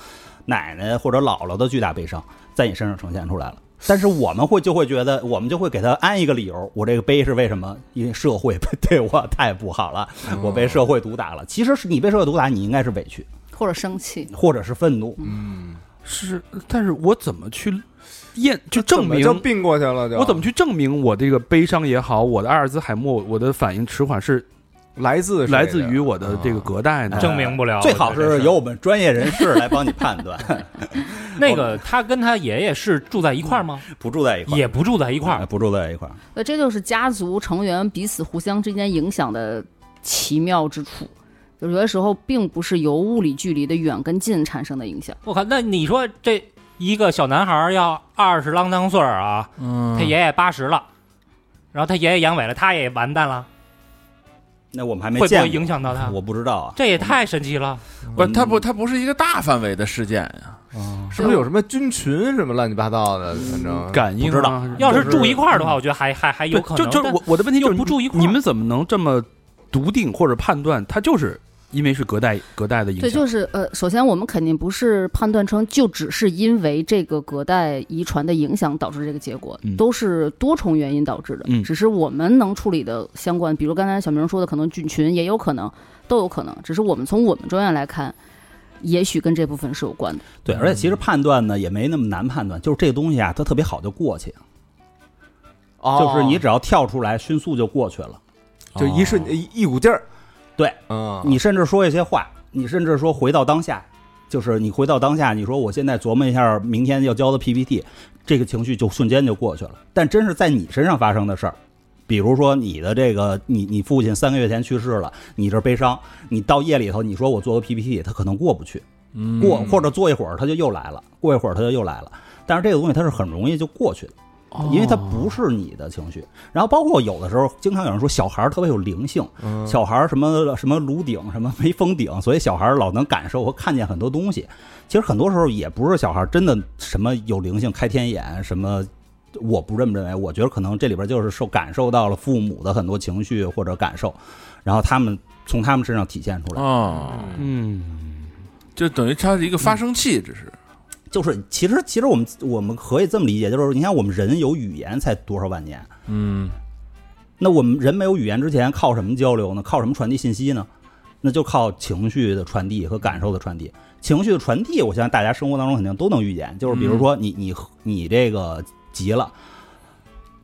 Speaker 6: 奶奶或者姥姥的巨大悲伤在你身上呈现出来了。但是我们会就会觉得，我们就会给他安一个理由，我这个悲是为什么？因为社会 对我太不好了，
Speaker 4: 哦
Speaker 6: 我被社会毒打了。其实是你被社会毒打，你应该是委屈
Speaker 5: 或者生气，
Speaker 6: 或者是愤怒。
Speaker 2: 嗯
Speaker 3: 是，但是我怎么去验就
Speaker 2: 怎
Speaker 3: 证
Speaker 2: 么
Speaker 3: 明
Speaker 2: 就并过去了就？
Speaker 3: 我怎么去证明我这个悲伤也好，我的阿尔兹海默，我的反应迟缓是啊
Speaker 2: 来自谁
Speaker 3: 来自于
Speaker 2: 的
Speaker 3: 我的这个隔代呢？
Speaker 4: 证明不了，
Speaker 6: 哎最好
Speaker 4: 我觉得
Speaker 6: 是由我们专业人士来帮你判断，
Speaker 4: 那个他跟他爷爷是住在一块儿吗？
Speaker 6: 不住在一块儿，
Speaker 4: 也不住在一块儿
Speaker 6: 哎，不住在一块儿。
Speaker 5: 呃，这就是家族成员彼此互相之间影响的奇妙之处。就有的时候并不是由物理距离的远跟近产生的影响，
Speaker 4: 我靠，那你说这一个小男孩儿要二十啷当岁儿啊，
Speaker 7: 嗯，
Speaker 4: 他爷爷八十了，然后他爷爷阳痿了，他也完蛋了，
Speaker 6: 那我们还没
Speaker 4: 会不
Speaker 6: 见
Speaker 4: 会
Speaker 6: 过
Speaker 4: 影响到他？
Speaker 6: 我不知道啊，
Speaker 4: 这也太神奇了！
Speaker 7: 不，它不，它不是一个大范围的事件呀。
Speaker 2: 是不是有什么菌群什么乱七八糟的？反正
Speaker 3: 感应
Speaker 6: 不知道
Speaker 3: 啊
Speaker 4: 要是住一块儿的话，我觉得还还还有
Speaker 3: 对
Speaker 4: 可
Speaker 3: 就
Speaker 4: 能。
Speaker 3: 就是
Speaker 4: 但
Speaker 3: 我我的问题就是
Speaker 4: 又不住一块儿
Speaker 3: 你们怎么能这么笃定或者判断它就是因为是隔代隔代的影响？
Speaker 5: 对，就是呃，首先我们肯定不是判断成就只是因为这个隔代遗传的影响导致这个结果，
Speaker 3: 嗯
Speaker 5: 都是多重原因导致的。
Speaker 3: 嗯
Speaker 5: 只是我们能处理的相关，比如刚才小明说的，可能菌群也有可能，都有可能。只是我们从我们专业来看，也许跟这部分是有关的。
Speaker 6: 对，而且其实判断呢也没那么难判断，就是这个东西啊，它特别好就过去，
Speaker 2: 哦
Speaker 6: 就是你只要跳出来，迅速就过去了。
Speaker 2: 就一瞬一一股劲儿，
Speaker 6: 对，
Speaker 2: 嗯，
Speaker 6: 你甚至说一些话，你甚至说回到当下，就是你回到当下，你说我现在琢磨一下明天要交的 PPT，这个情绪就瞬间就过去了。但真是在你身上发生的事儿。比如说你的这个，你你父亲三个月前去世了，你这悲伤，你到夜里头，你说我做个 PPT，他可能过不去，过或者坐一会儿他就又来了，过一会儿他就又来了。但是这个东西它是很容易就过去的，因为它不是你的情绪。然后包括有的时候，经常有人说小孩儿特别有灵性，
Speaker 2: 嗯
Speaker 6: 小孩儿什么什么颅顶什么没封顶，所以小孩儿老能感受和看见很多东西。其实很多时候也不是小孩儿真的什么有灵性、开天眼什么。我不这么认为，我觉得可能这里边就是受感受到了父母的很多情绪或者感受，然后他们从他们身上体现出来。
Speaker 7: 哦，
Speaker 3: 嗯，
Speaker 7: 就等于它是一个发生器，只是
Speaker 6: 就是其实其实我们我们可以这么理解，就是你看我们人有语言才多少万年，
Speaker 7: 嗯，
Speaker 6: 那我们人没有语言之前靠什么交流呢？靠什么传递信息呢？那就靠情绪的传递和感受的传递。情绪的传递，我相信大
Speaker 3: 嗯
Speaker 6: 家生活当中肯定都能遇见，就是比如说你你你这个急了。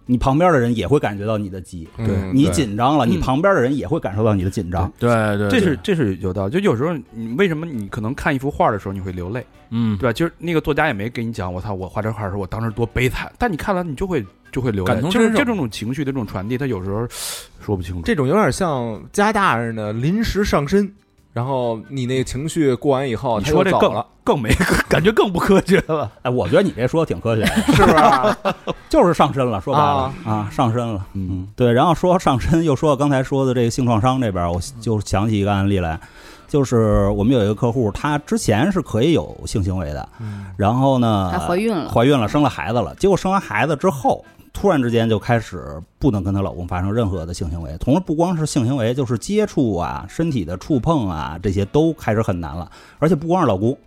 Speaker 6: 你旁边的人也会感觉到你的急，
Speaker 2: 对
Speaker 3: 对
Speaker 6: 你紧张了，
Speaker 3: 嗯
Speaker 6: 你旁边的人也会感受到你的紧张。
Speaker 7: 对对，
Speaker 3: 这是这是有道理，就有时候你为什么你可能看一幅画的时候你会流泪，
Speaker 7: 嗯
Speaker 3: 对，吧？就是那个作家也没给你讲，我操，我画这画的时候我当时多悲惨，但你看完你就会就会流泪
Speaker 7: 感，同
Speaker 3: 就是
Speaker 7: 身受
Speaker 3: 这种情绪的这种传递，它有时候 说不清楚。
Speaker 2: 这种有点像加大人的临时上身，然后你那个情绪过完以后，
Speaker 3: 你
Speaker 2: 他
Speaker 3: 说
Speaker 2: 就
Speaker 3: 这
Speaker 2: 走
Speaker 3: 更
Speaker 2: 了，
Speaker 3: 更没 感觉更不科学了，
Speaker 6: 哎，我觉得你这说的挺科学的，
Speaker 2: 是不是？
Speaker 6: 就是上身了，说白了啊，上身了。
Speaker 3: 嗯，
Speaker 6: 对，然后说上身，又说到刚才说的这个性创伤这边儿，我就想起一个案例来，就是我们有一个客户，她之前是可以有性行为的，然后
Speaker 3: 啊
Speaker 6: 呢，
Speaker 5: 她怀孕了，
Speaker 6: 怀孕了，生了孩子了，结果生完孩子之后，突然之间就开始不能跟她老公发生任何的性行为，同时不光是性行为，就是接触啊、身体的触碰啊，这些都开始很难了，而且不光是老公。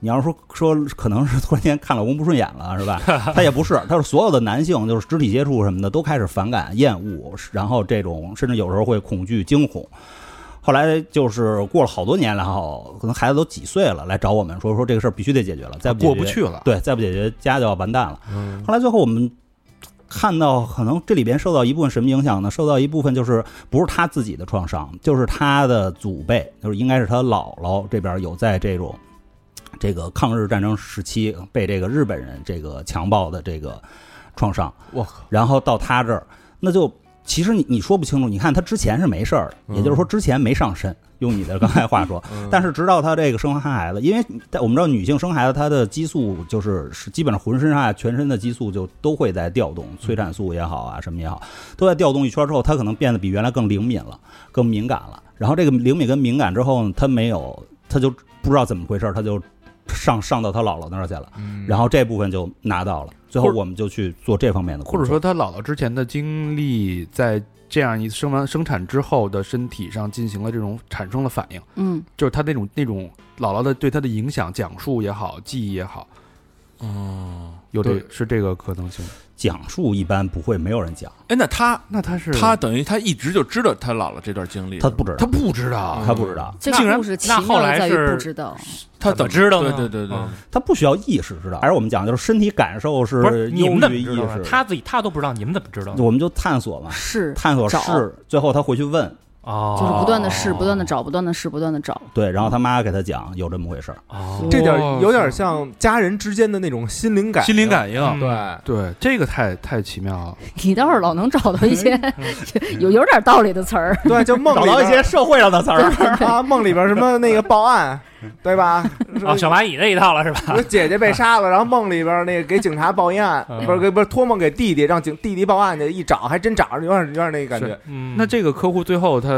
Speaker 6: 你要是说说可能是突然间看老公不顺眼了 是吧？他也不是，他是所有的男性就是肢体接触什么的都开始反感、厌恶，然后这种甚至有时候会恐惧、惊恐。后来就是过了好多年，然后可能孩子都几岁了，来找我们说说这个事儿必须得解决了，再
Speaker 3: 过
Speaker 6: 解
Speaker 3: 不
Speaker 6: 决
Speaker 3: 去了。
Speaker 6: 对，再不解决家就要完蛋了。
Speaker 2: 嗯
Speaker 6: 后来最后我们看到，可能这里边受到一部分什么影响呢？受到一部分就是不是他自己的创伤，就是他的祖辈，就是应该是他姥姥这边有在这种这个抗日战争时期被这个日本人这个强暴的这个创伤。
Speaker 2: 我靠！
Speaker 6: 然后到他这儿，那就其实你你说不清楚。你看他之前是没事儿
Speaker 2: 嗯
Speaker 6: 的，也就是说之前没上身，用你的刚才话说。但是直到他这个生完孩子，因为但我们知道女性生孩子，她的激素就是是基本上浑身上下全身的激素就都会在调动，催产素也好啊，什么也好，都在调动一圈之后，她可能变得比原来更灵敏了，更敏感了。然后这个灵敏跟敏感之后呢，她没有，她就不知道怎么回事儿，她就上上到她姥姥那儿去了，
Speaker 4: 嗯
Speaker 6: 然后这部分就拿到了。最
Speaker 3: 嗯
Speaker 6: 后
Speaker 3: 或者
Speaker 6: 我们就去做这方面的工
Speaker 3: 或
Speaker 6: 作，
Speaker 3: 者说他姥姥之前的经历，在这样一生完生产之后的身体上进行了这种产生了反应，
Speaker 5: 嗯，
Speaker 3: 就是他那种那种姥姥的对他的影响、讲述也好、记忆也好，
Speaker 7: 哦，
Speaker 3: 有这
Speaker 2: 对
Speaker 3: 是这个可能性。
Speaker 6: 讲述一般不会没有人讲，
Speaker 7: 哎，那他
Speaker 3: 那他是
Speaker 7: 他等于他一直就知道他姥姥这段经历，
Speaker 6: 他不知
Speaker 3: 他
Speaker 6: 道，
Speaker 3: 哎不知道，
Speaker 6: 他不知道，
Speaker 5: 这
Speaker 4: 竟
Speaker 5: 个
Speaker 4: 然
Speaker 5: 故事奇
Speaker 4: 那
Speaker 5: 妙
Speaker 4: 后
Speaker 5: 的
Speaker 4: 来
Speaker 5: 在于
Speaker 4: 是
Speaker 5: 不知道，
Speaker 7: 他
Speaker 4: 怎么
Speaker 7: 么
Speaker 4: 知道呢？
Speaker 7: 对对对对
Speaker 4: 嗯，
Speaker 6: 他不需要意识知道。而我们讲就是身体感受
Speaker 4: 不
Speaker 6: 是
Speaker 4: 是你
Speaker 6: 优
Speaker 4: 们怎
Speaker 6: 于
Speaker 4: 么
Speaker 6: 意
Speaker 4: 知道呢
Speaker 6: 识，？
Speaker 4: 他自己他都不知道，你们怎么知道呢？
Speaker 6: 我们就探索嘛，
Speaker 5: 是
Speaker 6: 探索
Speaker 5: 找
Speaker 6: 是最后他回去问，
Speaker 4: 哦，
Speaker 5: 就是不断的试，不断的找，不断的试，不断的找。
Speaker 6: 对，然后他妈给他讲有这么回事儿，
Speaker 4: 哦，
Speaker 2: 这点
Speaker 3: 哇
Speaker 2: 有点像家人之间的那种心灵感，
Speaker 7: 心灵。感应，
Speaker 4: 嗯
Speaker 2: 对，
Speaker 3: 对这个太太奇妙了。
Speaker 5: 你倒是老能找到一些
Speaker 4: 嗯
Speaker 5: 有有点道理的词儿，
Speaker 2: 对，就梦
Speaker 6: 找
Speaker 2: 里
Speaker 6: 到一
Speaker 2: 边
Speaker 6: 些社会上的词儿。
Speaker 2: 啊，梦里边什么那个报 案，对吧？
Speaker 4: 哦，小蚂蚁那一套了是吧？
Speaker 2: 说姐姐被杀了，然后梦里边那个给警察报一案，
Speaker 4: 嗯
Speaker 2: 不是给不是托梦给弟弟，让警弟弟报案去，一找还真找着，有点有点那个感觉
Speaker 3: 是。
Speaker 4: 嗯，
Speaker 3: 那这个客户最后他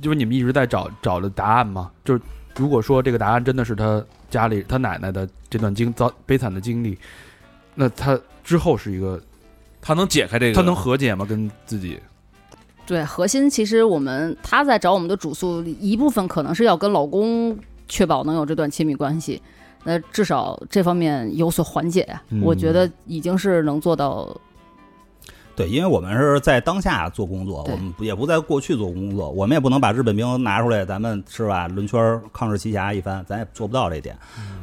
Speaker 3: 就是你们一直在找找的答案吗？就是如果说这个答案真的是他家里他奶奶的这段经遭悲惨的经历，那他之后是一个
Speaker 7: 他能解开这个，
Speaker 3: 他能和解吗？跟自己
Speaker 5: 对，核心其实我们她在找我们的主诉，一部分可能是要跟老公确保能有这段亲密关系，那至少这方面有所缓解呀、
Speaker 3: 嗯
Speaker 5: 我觉得已经是能做到，
Speaker 6: 对，因为我们是在当下做工作，
Speaker 5: 对
Speaker 6: 我们也不在过去做工作，我们也不能把日本兵拿出来，咱们是吧？轮圈儿抗日奇侠一番，咱也做不到这一点。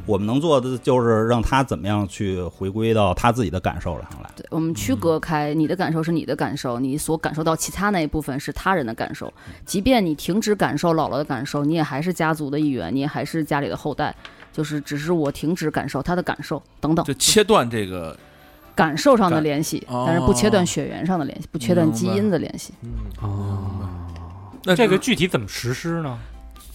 Speaker 6: 我们能做的就是让他怎么样去回归到他自己的感受上来。
Speaker 5: 对我们
Speaker 7: 嗯
Speaker 5: 区隔开你的感受是你的感受，你所感受到其他那一部分是他人的感受，
Speaker 7: 嗯
Speaker 5: 即便你停止感受姥姥的感受，你也还是家族的一员，你也还是家里的后代。就是，只是我停止感受他的感受等等
Speaker 7: 就，切断这个，
Speaker 5: 感受上的
Speaker 7: 感
Speaker 5: 联系，
Speaker 7: 哦
Speaker 5: 但是不切断血缘上的联系，不切断
Speaker 7: 明
Speaker 5: 基
Speaker 7: 白
Speaker 5: 因的联系。
Speaker 7: 那
Speaker 4: 这个具体怎么实施呢？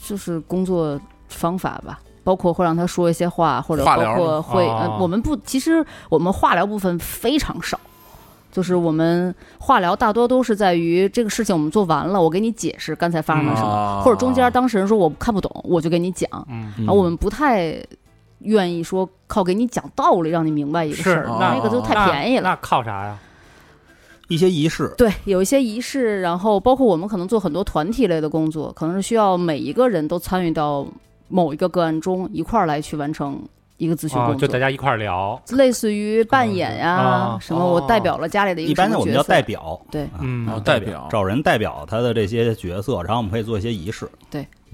Speaker 5: 就是工作方法吧，包括会让他说一些话，或者
Speaker 7: 化疗
Speaker 5: 包括会，
Speaker 4: 哦
Speaker 5: 呃，我们不，其实我们化疗部分非常少，就是我们化疗大多都是在于这个事情我们做完了，我给你解释刚才发生了什么，
Speaker 7: 啊
Speaker 5: 嗯或者中间当事人说我看不懂，我就给你讲，
Speaker 4: 哦嗯，
Speaker 5: 然后啊我们不太愿意说靠给你讲道理让你明白一个事儿，
Speaker 4: 是哦
Speaker 5: 那个就太便宜了。
Speaker 4: 那靠啥呀？
Speaker 6: 一些仪式，
Speaker 5: 对，有一些仪式，然后包括我们可能做很多团体类的工作，可能是需要每一个人都参与到某一个个案中，一块儿来去完成一个咨询
Speaker 4: 啊，
Speaker 5: 工
Speaker 4: 就
Speaker 5: 作，
Speaker 4: 大家一块儿聊，
Speaker 5: 类似于扮演呀、
Speaker 4: 啊
Speaker 5: 什么我代表了家里的一
Speaker 6: 哦一
Speaker 5: 个什
Speaker 6: 般
Speaker 5: 么
Speaker 6: 我们
Speaker 5: 角
Speaker 6: 叫
Speaker 5: 色
Speaker 6: 代，表，
Speaker 5: 对，
Speaker 4: 嗯，
Speaker 7: 哦代表
Speaker 6: 找人代表他的这些角色，然后我们可以做一些仪式。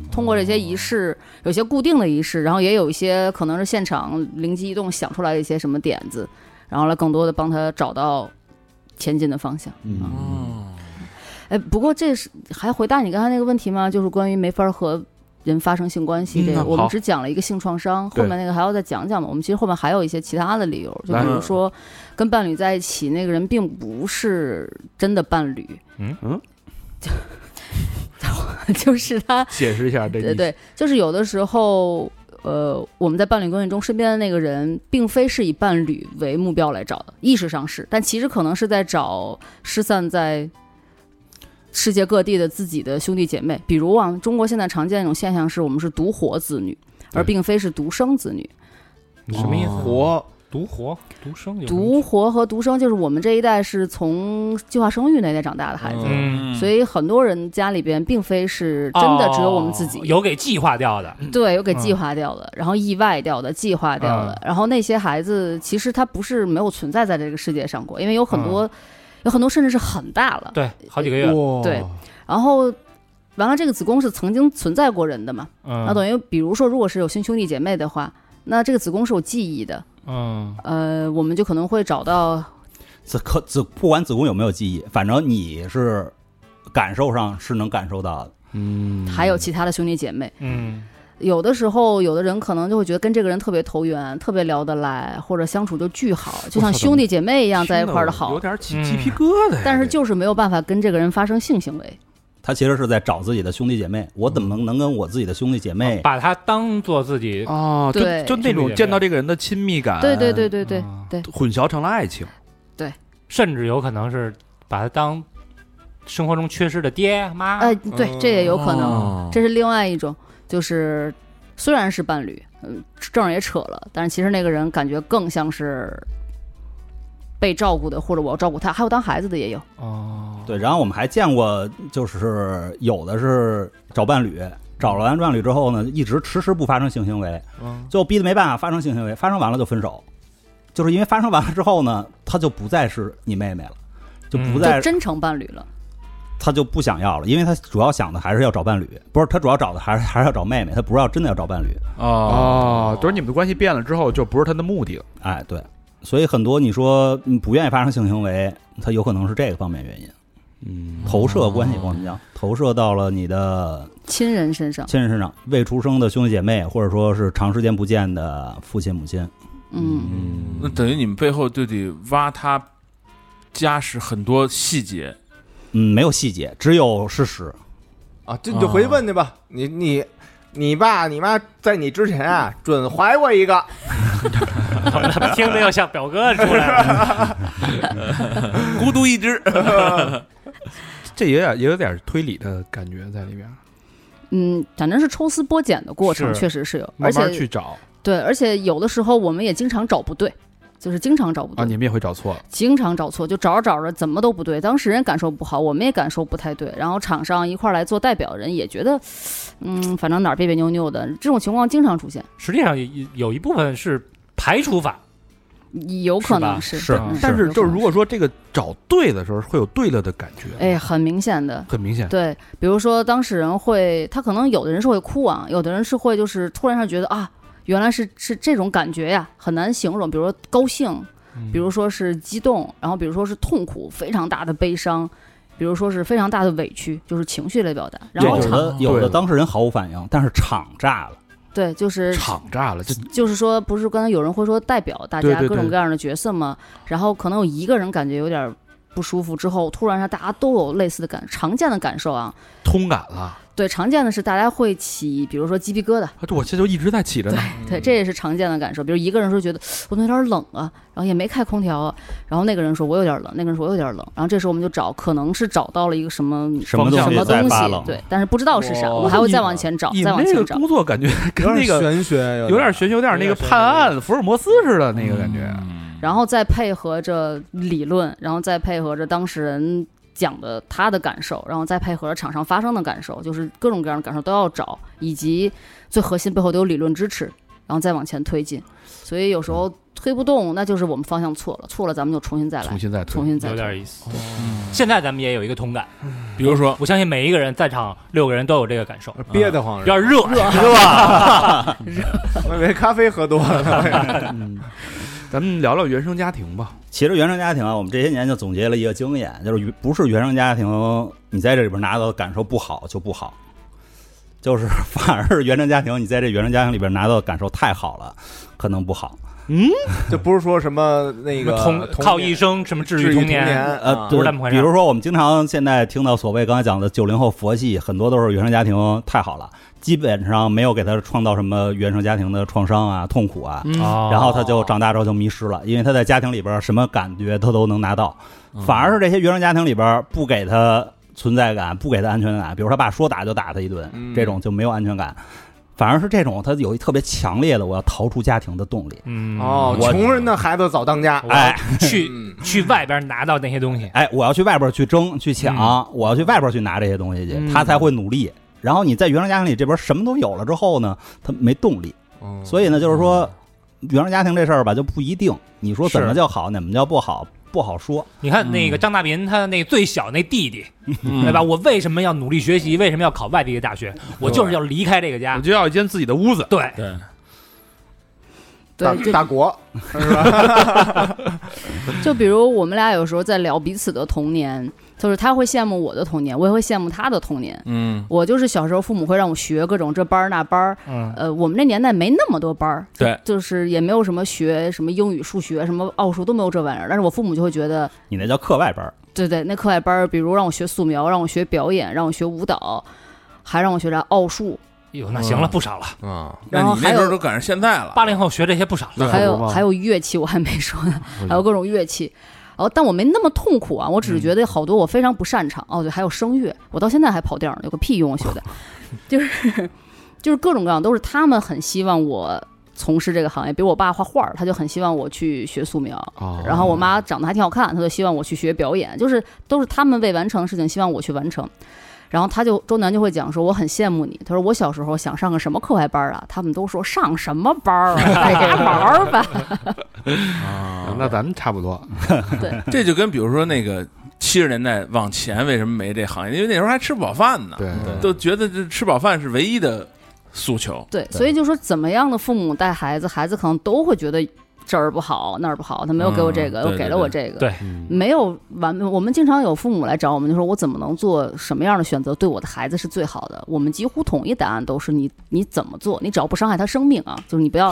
Speaker 5: 通过这些仪式，有些固定的仪式，然后也有一些可能是现场灵机一动想出来的一些什么点子，然后来更多的帮他找到。前进的方向。
Speaker 6: 嗯，
Speaker 7: 哦，
Speaker 5: 哎，不过这是还回答你刚才那个问题吗？就是关于没法和人发生性关系这个，
Speaker 3: 嗯
Speaker 5: 我们
Speaker 3: 好
Speaker 5: 只讲了一个性创伤，后
Speaker 3: 对
Speaker 5: 面那个还要再讲讲嘛。我们其实后面还有一些其他的理由，就
Speaker 3: 来
Speaker 5: 比如说跟伴侣在一起，那个人并不是真的伴侣，
Speaker 4: 嗯
Speaker 3: 嗯，
Speaker 5: 就是他，
Speaker 3: 解释一下这
Speaker 5: 对对，就是有的时候。呃，我们在伴侣关系中，身边的那个人并非是以伴侣为目标来找的，意识上是，但其实可能是在找失散在世界各地的自己的兄弟姐妹。比如啊，中国现在常见的一种现象是我们是独活子女，而并非是独生子女。
Speaker 4: 你什么意思？
Speaker 7: 哦
Speaker 2: 活
Speaker 4: 独活、独生有什么
Speaker 5: 独活和独生就是我们这一代是从计划生育那代长大的孩子，
Speaker 4: 嗯
Speaker 5: 所以很多人家里边并非是真的只有我们自己，嗯
Speaker 4: 哦有给计划掉的，
Speaker 5: 对，有给计划掉的，然后意外掉的，计划掉的，然后那些孩子其实他不是没有存在在这个世界上过，因为有很多，有很多甚至是很大了，
Speaker 4: 对，好几个月，
Speaker 2: 哇
Speaker 5: 对然后。完了，这个子宫是曾经存在过人的嘛？那
Speaker 4: 嗯
Speaker 5: 等于，比如说，如果是有亲兄弟姐妹的话，那这个子宫是有记忆的。
Speaker 4: 嗯，
Speaker 5: 呃，我们就可能会找到，
Speaker 6: 子可子不管子宫有没有记忆，反正你是感受上是能感受到的。
Speaker 3: 嗯，
Speaker 5: 还有其他的兄弟姐妹。
Speaker 4: 嗯，
Speaker 5: 有的时候，有的人可能就会觉得跟这个人特别投缘，特别聊得来，或者相处就巨好，就像兄弟姐妹一样在一块儿
Speaker 3: 有
Speaker 5: 的好。
Speaker 3: 点起
Speaker 4: 嗯
Speaker 3: 鸡皮疙瘩呀。
Speaker 5: 但是
Speaker 3: 这
Speaker 5: 就是没有办法跟这个人发生性行为。
Speaker 6: 他其实是在找自己的兄弟姐妹，我怎么能跟我自己的兄弟姐妹？
Speaker 4: 把它当做自己，
Speaker 3: 哦，就
Speaker 5: 对
Speaker 3: 就那种见到这个人的亲密感，
Speaker 5: 对对对，对对
Speaker 4: 啊
Speaker 5: 对，
Speaker 3: 混淆成了爱情。
Speaker 4: 甚至有可能是把它当生活中缺失的爹啊妈，
Speaker 5: 呃，对，这也有可能，
Speaker 7: 哦
Speaker 5: 这是另外一种，就是虽然是伴侣，嗯，证儿也扯了，但是其实那个人感觉更像是被照顾的，或者我要照顾他，还有当孩子的也有，
Speaker 4: 哦，
Speaker 6: 对，然后我们还见过，就是有的是找伴侣，找了完伴侣之后呢，一直迟迟不发生性行为，
Speaker 4: 嗯
Speaker 6: 最后逼得没办法发生性行为，发生完了就分手，就是因为发生完了之后呢，他就不再是你妹妹了，就
Speaker 4: 嗯
Speaker 6: 不再、
Speaker 5: 就真成伴侣了。
Speaker 6: 他就不想要了，因为他主要想的还是要找伴侣，不是他主要找的还是还是要找妹妹，他不是要真的要找伴侣，
Speaker 3: 哦，就是你们的关系变了之后，就不是他的目的了。
Speaker 6: 哎，对，所以很多你说嗯不愿意发生性行为，他有可能是这个方面原因，
Speaker 3: 嗯，
Speaker 6: 投射关系，我们讲投射到了你的
Speaker 5: 亲人身上，
Speaker 6: 亲人身上，未出生的兄弟姐妹，或者说是长时间不见的父亲母亲，
Speaker 5: 嗯，
Speaker 7: 那等于你们背后就得挖他家史很多细节，
Speaker 6: 嗯，没有细节，只有事实。
Speaker 2: 啊，这你就回去问去吧。你你你爸你妈在你之前啊，准怀过一个，
Speaker 4: 听着又像表哥出来
Speaker 5: 嗯
Speaker 4: 了，
Speaker 7: 孤独一只。
Speaker 3: 这也有也有点推理的感觉在里边，
Speaker 5: 嗯，反正是抽丝剥茧的过程，
Speaker 4: 是
Speaker 5: 确实是有，而
Speaker 3: 慢慢
Speaker 5: 且
Speaker 3: 去找
Speaker 5: 对，而且有的时候我们也经常找不对，就是经常找不
Speaker 3: 啊，
Speaker 5: 对，
Speaker 3: 你们也会找错了。
Speaker 5: 经常找错，就找着找着怎么都不对，当事人感受不好，我们也感受不太对，然后场上一块儿来做代表人也觉得，嗯，反正哪儿别别扭扭的，这种情况经常出现，
Speaker 4: 实际上有有一部分是排除法，
Speaker 5: 有可
Speaker 4: 是吧
Speaker 5: 能是，
Speaker 6: 是
Speaker 5: 嗯
Speaker 3: 但是就是如。
Speaker 5: 有可能
Speaker 3: 果说这个找对的时候，会有对了的感觉，
Speaker 5: 哎，，很明显的，
Speaker 3: 很明显。
Speaker 5: 对，比如说当事人会，他可能有的人是会哭啊，有的人是会就是突然上觉得啊，原来是是这种感觉呀，很难形容。比如说高兴，嗯
Speaker 4: 嗯
Speaker 5: 比如说是激动，然后比如说是痛苦，非常大的悲伤，比如说是非常大的委屈，就是情绪类表达。然后
Speaker 6: 有
Speaker 5: 场
Speaker 6: 的有
Speaker 3: 对
Speaker 6: 的当事人毫无反应，但是场炸了。
Speaker 5: 对，就是
Speaker 3: 场炸了，这
Speaker 5: 就是说，不是刚才有人会说代表大
Speaker 3: 对
Speaker 5: 家
Speaker 3: 对对
Speaker 5: 各种各样的角色嘛，然后可能有一个人感觉有点不舒服，之后突然让大家都有类似的感常见的感受啊。
Speaker 3: 通感了。
Speaker 5: 对，常见的是大家会起，比如说鸡皮疙瘩，
Speaker 3: 啊这我这就一直在起着呢。
Speaker 5: 对，这也是常见的感受。比如一个人说觉得我怎么有点冷啊，然后也没开空调啊，然后那个人说我有点冷，那个人说我有点冷，然后这时候我们就找，可能是找到了一个什么
Speaker 6: 什么
Speaker 3: 方向
Speaker 5: 什么
Speaker 6: 在
Speaker 5: 东
Speaker 6: 发冷
Speaker 5: 西，对，但是不知道是啥，
Speaker 2: 哇
Speaker 5: 我还会再往前找，
Speaker 3: 你
Speaker 5: 再
Speaker 3: 们
Speaker 5: 往
Speaker 3: 这个
Speaker 5: 前找。
Speaker 3: 工作感觉跟那个
Speaker 2: 玄学，
Speaker 3: 有点玄学，有点那个判案福尔摩斯似的那个感觉。
Speaker 5: 然后再配合着理论，然后再配合着当事人讲的他的感受，然后再配合着场上发生的感受，就是各种各样的感受都要找，以及最核心背后都有理论支持，然后再往前推进。所以有时候推不动，那就是我们方向错了，错了咱们就重新再
Speaker 3: 重
Speaker 5: 来，
Speaker 3: 新再推
Speaker 5: 重，新再
Speaker 4: 有
Speaker 5: 来。
Speaker 4: 点意思。现在咱们也有一个同感，
Speaker 7: 哦比如说，
Speaker 4: 我相信每一个人在场六个人都有这个感受，
Speaker 2: 憋得
Speaker 4: 有
Speaker 2: 慌是吧，
Speaker 4: 点热，
Speaker 2: 我以为咖啡喝多了呢。
Speaker 3: 咱们聊聊原生家庭吧。
Speaker 6: 其实原生家庭啊，我们这些年就总结了一个经验，就是不是原生家庭，你在这里边拿到的感受不好就不好，就是 反而是原生家庭，你在这原生家庭里边拿到的感受太好了，可能不好。
Speaker 2: 就不是说什么那个
Speaker 4: 童
Speaker 2: 童
Speaker 4: 靠
Speaker 2: 年
Speaker 4: 一生什么治
Speaker 2: 治愈
Speaker 4: 愈童
Speaker 2: 年，
Speaker 4: 年，
Speaker 2: 啊
Speaker 6: 呃，
Speaker 4: 不
Speaker 6: 对
Speaker 4: 是那么回事
Speaker 6: 比如说，我们经常现在听到所谓刚才讲的九零后佛系，很多都是原生家庭太好了，基本上没有给他创造什么原生家庭的创伤啊、痛苦啊。
Speaker 3: 啊，
Speaker 4: 哦
Speaker 6: 然后他就长大之后就迷失了，因为他在家庭里边什么感觉他都能拿到，
Speaker 7: 嗯
Speaker 6: 反而是这些原生家庭里边不给他存在感，不给他安全感，比如他爸说打就打他一顿，
Speaker 2: 嗯
Speaker 6: 这种就没有安全感。反而是这种他有一特别强烈的我要逃出家庭的动力。
Speaker 4: 嗯
Speaker 2: 哦，
Speaker 6: 我
Speaker 2: 穷人的孩子早当家，
Speaker 6: 哎，
Speaker 4: 去
Speaker 2: 嗯
Speaker 4: 去外边拿到那些东西，
Speaker 6: 哎，我要去外边去争去抢，我要去外边去拿这些东西去，
Speaker 3: 嗯
Speaker 6: 他才会努力。然后你在原生家庭里这边什么都有了之后呢，他没动力。
Speaker 2: 哦嗯
Speaker 6: 所以呢，就是说，原生家庭这事儿吧，就不一定。你说怎么
Speaker 4: 是
Speaker 6: 叫好，怎么叫不好，不好说。
Speaker 4: 你看那个张大民，他那最小那弟弟，
Speaker 7: 嗯
Speaker 4: 对吧？？我为什么要努力学习？为什么要考外地的大学？我就是要离开这个
Speaker 3: 我
Speaker 4: 家。
Speaker 3: 就要一间自己的屋子。
Speaker 4: 对，
Speaker 7: 对，
Speaker 2: 大
Speaker 5: 对，就
Speaker 2: 大国
Speaker 7: 啊
Speaker 5: 就比如我们俩有时候在聊彼此的童年，就是他会羡慕我的童年，我也会羡慕他的童年。
Speaker 7: 嗯，
Speaker 5: 我就是小时候父母会让我学各种这班儿那班儿，
Speaker 4: 嗯，
Speaker 5: 呃，我们那年代没那么多班儿，
Speaker 7: 对，
Speaker 5: 就是也没有什么学什么英语、数学、什么奥数都没有这玩意儿。但是我父母就会觉得，
Speaker 6: 你那叫课外班儿，
Speaker 5: 对对，那课外班儿，比如让我学素描，让我学表演，让我学舞蹈，还让我学啥奥数，
Speaker 4: 哟，那行了，不少了。
Speaker 2: 啊，
Speaker 7: 那
Speaker 5: 然后
Speaker 7: 你那
Speaker 5: 还
Speaker 7: 时候
Speaker 5: 有
Speaker 7: 都赶上现在了，
Speaker 4: 八零后学这些不少了。
Speaker 3: 那
Speaker 5: 还有
Speaker 3: 不吗
Speaker 5: 还有乐器，我还没说 呢，还有各种乐器。哦，但我没那么痛苦啊，我只是觉得好多我非常不擅长。哦，对，还有声乐，我到现在还跑调呢，有个屁用！我学的，就是就是各种各样，都是他们很希望我从事这个行业。比如我爸画画儿，他就很希望我去学素描，
Speaker 3: 啊，
Speaker 5: 然后我妈长得还挺好看，她就希望我去学表演，就是都是他们未完成的事情，希望我去完成。然后他就周南就会讲说，我很羡慕你。他说我小时候想上个什么课外班啊，他们都说上什么班儿啊，在家玩儿吧。
Speaker 3: 啊那咱们差不多。
Speaker 7: 这就跟比如说那个七十年代往前为什么没这行业，因为那时候还吃不饱饭呢，
Speaker 3: 对对
Speaker 7: 都觉得这吃饱饭是唯一的诉求。
Speaker 5: 对，所以就说怎么样的父母带孩子，孩子可能都会觉得这儿不好那儿不好，他没有给我这个，
Speaker 7: 嗯对
Speaker 5: 又给
Speaker 7: 对
Speaker 5: 了我
Speaker 7: 对
Speaker 5: 这个。
Speaker 4: 对
Speaker 3: 嗯
Speaker 5: 没有完，我们经常有父母来找我们，就说我怎么能做什么样的选择对我的孩子是最好的？我们几乎统一答案都是你你怎么做，你只要不伤害他生命啊，就是你 不要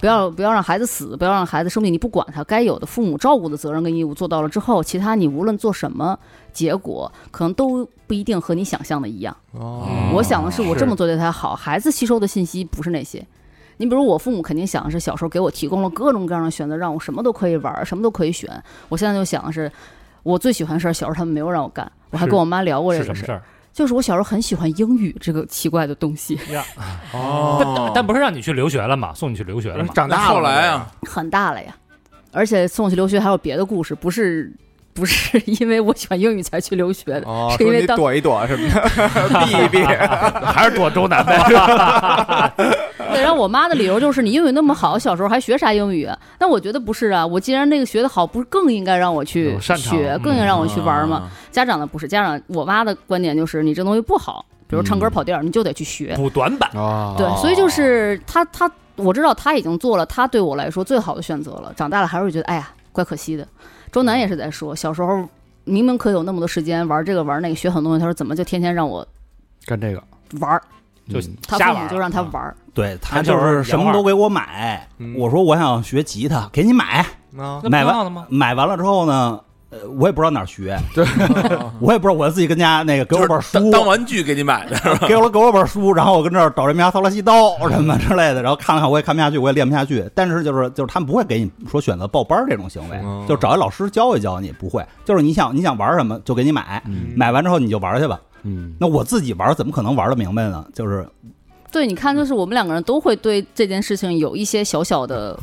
Speaker 5: 不要不要让孩子死，不要让孩子生病，你不管他，该有的父母照顾的责任跟义务做到了之后，其他你无论做什么，结果可能都不一定和你想象的一样。
Speaker 4: 啊
Speaker 2: 哦
Speaker 7: 嗯
Speaker 5: 我想的是我这么做对他好，孩子吸收的信息不是那些。你比如我父母肯定想的是小时候给我提供了各种各样的选择，让我什么都可以玩儿，什么都可以选。我现在就想的是，我最喜欢的事儿，小时候他们没有让我干。我还
Speaker 4: 是
Speaker 5: 跟我妈聊过这
Speaker 4: 是
Speaker 5: 个
Speaker 4: 什么
Speaker 5: 事
Speaker 4: 事
Speaker 5: 儿，
Speaker 4: 儿？
Speaker 5: 就是我小时候很喜欢英语这个奇怪的东西。
Speaker 7: 哦
Speaker 4: 但但不是让你去留学了嘛？送你去留学了嘛？
Speaker 2: 长
Speaker 7: 那
Speaker 2: 大了
Speaker 7: 后来，啊，
Speaker 5: 很大了呀，而且送去留学还有别的故事，不是不是因为我喜欢英语才去留学的，
Speaker 2: 哦，
Speaker 5: 是因
Speaker 2: 说
Speaker 5: 为
Speaker 2: 你
Speaker 5: 当
Speaker 2: 躲一躲什么的， 避一避，
Speaker 4: 还是躲周南呗？
Speaker 5: 对，然后我妈的理由就是你英语那么好，小时候还学啥英语啊？那我觉得不是啊，我既然那个学的好，不是更应该让我去
Speaker 3: 有擅长嗯
Speaker 5: 学，更应该让我去玩吗？
Speaker 7: 啊
Speaker 5: 家长的不是，家长我妈的观点就是你这东西不好，比如唱歌
Speaker 3: 嗯
Speaker 5: 跑调，你就得去学。
Speaker 4: 补短板。
Speaker 3: 啊，
Speaker 5: 对，所以就是他他我知道他已经做了他对我来说最好的选择了，长大了还是会觉得哎呀怪可惜的。周南也是在说，小时候明明可以有那么多时间玩这个玩那个，学很多东西，他说怎么就天天让我
Speaker 3: 干这个
Speaker 5: 玩儿？
Speaker 3: 就
Speaker 6: 嗯
Speaker 5: 他
Speaker 4: 瞎
Speaker 5: 父
Speaker 4: 玩儿
Speaker 5: 母就让他
Speaker 3: 啊
Speaker 5: 玩儿，
Speaker 6: 对他
Speaker 4: 他就
Speaker 6: 就是是什么都给我买。
Speaker 2: 嗯
Speaker 6: 我说我想学吉他，给你买。
Speaker 4: 那
Speaker 2: 啊
Speaker 4: 不
Speaker 6: 买完
Speaker 4: 挺好的吗？
Speaker 6: 买完了之后呢，呃，我也不知道哪儿学，我也不知道我自己跟家那个给我本
Speaker 7: 就是当
Speaker 6: 书，
Speaker 7: 当玩具给你买的，
Speaker 6: 给我给我本书，然后我跟这儿找人家骚拉西刀什么之类的，然后看了看我也看不下去，我也练不下去。但是就是就是他们不会给你说选择报班儿这种行为，
Speaker 2: 嗯
Speaker 6: 就找一老师教一教你，不会，就是你想你想玩什么就给你买，
Speaker 3: 嗯
Speaker 6: 买完之后你就玩去吧。
Speaker 3: 嗯
Speaker 6: 那我自己玩怎么可能玩得明白呢？就是
Speaker 5: 对，你看，就是我们两个人都会对这件事情有一些小小的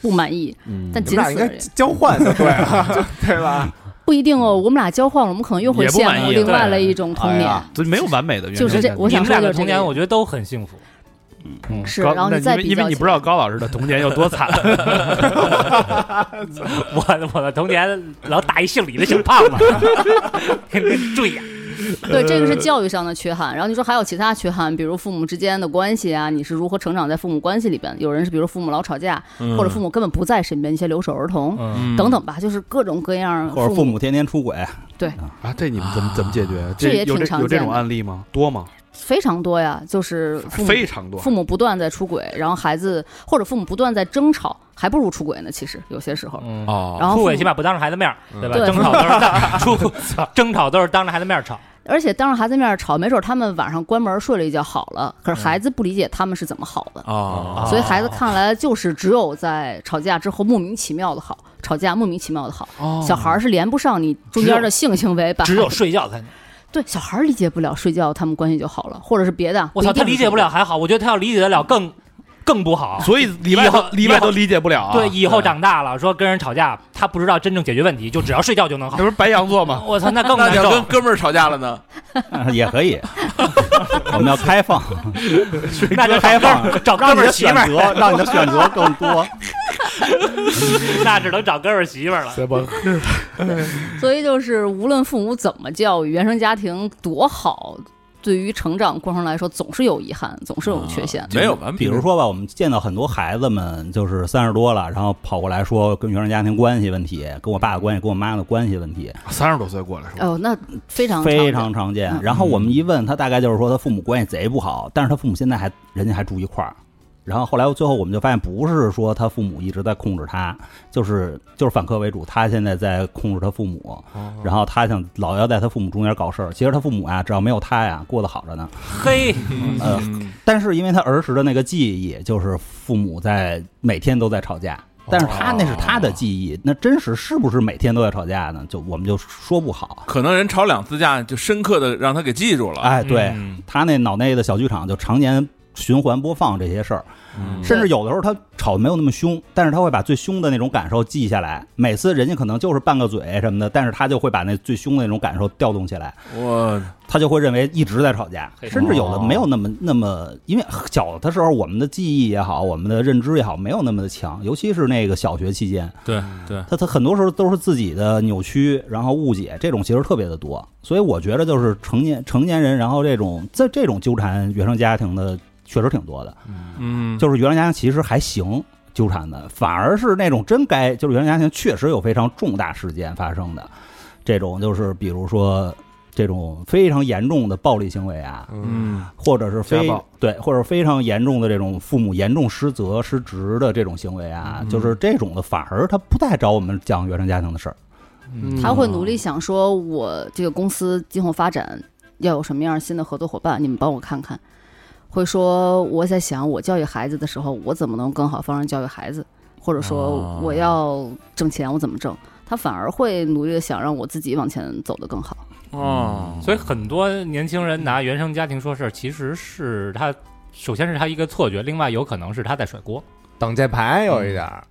Speaker 5: 不满意，
Speaker 3: 嗯
Speaker 5: 但
Speaker 2: 你
Speaker 5: 仅
Speaker 2: 们俩
Speaker 5: 此
Speaker 2: 应该
Speaker 5: 而已，
Speaker 2: 交换才对啊，对吧？
Speaker 5: 不一定哦。我们俩交换了，我们可能又会
Speaker 3: 也不
Speaker 5: 羡
Speaker 3: 满
Speaker 5: 慕
Speaker 3: 意
Speaker 5: 另
Speaker 4: 对
Speaker 5: 外的一种童
Speaker 6: 哎
Speaker 5: 年。
Speaker 6: 呀
Speaker 3: 所以没有完美的原生
Speaker 5: 就是这
Speaker 3: 家庭
Speaker 5: 我想
Speaker 4: 你们俩
Speaker 5: 说
Speaker 4: 的
Speaker 5: 的
Speaker 4: 童
Speaker 5: 这
Speaker 4: 年，
Speaker 5: 个
Speaker 4: 我觉得都很幸福。
Speaker 3: 嗯
Speaker 5: 是
Speaker 3: 高
Speaker 5: 然后你
Speaker 3: 那
Speaker 5: 再
Speaker 3: 因为
Speaker 5: 比
Speaker 3: 因为
Speaker 5: 较
Speaker 3: 你
Speaker 5: 起
Speaker 3: 不知道高老师的童年有多惨，
Speaker 4: 我我的童年老打一姓李的小胖子，跟跟坠眼。
Speaker 5: 对，这个
Speaker 3: 呃
Speaker 5: 是教育上的缺憾。然后你说还有其他缺憾，比如父母之间的关系啊，你是如何成长在父母关系里边？有人是比如父母老吵架，
Speaker 3: 嗯
Speaker 5: 或者父母根本不在身边，一些留守儿童、
Speaker 4: 嗯，
Speaker 5: 等等吧，就是各种各样
Speaker 6: 或者父
Speaker 5: 父母
Speaker 6: 母天天出轨，
Speaker 3: 啊，这你们怎么怎么解决？
Speaker 5: 这也
Speaker 3: 有
Speaker 5: 挺
Speaker 3: 这
Speaker 5: 常
Speaker 3: 有这
Speaker 5: 见
Speaker 3: 种
Speaker 5: 的
Speaker 3: 案例吗？多吗？
Speaker 5: 非常多呀，就是父母
Speaker 3: 非常多
Speaker 5: 父。母不断在出轨，然后孩子或者父母不断在争吵，还不如出轨呢。其实有些时候，
Speaker 4: 嗯
Speaker 7: 哦，
Speaker 5: 然后
Speaker 4: 出
Speaker 5: 父
Speaker 4: 轨
Speaker 5: 母
Speaker 4: 起码不当着孩子面儿，
Speaker 3: 嗯
Speaker 4: 对吧？
Speaker 5: 对
Speaker 4: 争吵都是当 出争吵都是当着孩子面儿吵，
Speaker 5: 而且当着孩子面吵，没准他们晚上关门睡了一觉好了，可
Speaker 4: 嗯
Speaker 5: 是孩子不理解他们是怎么好的，
Speaker 3: 啊
Speaker 7: 哦，
Speaker 4: 啊
Speaker 5: 所以孩子看来就是只有在吵架之后莫名其妙的好，吵架莫名其妙的好，小孩儿是连不上你中间的性行为吧？
Speaker 4: 哦只有睡觉才能。
Speaker 5: 对小孩儿理解不了睡觉，他们关系就好了，或者是别的。
Speaker 4: 我操，
Speaker 5: 一定
Speaker 4: 他
Speaker 5: 是
Speaker 4: 理解不了还好，我觉得他要理解得了更更不好。
Speaker 3: 所以里外
Speaker 4: 以后
Speaker 3: 都里外
Speaker 4: 以后
Speaker 3: 都理解不了啊。
Speaker 4: 对，以后长大了说跟人吵架，他不知道真正解决问题，就只要睡觉就能好
Speaker 3: 那。不是白羊座吗？
Speaker 4: 我操，那 更
Speaker 7: 那
Speaker 4: 难
Speaker 7: 你要跟
Speaker 4: 受。
Speaker 7: 哥们儿吵架了呢？
Speaker 6: 也可以。我们要开放，
Speaker 4: 那就
Speaker 6: 开放，
Speaker 4: 找哥
Speaker 6: 让你
Speaker 4: 们儿
Speaker 6: 的
Speaker 4: 媳
Speaker 6: 选
Speaker 4: 妇儿，
Speaker 6: 择，让你的选择更多。
Speaker 4: 那只能找哥们儿媳妇儿了。
Speaker 5: 所以就是，无论父母怎么教育，原生家庭多好，对于成长过程来说，总是有遗憾，总是有缺陷的。
Speaker 7: 没有完，
Speaker 6: 比如说吧，我们见到很多孩子们就是三十多了，然后跑过来说跟原生家庭关系问题，跟我爸的关系，跟我妈的关系问题，
Speaker 3: 三十多岁过来是吧？
Speaker 5: 哦，那非常
Speaker 6: 非
Speaker 5: 常
Speaker 6: 常常见
Speaker 5: 嗯。
Speaker 6: 然后我们一问他，大概就是说他父母关系贼不好，但是他父母现在还人家还住一块儿。然后后来最后我们就发现，不是说他父母一直在控制他，就是就是反客为主，他现在在控制他父母，然后他想老要在他父母中间搞事儿。其实他父母啊，只要没有他呀，过得好着呢。
Speaker 4: 嘿，
Speaker 6: 呃，
Speaker 7: 嗯
Speaker 6: 但是因为他儿时的那个记忆，就是父母在每天都在吵架，但是他那是他的记忆，那真实是不是每天都在吵架呢？就我们就说不好。
Speaker 7: 可能人吵两次架就深刻的让他给记住了。
Speaker 6: 哎，对
Speaker 4: 嗯
Speaker 6: 他那脑内的小剧场就常年循环播放这些事儿，
Speaker 7: 嗯
Speaker 6: 甚至有的时候他吵得没有那么凶，但是他会把最凶的那种感受记下来。每次人家可能就是拌个嘴什么的，但是他就会把那最凶的那种感受调动起来。
Speaker 7: 我
Speaker 6: 他就会认为一直在吵架，
Speaker 4: 嘿
Speaker 6: 甚至有的没有那么那么，因为小的时候我们的记忆也好，我们的认知也好，没有那么的强，尤其是那个小学期间，
Speaker 7: 对对，
Speaker 6: 他他很多时候都是自己的扭曲，然后误解，这种其实特别的多，所以我觉得就是成年成年人，然后这种在这种纠缠原生家庭的确实挺多的，
Speaker 7: 嗯，
Speaker 6: 就是原生家庭其实还行。纠缠的，反而是那种真该，就是原生家庭确实有非常重大事件发生的，这种就是比如说这种非常严重的暴力行为啊，
Speaker 7: 嗯
Speaker 6: 或者是非
Speaker 3: 家暴
Speaker 6: 对，或者非常严重的这种父母严重失责失职的这种行为啊，就是这种的，反而他不太找我们讲原生家庭的事儿。
Speaker 5: 他会努力想说，我这个公司今后发展要有什么样新的合作伙伴，你们帮我看看。会说我在想，我教育孩子的时候，我怎么能更好方式教育孩子，或者说
Speaker 7: 哦
Speaker 5: 我要挣钱，我怎么挣？他反而会努力的想让我自己往前走得更好。
Speaker 7: 哦，
Speaker 4: 所以很多年轻人
Speaker 7: 嗯
Speaker 4: 拿原生家庭说事儿，其实是他首先是他一个错觉，另外有可能是他在甩锅。
Speaker 2: 挡箭牌有一点儿，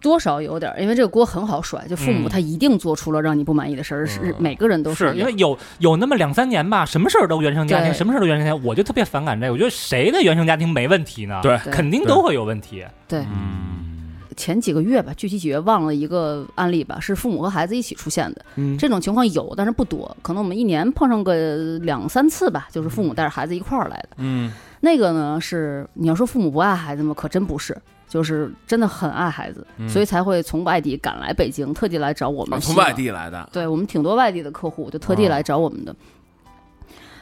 Speaker 5: 多少有点儿，因为这个锅很好甩，就父
Speaker 4: 嗯
Speaker 5: 母他一定做出了让你不满意的事儿，
Speaker 7: 嗯
Speaker 5: 是每个人都
Speaker 4: 是
Speaker 5: 有
Speaker 4: 因为有有那么两三年吧，什么事儿都原生家庭，
Speaker 5: 对
Speaker 4: 什么事儿都原生家庭，我就特别反感这个。我觉得谁的原生家庭没问题呢？
Speaker 7: 对
Speaker 5: 对
Speaker 4: 肯定都会有问题。
Speaker 5: 对
Speaker 7: 嗯
Speaker 5: 前几个月吧，具体几月忘了一个案例吧，是父母和孩子一起出现的。
Speaker 3: 嗯
Speaker 5: 这种情况有，但是不多，可能我们一年碰上个两三次吧，就是父母带着孩子一块儿来的。
Speaker 7: 嗯
Speaker 5: 那个呢，是你要说父母不爱孩子吗？可真不是，就是真的很爱孩子，所以才会从外地赶来北京，特地来找我们、
Speaker 7: 嗯哦从外。地来的，
Speaker 5: 对我们挺多外地的客户，就特地来找我们的。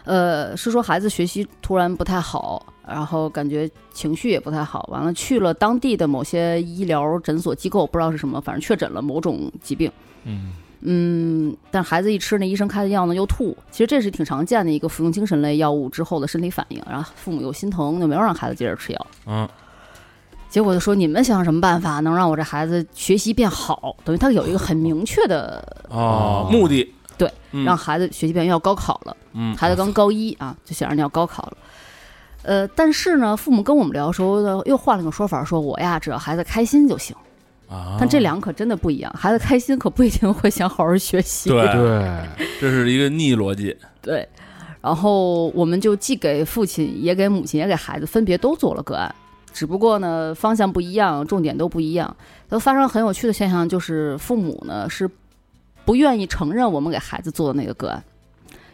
Speaker 5: 呃，是说孩子学习突然不太好，然后感觉情绪也不太好，完了去了当地的某些医疗诊所机构，不知道是什么，反正确诊了某种疾病。
Speaker 4: 嗯
Speaker 5: 嗯，但孩子一吃那医生开的药呢，又吐。其实这是挺常见的一个服用精神类药物之后的身体反应，然后父母又心疼，就没有让孩子接着吃药。
Speaker 7: 嗯，
Speaker 5: 结果就说你们想什么办法能让我这孩子学习变好？等于他有一个很明确的
Speaker 7: 哦，目的
Speaker 5: 对，
Speaker 7: 嗯
Speaker 5: 让孩子学习变，要高考了，
Speaker 7: 嗯
Speaker 5: 孩子刚高一啊，就想让你要高考了。呃，但是呢，父母跟我们聊的时候呢，又换了个说法，说我呀，只要孩子开心就行。
Speaker 7: 啊，
Speaker 5: 但这两个可真的不一样，孩子开心可不一定会想好好学习。
Speaker 7: 对，
Speaker 3: 对，
Speaker 7: 这是一个逆逻辑，
Speaker 5: 对，然后我们就既给父亲，也给母亲，也给孩子，分别都做了个案，只不过呢方向不一样，重点都不一样。都发生很有趣的现象，就是父母呢是不愿意承认我们给孩子做的那个个案。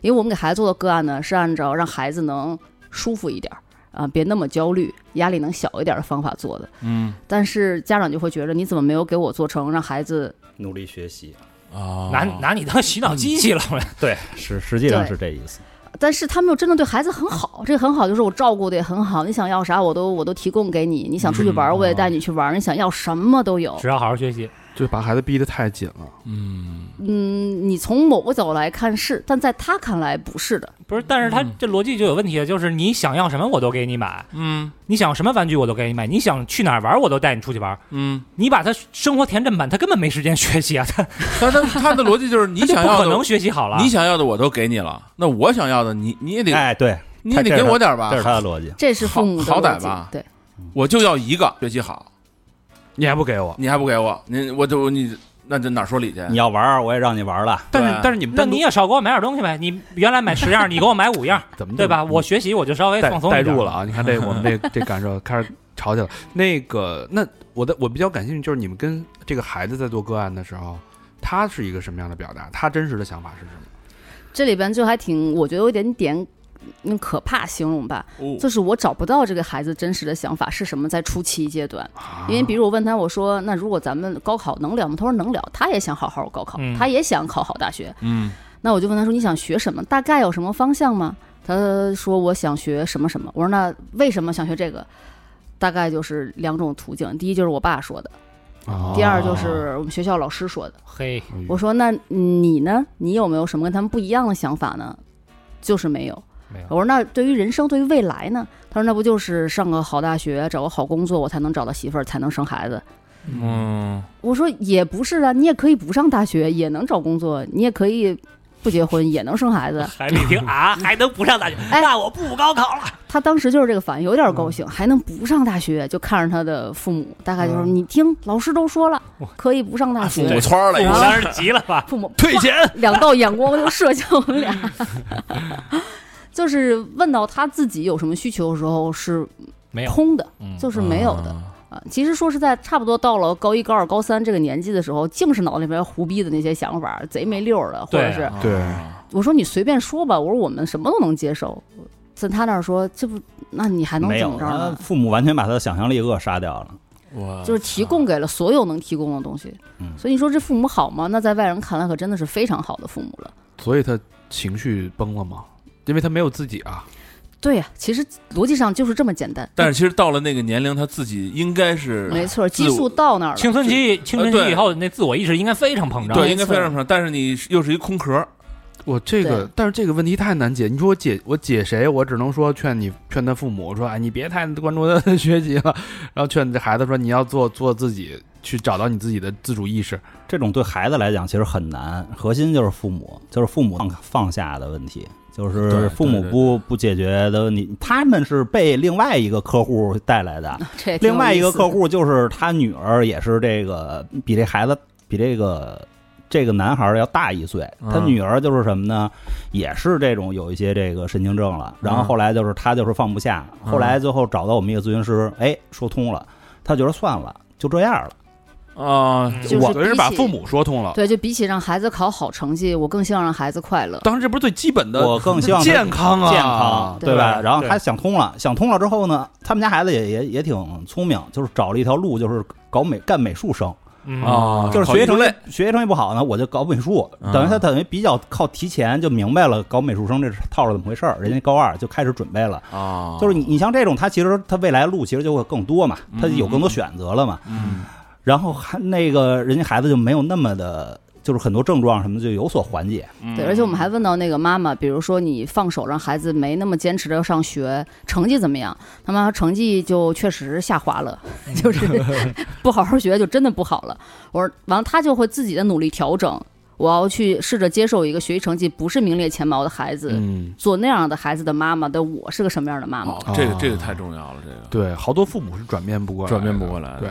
Speaker 5: 因为我们给孩子做的个案呢，是按照让孩子能舒服一点儿啊，别那么焦虑，压力能小一点儿的方法做的。
Speaker 7: 嗯
Speaker 5: 但是家长就会觉得，你怎么没有给我做成让孩子
Speaker 6: 努力学习，
Speaker 7: 啊，
Speaker 4: 拿拿你当洗脑机器了，
Speaker 7: 嗯
Speaker 4: 我对，
Speaker 6: 是实际上
Speaker 5: 对
Speaker 6: 是这意思。
Speaker 5: 但是他们又真的对孩子很好，
Speaker 7: 嗯
Speaker 5: 这个很好，就是我照顾的也很好。你想要啥，我都我都提供给你。你想出去玩，我也
Speaker 7: 嗯
Speaker 5: 带你去玩。你想要什么都
Speaker 7: 哦
Speaker 5: 有。
Speaker 4: 只要好好学习，
Speaker 3: 就是把孩子逼得太紧了。
Speaker 7: 嗯，
Speaker 5: 嗯，你从某个角度来看是，但在他看来不是的。
Speaker 4: 不是，但是他
Speaker 7: 嗯
Speaker 4: 这逻辑就有问题了，就是你想要什么我都给你买，
Speaker 7: 嗯
Speaker 4: 你想要什么玩具我都给你买，你想去哪儿玩我都带你出去玩，
Speaker 7: 嗯，
Speaker 4: 你把他生活填这么满，他根本没时间学习啊，他
Speaker 7: 但他他的逻辑就是你
Speaker 4: 他就
Speaker 7: 想
Speaker 4: 不
Speaker 7: 要
Speaker 4: 可
Speaker 7: 的
Speaker 4: 能学习好了。
Speaker 7: 你想要的我都给你了，那我想要的你你也得、
Speaker 6: 哎，对，
Speaker 7: 你也得给我点儿吧
Speaker 6: 这，是他的逻辑。
Speaker 5: 这是父母的
Speaker 7: 好好歹
Speaker 5: 逻辑
Speaker 7: 吧
Speaker 5: 对，
Speaker 7: 我就要一个学习好，
Speaker 3: 你还不给我？
Speaker 7: 你还不给我，你我就你那这哪说理去？
Speaker 6: 你要玩儿，我也让你玩儿了。
Speaker 3: 但是
Speaker 7: 对
Speaker 3: 但是你们
Speaker 4: 那
Speaker 3: 单独
Speaker 4: 你也少给我买点东西呗，你原来买十样，你给我买五样，
Speaker 3: 怎么就
Speaker 4: 对吧？我学习我就稍微
Speaker 3: 带
Speaker 4: 放松
Speaker 3: 带
Speaker 4: 一点
Speaker 3: 入了，啊！你看这我们 这这感受开始吵起来了。那个那我的我比较感兴趣就是你们跟这个孩子在做个案的时候，他是一个什么样的表达？他真实的想法是什么？
Speaker 5: 这里边就还挺，我觉得有一点点嗯可怕形容吧，
Speaker 7: 哦
Speaker 5: 就是我找不到这个孩子真实的想法是什么，在初期阶段。
Speaker 3: 啊
Speaker 5: 因为比如我问他，我说那如果咱们高考能聊吗？他说能聊，他也想好好高考，
Speaker 4: 嗯
Speaker 5: 他也想考好大学。
Speaker 7: 嗯
Speaker 5: 那我就问他说你想学什么？大概有什么方向吗？他说我想学什么什么。我说那为什么想学这个？大概就是两种途径，第一就是我爸说的，
Speaker 3: 哦
Speaker 5: 第二就是我们学校老师说的。
Speaker 4: 嘿，
Speaker 5: 我说那你呢？你有没有什么跟他们不一样的想法呢？就是没有。
Speaker 4: 没有
Speaker 5: 我说那对于人生，对于未来呢？他说那不就是上个好大学，找个好工作，我才能找到媳妇儿，才能生孩子。
Speaker 7: 嗯，
Speaker 5: 我说也不是啊，你也可以不上大学，也能找工作，你也可以不结婚，也能生孩子。
Speaker 4: 还没听啊，还能不上大学？
Speaker 5: 哎
Speaker 4: 那我不高考了。
Speaker 5: 他当时就是这个反应，有点高兴，
Speaker 4: 嗯
Speaker 5: 还能不上大学，就看着他的父母，大概
Speaker 4: 嗯
Speaker 5: 就是、你听，老师都说了，可以不上大
Speaker 4: 啊
Speaker 7: 父母
Speaker 5: 学。
Speaker 7: 圈儿了已
Speaker 4: 我
Speaker 7: 经，
Speaker 4: 当时急了 吧？
Speaker 5: 父母
Speaker 7: 退钱，
Speaker 5: 两道眼光就射向我们俩。 就是问到他自己有什么需求的时候是
Speaker 4: 没有，
Speaker 5: 空的，
Speaker 4: 嗯
Speaker 5: 就是没有的。
Speaker 7: 啊
Speaker 5: 啊，其实说实在，差不多到了高一、高二、高三这个年纪的时候，净是脑袋里边胡逼的那些想法，贼没溜儿的，或者
Speaker 4: 对
Speaker 5: 是、
Speaker 4: 啊
Speaker 3: 对
Speaker 5: 我说你随便说吧，我说我们什么都能接受。在他那儿说，这不，那你还能
Speaker 6: 没
Speaker 5: 怎
Speaker 6: 有，啊嗯
Speaker 5: 么着
Speaker 6: 他
Speaker 5: 呢？
Speaker 6: 父母完全把他的想象力扼杀掉了。
Speaker 7: 我
Speaker 5: 就是提供给了所有能提供的东西。
Speaker 6: 嗯
Speaker 5: 所以你说这父母好吗？那在外人看来可真的是非常好的父母了。
Speaker 3: 啊所以他情绪崩了吗？因为他没有自己啊，
Speaker 5: 对呀、其实逻辑上就是这么简单。
Speaker 7: 但是其实到了那个年龄，他自己应该是
Speaker 5: 没错，
Speaker 7: 自
Speaker 5: 激素
Speaker 7: 我
Speaker 5: 到那儿了。
Speaker 4: 青春期，青春
Speaker 7: 对
Speaker 4: 期以后那自我意识应该非常膨胀。
Speaker 7: 对，应该非常上，但是你又是一空壳儿，
Speaker 3: 我这个，但是这个问题太难解。你说我解我解谁？我只能说劝你劝他父母说，哎，你别太关注他的 学习了，然后劝这孩子说，你要做做自己，去找到你自己的自主意识。
Speaker 6: 这种对孩子来讲其实很难，核心就是父母，就是父母放放下的问题，就
Speaker 7: 对
Speaker 6: 是
Speaker 7: 对
Speaker 6: 父母
Speaker 7: 对
Speaker 6: 不不解决的问题，他们是被另外一个客户带来的，
Speaker 7: 哎
Speaker 5: 这也挺有
Speaker 6: 另外一个
Speaker 5: 意思
Speaker 6: 客户就是他女儿，也是这个比这孩子比这个这个男孩儿要大一岁，
Speaker 7: 嗯
Speaker 6: 他女儿就是什么呢？也是这种有一些这个神经症了，然后
Speaker 7: 嗯
Speaker 6: 后来就是他就是放不下，
Speaker 7: 嗯
Speaker 6: 后来最后找到我们一个咨询师，哎，说通了，他觉得算了，就这样了。
Speaker 7: 啊，
Speaker 4: 嗯
Speaker 5: 就是
Speaker 3: 我觉得是把
Speaker 5: 比起
Speaker 3: 父母说通了。
Speaker 5: 对，就比起让孩子考好成绩，我更希望让孩子快乐。
Speaker 3: 当然，这不是最基本的
Speaker 6: 我更希 望他
Speaker 3: 健康啊，
Speaker 6: 健康，对吧？
Speaker 4: 对
Speaker 6: 然后
Speaker 4: 对
Speaker 6: 他想通了，想通了之后呢，他们家孩子也也也挺聪明，就是找了一条路，就是搞美干美术生，
Speaker 4: 嗯
Speaker 7: 啊，
Speaker 6: 就是学习成
Speaker 7: 考
Speaker 6: 绩
Speaker 7: 虑
Speaker 6: 学习成绩不好呢，我就搞美术，
Speaker 7: 嗯
Speaker 6: 等于他等于比较靠提前就明白了搞美术生这套是怎么回事儿，人家高二就开始准备了。
Speaker 7: 啊，
Speaker 6: 就是你，你像这种，他其实他未来路其实就会更多嘛，他有更多选择了嘛。
Speaker 7: 嗯
Speaker 6: 然后还那个人家孩子就没有那么的，就是很多症状什么就有所缓解。
Speaker 5: 对，而且我们还问到那个妈妈，比如说你放手让孩子没那么坚持的要上学，成绩怎么样？他妈说成绩就确实下滑了，
Speaker 6: 嗯
Speaker 5: 就是 不好好学就真的不好了。我说完了，他就会自己的努力调整。我要去试着接受一个学习成绩不是名列前茅的孩子，
Speaker 3: 嗯，
Speaker 5: 做那样的孩子的妈妈的我是个什么样的妈妈？
Speaker 7: 哦这个这个太重要了，这个
Speaker 3: 对，好多父母是转变不过来，
Speaker 7: 转变不过来，
Speaker 3: 对，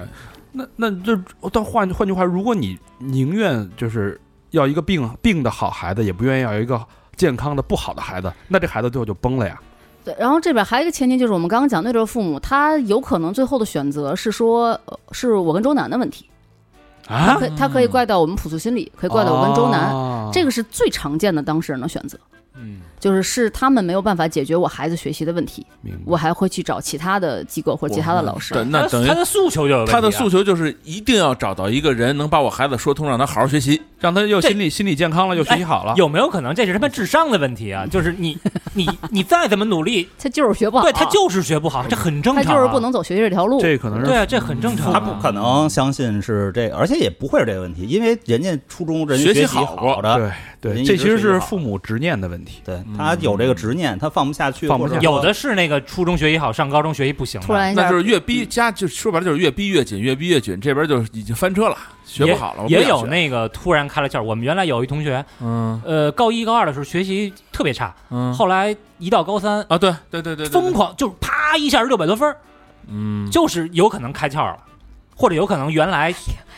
Speaker 3: 那那这，但换换句话，如果你宁愿就是要一个病病的好孩子，也不愿意要一个健康的不好的孩子，那这孩子最后就崩了呀。
Speaker 5: 对，然后这边还有一个前提就是我们刚刚讲那对父母，他有可能最后的选择是说，呃是我跟周楠的问题，他
Speaker 3: 啊，
Speaker 5: 可以他可以怪到我们朴素心理，可以怪到我跟周楠。
Speaker 3: 哦
Speaker 5: 这个是最常见的当事人的选择，
Speaker 7: 嗯
Speaker 5: 就是是他们没有办法解决我孩子学习的问题，
Speaker 3: 明白
Speaker 5: 我还会去找其他的机构或者其他的老师。
Speaker 7: 对，那等于
Speaker 4: 他的诉求就有问题啊
Speaker 7: 他的诉求就是一定要找到一个人能把我孩子说通，让他好好学习。
Speaker 3: 让他又心理心理健康
Speaker 5: 哎
Speaker 3: 了，又学习好了。
Speaker 4: 有没有可能这是他妈智商的问题啊？就是你你你再怎么努力，
Speaker 5: 他就是学不好，
Speaker 4: 对他就是学不好，这很正
Speaker 5: 他
Speaker 4: 常、啊。
Speaker 5: 就是不能走学习这条路。
Speaker 3: 这可能是
Speaker 4: 对啊，这很正常、啊。
Speaker 6: 他不可能相信是这，而且也不会是这个问题，因为人家初中人家
Speaker 7: 学习
Speaker 6: 习
Speaker 7: 好过
Speaker 6: 的，
Speaker 3: 对对，
Speaker 6: 人一直
Speaker 3: 这其实
Speaker 6: 学习
Speaker 3: 是
Speaker 6: 好
Speaker 3: 父母执念的问题。
Speaker 6: 对他有这个执念，他放不下去，
Speaker 3: 放不下
Speaker 6: 或者说
Speaker 4: 有的是那个初中学习好，上高中学习不行的。
Speaker 5: 突然一
Speaker 7: 那
Speaker 5: 下
Speaker 7: 就是越逼家，就说白了就是越逼越紧，越逼越紧，这边就已经翻车了，学不好了。我不
Speaker 4: 也也
Speaker 7: 想
Speaker 4: 有
Speaker 7: 学
Speaker 4: 那个突然开了窍。我们原来有一同学，
Speaker 7: 嗯
Speaker 4: 呃，高一高二的时候学习特别差，
Speaker 7: 嗯
Speaker 4: 后来一到高三，
Speaker 7: 啊，对对对对，对
Speaker 4: 疯，狂就是啪一下六百多分儿，
Speaker 7: 嗯，
Speaker 4: 就是有可能开窍了，或者有可能原来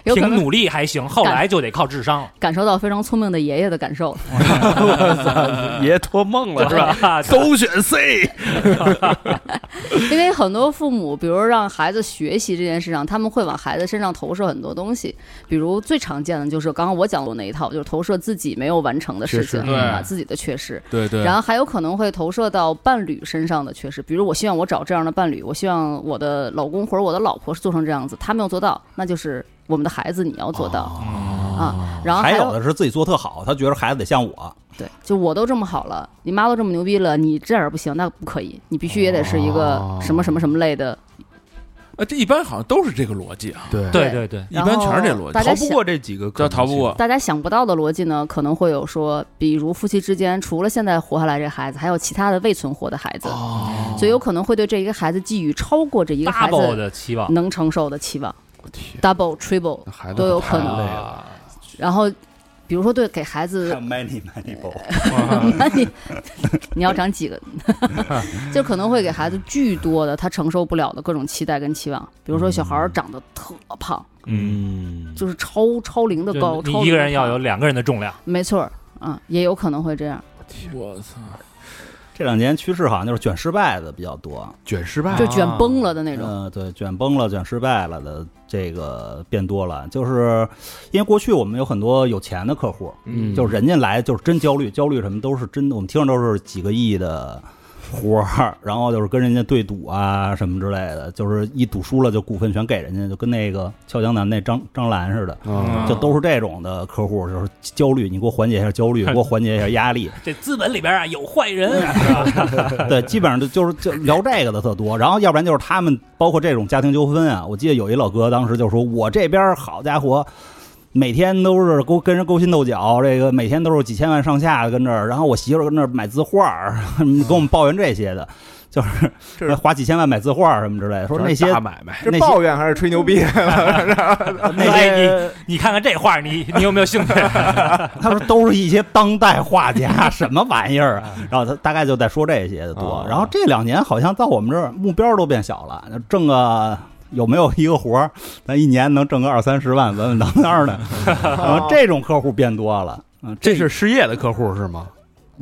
Speaker 5: 有可
Speaker 4: 凭
Speaker 5: 能
Speaker 4: 努力还行，后来就得靠智商了，
Speaker 5: 感受到非常聪明的爷爷的感受。
Speaker 3: 爷爷托梦了是吧？
Speaker 4: 吧？
Speaker 3: 都选 C，
Speaker 5: 因为很多父母，比如让孩子学习这件事上，他们会往孩子身上投射很多东西，比如最常见的就是刚刚我讲过那一套，就是投射自己没有完成的事情
Speaker 3: 缺失，
Speaker 7: 对
Speaker 5: 啊，自己的缺失。
Speaker 7: 对对，
Speaker 5: 然后还有可能会投射到伴侣身上的缺失，比如我希望我找这样的伴侣，我希望我的老公或者我的老婆是做成这样子，他没有做到，那就是我们的孩子你要做到、啊。然后
Speaker 6: 还
Speaker 5: 有
Speaker 6: 有的是自己做特好，他觉得孩子得像我，
Speaker 5: 对，就我都这么好了，你妈都这么牛逼了，你这样不行，那不可以，你必须也得是一个什么什么什么类的。
Speaker 7: 啊，这一般好像都是这个逻辑啊，
Speaker 3: 对
Speaker 4: 对对对，
Speaker 7: 一般全是这逻
Speaker 5: 大
Speaker 7: 辑，
Speaker 5: 家
Speaker 3: 逃
Speaker 5: 想
Speaker 3: 不过这几个可能性，
Speaker 7: 这逃不过
Speaker 5: 大家想不到的逻辑呢，可能会有说，比如夫妻之间除了现在活下来这孩子，还有其他的未存活的孩子，所以有可能会对这一个孩子寄予超过这一个孩
Speaker 4: double
Speaker 5: 子
Speaker 4: 的期望
Speaker 5: 能承受的期望
Speaker 3: 啊我天，
Speaker 5: ，double triple
Speaker 3: 那孩子
Speaker 5: 都有可
Speaker 3: 太
Speaker 5: 能
Speaker 3: 累了。
Speaker 5: 然后，比如说对给 孩子，
Speaker 6: many many b o
Speaker 5: 那你 你要长几个， 就可能会给孩子巨多的他承受不了的各种期待跟期望。比如说小孩儿长得特胖，
Speaker 3: 嗯，
Speaker 5: 就是超超龄嗯的高，
Speaker 4: 就
Speaker 5: 超
Speaker 4: 你一
Speaker 5: 龄
Speaker 4: 个
Speaker 5: 的
Speaker 4: 人要
Speaker 5: 胖
Speaker 4: 有，两个人的重量。
Speaker 5: 没错儿，嗯，也有可能会这样。
Speaker 7: 我操，
Speaker 6: 这两年趋势好像就是卷失败的比较多，
Speaker 3: 卷失败
Speaker 5: 就卷崩了的那种，
Speaker 6: 呃，对，卷崩了、卷失败了的这个变多了，就是因为过去我们有很多有钱的客户，
Speaker 2: 嗯
Speaker 6: 就是人家来就是真焦虑，焦虑什么都是真的，我们听着都是几个亿的活儿，然后就是跟人家对赌啊什么之类的，就是一赌输了就股份全给人家，就跟那个《俏江南》那张张兰似的。
Speaker 4: 嗯
Speaker 7: 嗯
Speaker 2: 嗯
Speaker 3: 啊，
Speaker 6: 就都是这种的客户，就是焦虑，你给我缓解一下焦虑，给我缓解一下压力。
Speaker 4: 这资本里边啊有坏人
Speaker 5: 嗯
Speaker 4: 啊，是吧
Speaker 6: 对，基本上就就是就聊这个的特多，然后要不然就是他们包括这种家庭纠纷啊，我记得有一老哥当时就说，我这边好家伙。每天都是勾跟人勾心斗角，这个每天都是几千万上下的跟这儿，然后我媳妇儿跟这儿买字画儿， 跟我们抱怨这些的，就是
Speaker 2: 这是
Speaker 6: 花几千万买字画儿什么之类的，说那些
Speaker 3: 大
Speaker 1: 哎
Speaker 3: 买卖，
Speaker 2: 这
Speaker 6: 那些
Speaker 2: 抱怨还是吹牛逼？
Speaker 6: 那
Speaker 4: 哎
Speaker 6: 些
Speaker 4: 你看看这画，你你有没有兴 趣？
Speaker 6: 他说都是一些当代画家， 什么玩意儿啊？
Speaker 3: 嗯
Speaker 6: 然后他大概就在说这些的多
Speaker 3: 哦
Speaker 2: 啊。
Speaker 6: 然后这两年好像到我们这儿目标都变小了，挣个有没有一个活儿，咱一年能挣个二三十万，稳稳当 当的。然后这种客户变多了。嗯，
Speaker 3: 这是失业的客户是吗？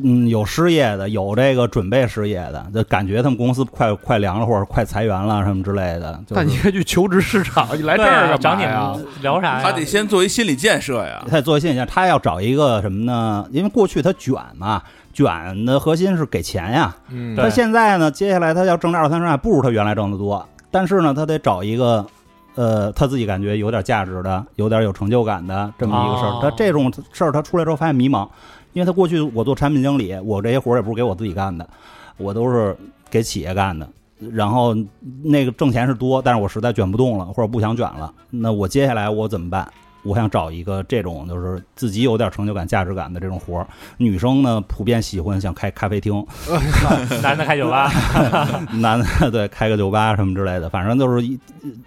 Speaker 6: 嗯，有失业的，有这个准备失业的，就感觉他们公司快快凉了，或者快裁员了什么之类的。就
Speaker 3: 那你
Speaker 6: 是
Speaker 3: 可以去求职市场，你来这
Speaker 4: 对啊
Speaker 3: 儿干
Speaker 4: 找
Speaker 3: 嘛
Speaker 4: 你
Speaker 3: 呀？
Speaker 4: 们聊啥呀？
Speaker 7: 他得先做一心理建设呀，
Speaker 6: 他做现象，他要找一个什么呢？因为过去他卷嘛，卷的核心是给钱呀，
Speaker 2: 嗯
Speaker 4: 对
Speaker 6: 他现在呢，接下来他要挣这二三十万，不如他原来挣得多，但是呢，他得找一个，呃，他自己感觉有点价值的，有点有成就感的这么一个事儿。
Speaker 4: 哦
Speaker 6: 他这种事儿，他出来之后发现迷茫，因为他过去我做产品经理，我这些活儿也不是给我自己干的，我都是给企业干的。然后那个挣钱是多，但是我实在卷不动了，或者不想卷了，那我接下来我怎么办？我想找一个这种就是自己有点成就感、价值感的这种活儿。女生呢，普遍喜欢想开咖啡厅，
Speaker 4: 男的开酒吧，
Speaker 6: 男的对开个酒吧什么之类的，反正就是一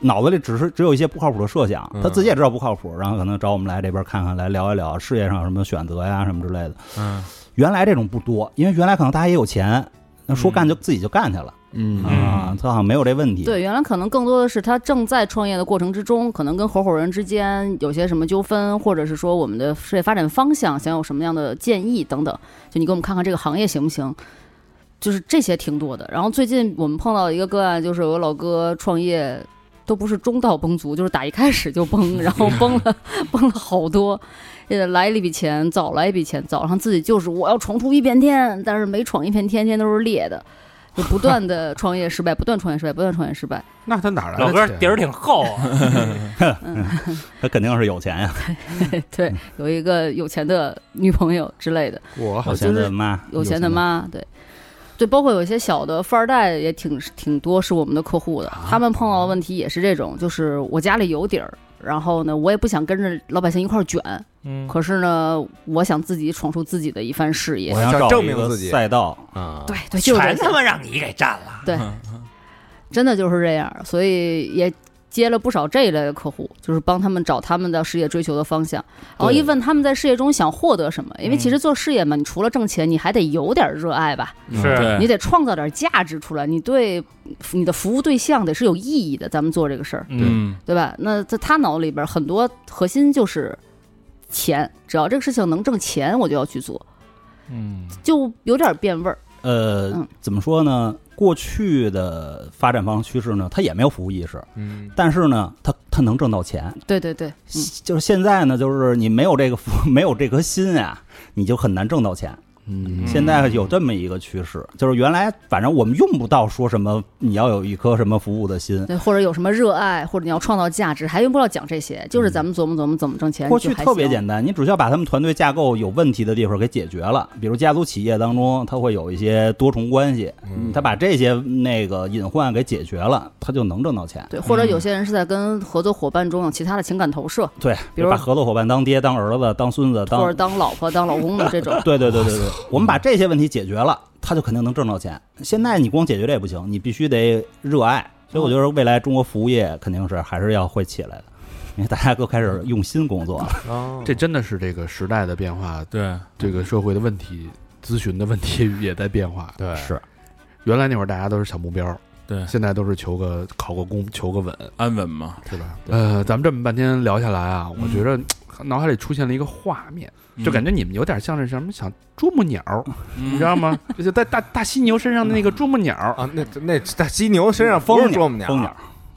Speaker 6: 脑子里只是只有一些不靠谱的设想，
Speaker 2: 嗯
Speaker 6: 他自己也知道不靠谱，然后可能找我们来这边看看，来聊一聊事业上有什么选择呀什么之类的。
Speaker 7: 嗯，
Speaker 6: 原来这种不多，因为原来可能大家也有钱，那说干就自己就干去了、
Speaker 7: 嗯
Speaker 6: 啊，他好像没有这问题。
Speaker 5: 对，原来可能更多的是他正在创业的过程之中，可能跟合伙人之间有些什么纠纷，或者是说我们的事业发展方向想有什么样的建议等等，就你给我们看看这个行业行不行。就是这些挺多的，然后最近我们碰到一个个案，就是有个老哥创业，都不是中道崩殂，就是打一开始就崩，然后崩了 崩了好多，呃，来了一笔钱，早来一笔钱，早上自己就是我要闯出一片天，但是每闯一片天，天都是裂的，就不断的创业失败， 不断创业失败，不断创业失败，
Speaker 3: 那他哪来的
Speaker 4: 老哥
Speaker 3: 钱
Speaker 4: 底儿挺厚啊，
Speaker 6: 他肯定是有钱呀，
Speaker 5: 对，有一个有钱的女朋友之类的，
Speaker 3: 我
Speaker 6: 有钱的妈，
Speaker 5: 哦有钱的妈，对。对，包括有一些小的富二代也挺挺多是我们的客户的，他们碰到的问题也是这种，就是我家里有底儿，然后呢，我也不想跟着老百姓一块儿卷，
Speaker 4: 嗯，
Speaker 5: 可是呢，我想自己闯出自己的一番事业
Speaker 6: 我。想
Speaker 2: 想
Speaker 6: 找
Speaker 2: 证
Speaker 6: 一
Speaker 2: 明
Speaker 6: 个
Speaker 2: 自己
Speaker 6: 赛道，
Speaker 2: 啊，
Speaker 5: 对对， 就是这样，
Speaker 4: 妈让你给占了。
Speaker 5: 对，真的就是这样，所以也接了不少这一类的客户，就是帮他们找他们的事业追求的方向。然后一问他们在事业中想获得什么，因为
Speaker 7: 嗯
Speaker 5: 其实做事业嘛，你除了挣钱，你还得有点热爱吧，
Speaker 4: 是
Speaker 7: 对
Speaker 5: 你得创造点价值出来，你对你的服务对象得是有意义的，咱们做这个事儿，
Speaker 7: 嗯，
Speaker 5: 对吧？那在他脑子里边，很多核心就是钱，只要这个事情能挣钱，我就要去做。
Speaker 4: 嗯，
Speaker 5: 就有点变味儿。
Speaker 6: 呃
Speaker 5: 嗯，
Speaker 6: 怎么说呢？过去的发展方向趋势呢，它也没有服务意识，
Speaker 2: 嗯，
Speaker 6: 但是呢，它它能挣到钱。
Speaker 5: 对对对，嗯，
Speaker 6: 就是现在呢，就是你没有这个服， 没有这颗心啊，你就很难挣到钱。
Speaker 7: 嗯
Speaker 6: 现在有这么一个趋势，就是原来反正我们用不到说什么你要有一颗什么服务的心。
Speaker 5: 对，或者有什么热爱，或者你要创造价值，还用不着讲这些，就是咱们琢磨琢磨怎么挣钱。
Speaker 6: 过去
Speaker 5: 就还
Speaker 6: 特别
Speaker 5: 行
Speaker 6: 简单，你只需要把他们团队架构有问题的地方给解决了，比如家族企业当中，它会有一些多重关系，
Speaker 5: 嗯
Speaker 6: 他把这些那个隐患给解决了，他就能挣到钱。
Speaker 5: 对，或者有些人是在跟合作伙伴中有其他的情感投射，
Speaker 6: 对，
Speaker 5: 比如
Speaker 6: 把合作伙伴当爹、当儿子、当孙子、当。
Speaker 5: 或者当老婆、当老公的这种
Speaker 6: 对对对对对，我们把这些问题解决了，他就肯定能挣到钱。现在你光解决这也不行，你必须得热爱。所以我觉得未来中国服务业肯定是还是要会起来的，因为大家都开始用心 工作了。
Speaker 2: 哦
Speaker 3: 这真的是这个时代的变化，
Speaker 7: 对，
Speaker 3: 这个社会的问题，咨询的问题也在变化。
Speaker 2: 对
Speaker 6: 是，
Speaker 3: 原来那会儿大家都是小目标，
Speaker 7: 对
Speaker 3: 现在都是求个考个公，求个稳，
Speaker 7: 安稳嘛，
Speaker 3: 是吧？呃，咱们这么半天聊下来啊，
Speaker 2: 嗯
Speaker 3: 我觉着脑海里出现了一个画面，就感
Speaker 7: 觉
Speaker 3: 觉你们有点像是什么想啄木鸟，你知道吗？ 就是在大大犀牛身上的那个啄木鸟，啊
Speaker 2: 嗯啊，那那大犀牛身上不
Speaker 6: 蜂
Speaker 2: 是
Speaker 6: 鸟
Speaker 2: 啄木鸟，啊
Speaker 6: 蜂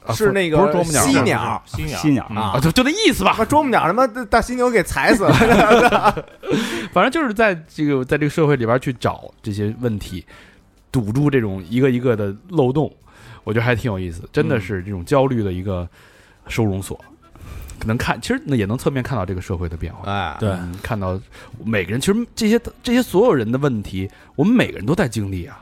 Speaker 6: 鸟、
Speaker 2: 是那个
Speaker 3: 不啊是啄木鸟，
Speaker 2: 犀
Speaker 3: 嗯是
Speaker 2: 鸟
Speaker 4: 犀鸟，
Speaker 6: 犀鸟
Speaker 4: 嗯
Speaker 2: 啊
Speaker 3: 啊，，就就那意思
Speaker 2: 他
Speaker 3: 吧。
Speaker 2: 妈啄木鸟他妈大犀牛给踩死了，
Speaker 3: 反正就是在这个在这个社会里边去找这些问题，堵住这种一个一个的漏洞，我觉得还挺有意思，真的是这种焦虑的一个收容所，可能看其实那也能侧面看到这个社会的变化。
Speaker 2: 哎，
Speaker 7: 对
Speaker 3: 嗯，看到每个人，其实这些这些所有人的问题，我们每个人都在经历啊，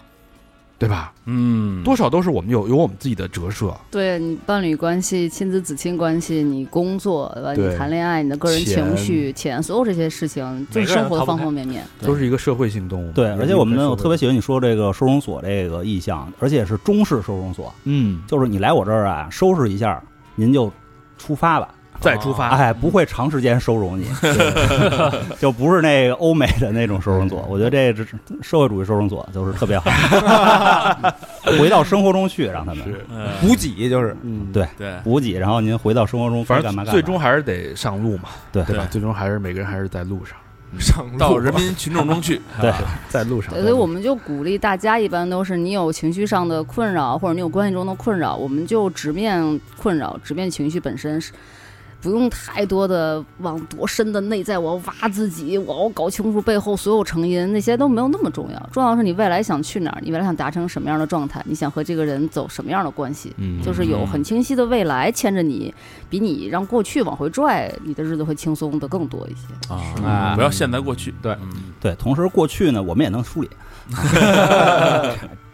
Speaker 3: 对吧？
Speaker 7: 嗯
Speaker 3: 多少都是我们有有我们自己的折射，
Speaker 5: 对你伴侣关系、亲子子亲关系，你工作对吧？
Speaker 3: 对
Speaker 5: 你谈恋爱，你的个人情绪、钱，所有这些事情，就
Speaker 4: 每
Speaker 5: 是
Speaker 4: 个人
Speaker 5: 生活的
Speaker 4: 逃不
Speaker 5: 方
Speaker 4: 开
Speaker 5: 方面面。
Speaker 7: 对
Speaker 3: 都是一个社会性动物。
Speaker 6: 对，而且我们我
Speaker 3: 有
Speaker 6: 特别喜欢你说这个收容所这个意向，而且是中式收容所，
Speaker 3: 嗯，
Speaker 6: 就是你来我这儿啊，收拾一下，您就出发吧。
Speaker 3: 再出发，
Speaker 6: 哎，不会长时间收 容你，就不是那个欧美的那种收容所。我觉得这这社会主义收容所就是特 别好，回到生活中去，让他们
Speaker 3: 是
Speaker 7: 嗯
Speaker 2: 补给就是
Speaker 3: 嗯，
Speaker 6: 对
Speaker 7: 对
Speaker 6: 补给，然后您回到生活中该
Speaker 3: 反
Speaker 6: 干嘛
Speaker 3: 正
Speaker 6: 干嘛。
Speaker 3: 最终还是得上路嘛，
Speaker 6: 对
Speaker 3: 对吧？最终还是每个人还是在路上，
Speaker 2: 上路
Speaker 7: 到人民群众中去，
Speaker 6: 对
Speaker 3: 在路上。
Speaker 5: 对，所以我们就鼓励大家，一般都是你有情绪上的困扰，或者你有关系中的困扰，我们就直面困扰，直面情绪本身是。不用太多的往多深的内在，我要挖自己，我要搞清楚背后所有成因，那些都没有那么重要。重要的是你未来想去哪儿，你未来想达成什么样的状态，你想和这个人走什么样的关系，
Speaker 3: 嗯，
Speaker 5: 就是有很清晰的未来牵着你，比你让过去往回拽，你的日子会轻松的更多一些。
Speaker 7: 啊
Speaker 2: 啊
Speaker 7: 不要陷在过去，
Speaker 2: 对
Speaker 7: 嗯
Speaker 6: 对，同时过去呢，我们也 能梳理，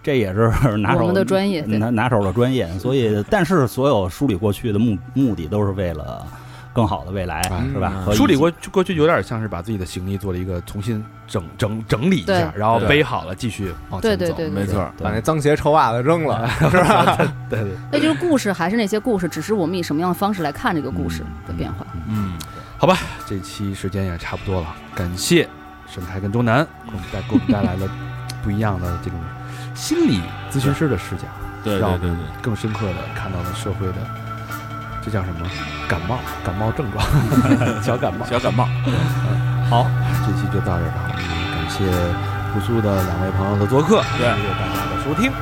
Speaker 6: 这也 是拿手
Speaker 5: 我们的专业对
Speaker 6: 拿拿手的专业。所以，但是所有梳理过去的目目的都是为了更好的未来，
Speaker 3: 哎
Speaker 6: 是吧？和
Speaker 3: 梳理过去过去有点像是把自己的行李做了一个重新整整整理一下，
Speaker 5: 对
Speaker 3: 然后
Speaker 7: 对
Speaker 3: 背好了继续往
Speaker 5: 对
Speaker 3: 前走。
Speaker 5: 对对对
Speaker 7: 没
Speaker 5: 对。
Speaker 7: 错儿，
Speaker 2: 把那脏鞋臭袜子扔了，是吧？
Speaker 3: 对对
Speaker 5: 那就是故事还是那些故事，只是我们以什么样的方式来看这个故事的变化。
Speaker 7: 嗯，
Speaker 3: 这期时间也差不多了，感谢沈凯跟周南给我们带给我们带来了不一样的这种心理咨询师的视角，
Speaker 7: 对
Speaker 3: 让我
Speaker 7: 对对
Speaker 3: 们
Speaker 7: 对，
Speaker 3: 更深刻的看到了社会的这叫什么感冒感冒症状， 小感冒。
Speaker 7: 小感冒，
Speaker 3: 好，这期就到这儿吧，我们感谢复苏的两位朋友的做客，
Speaker 7: 对
Speaker 3: 感谢大家的收听，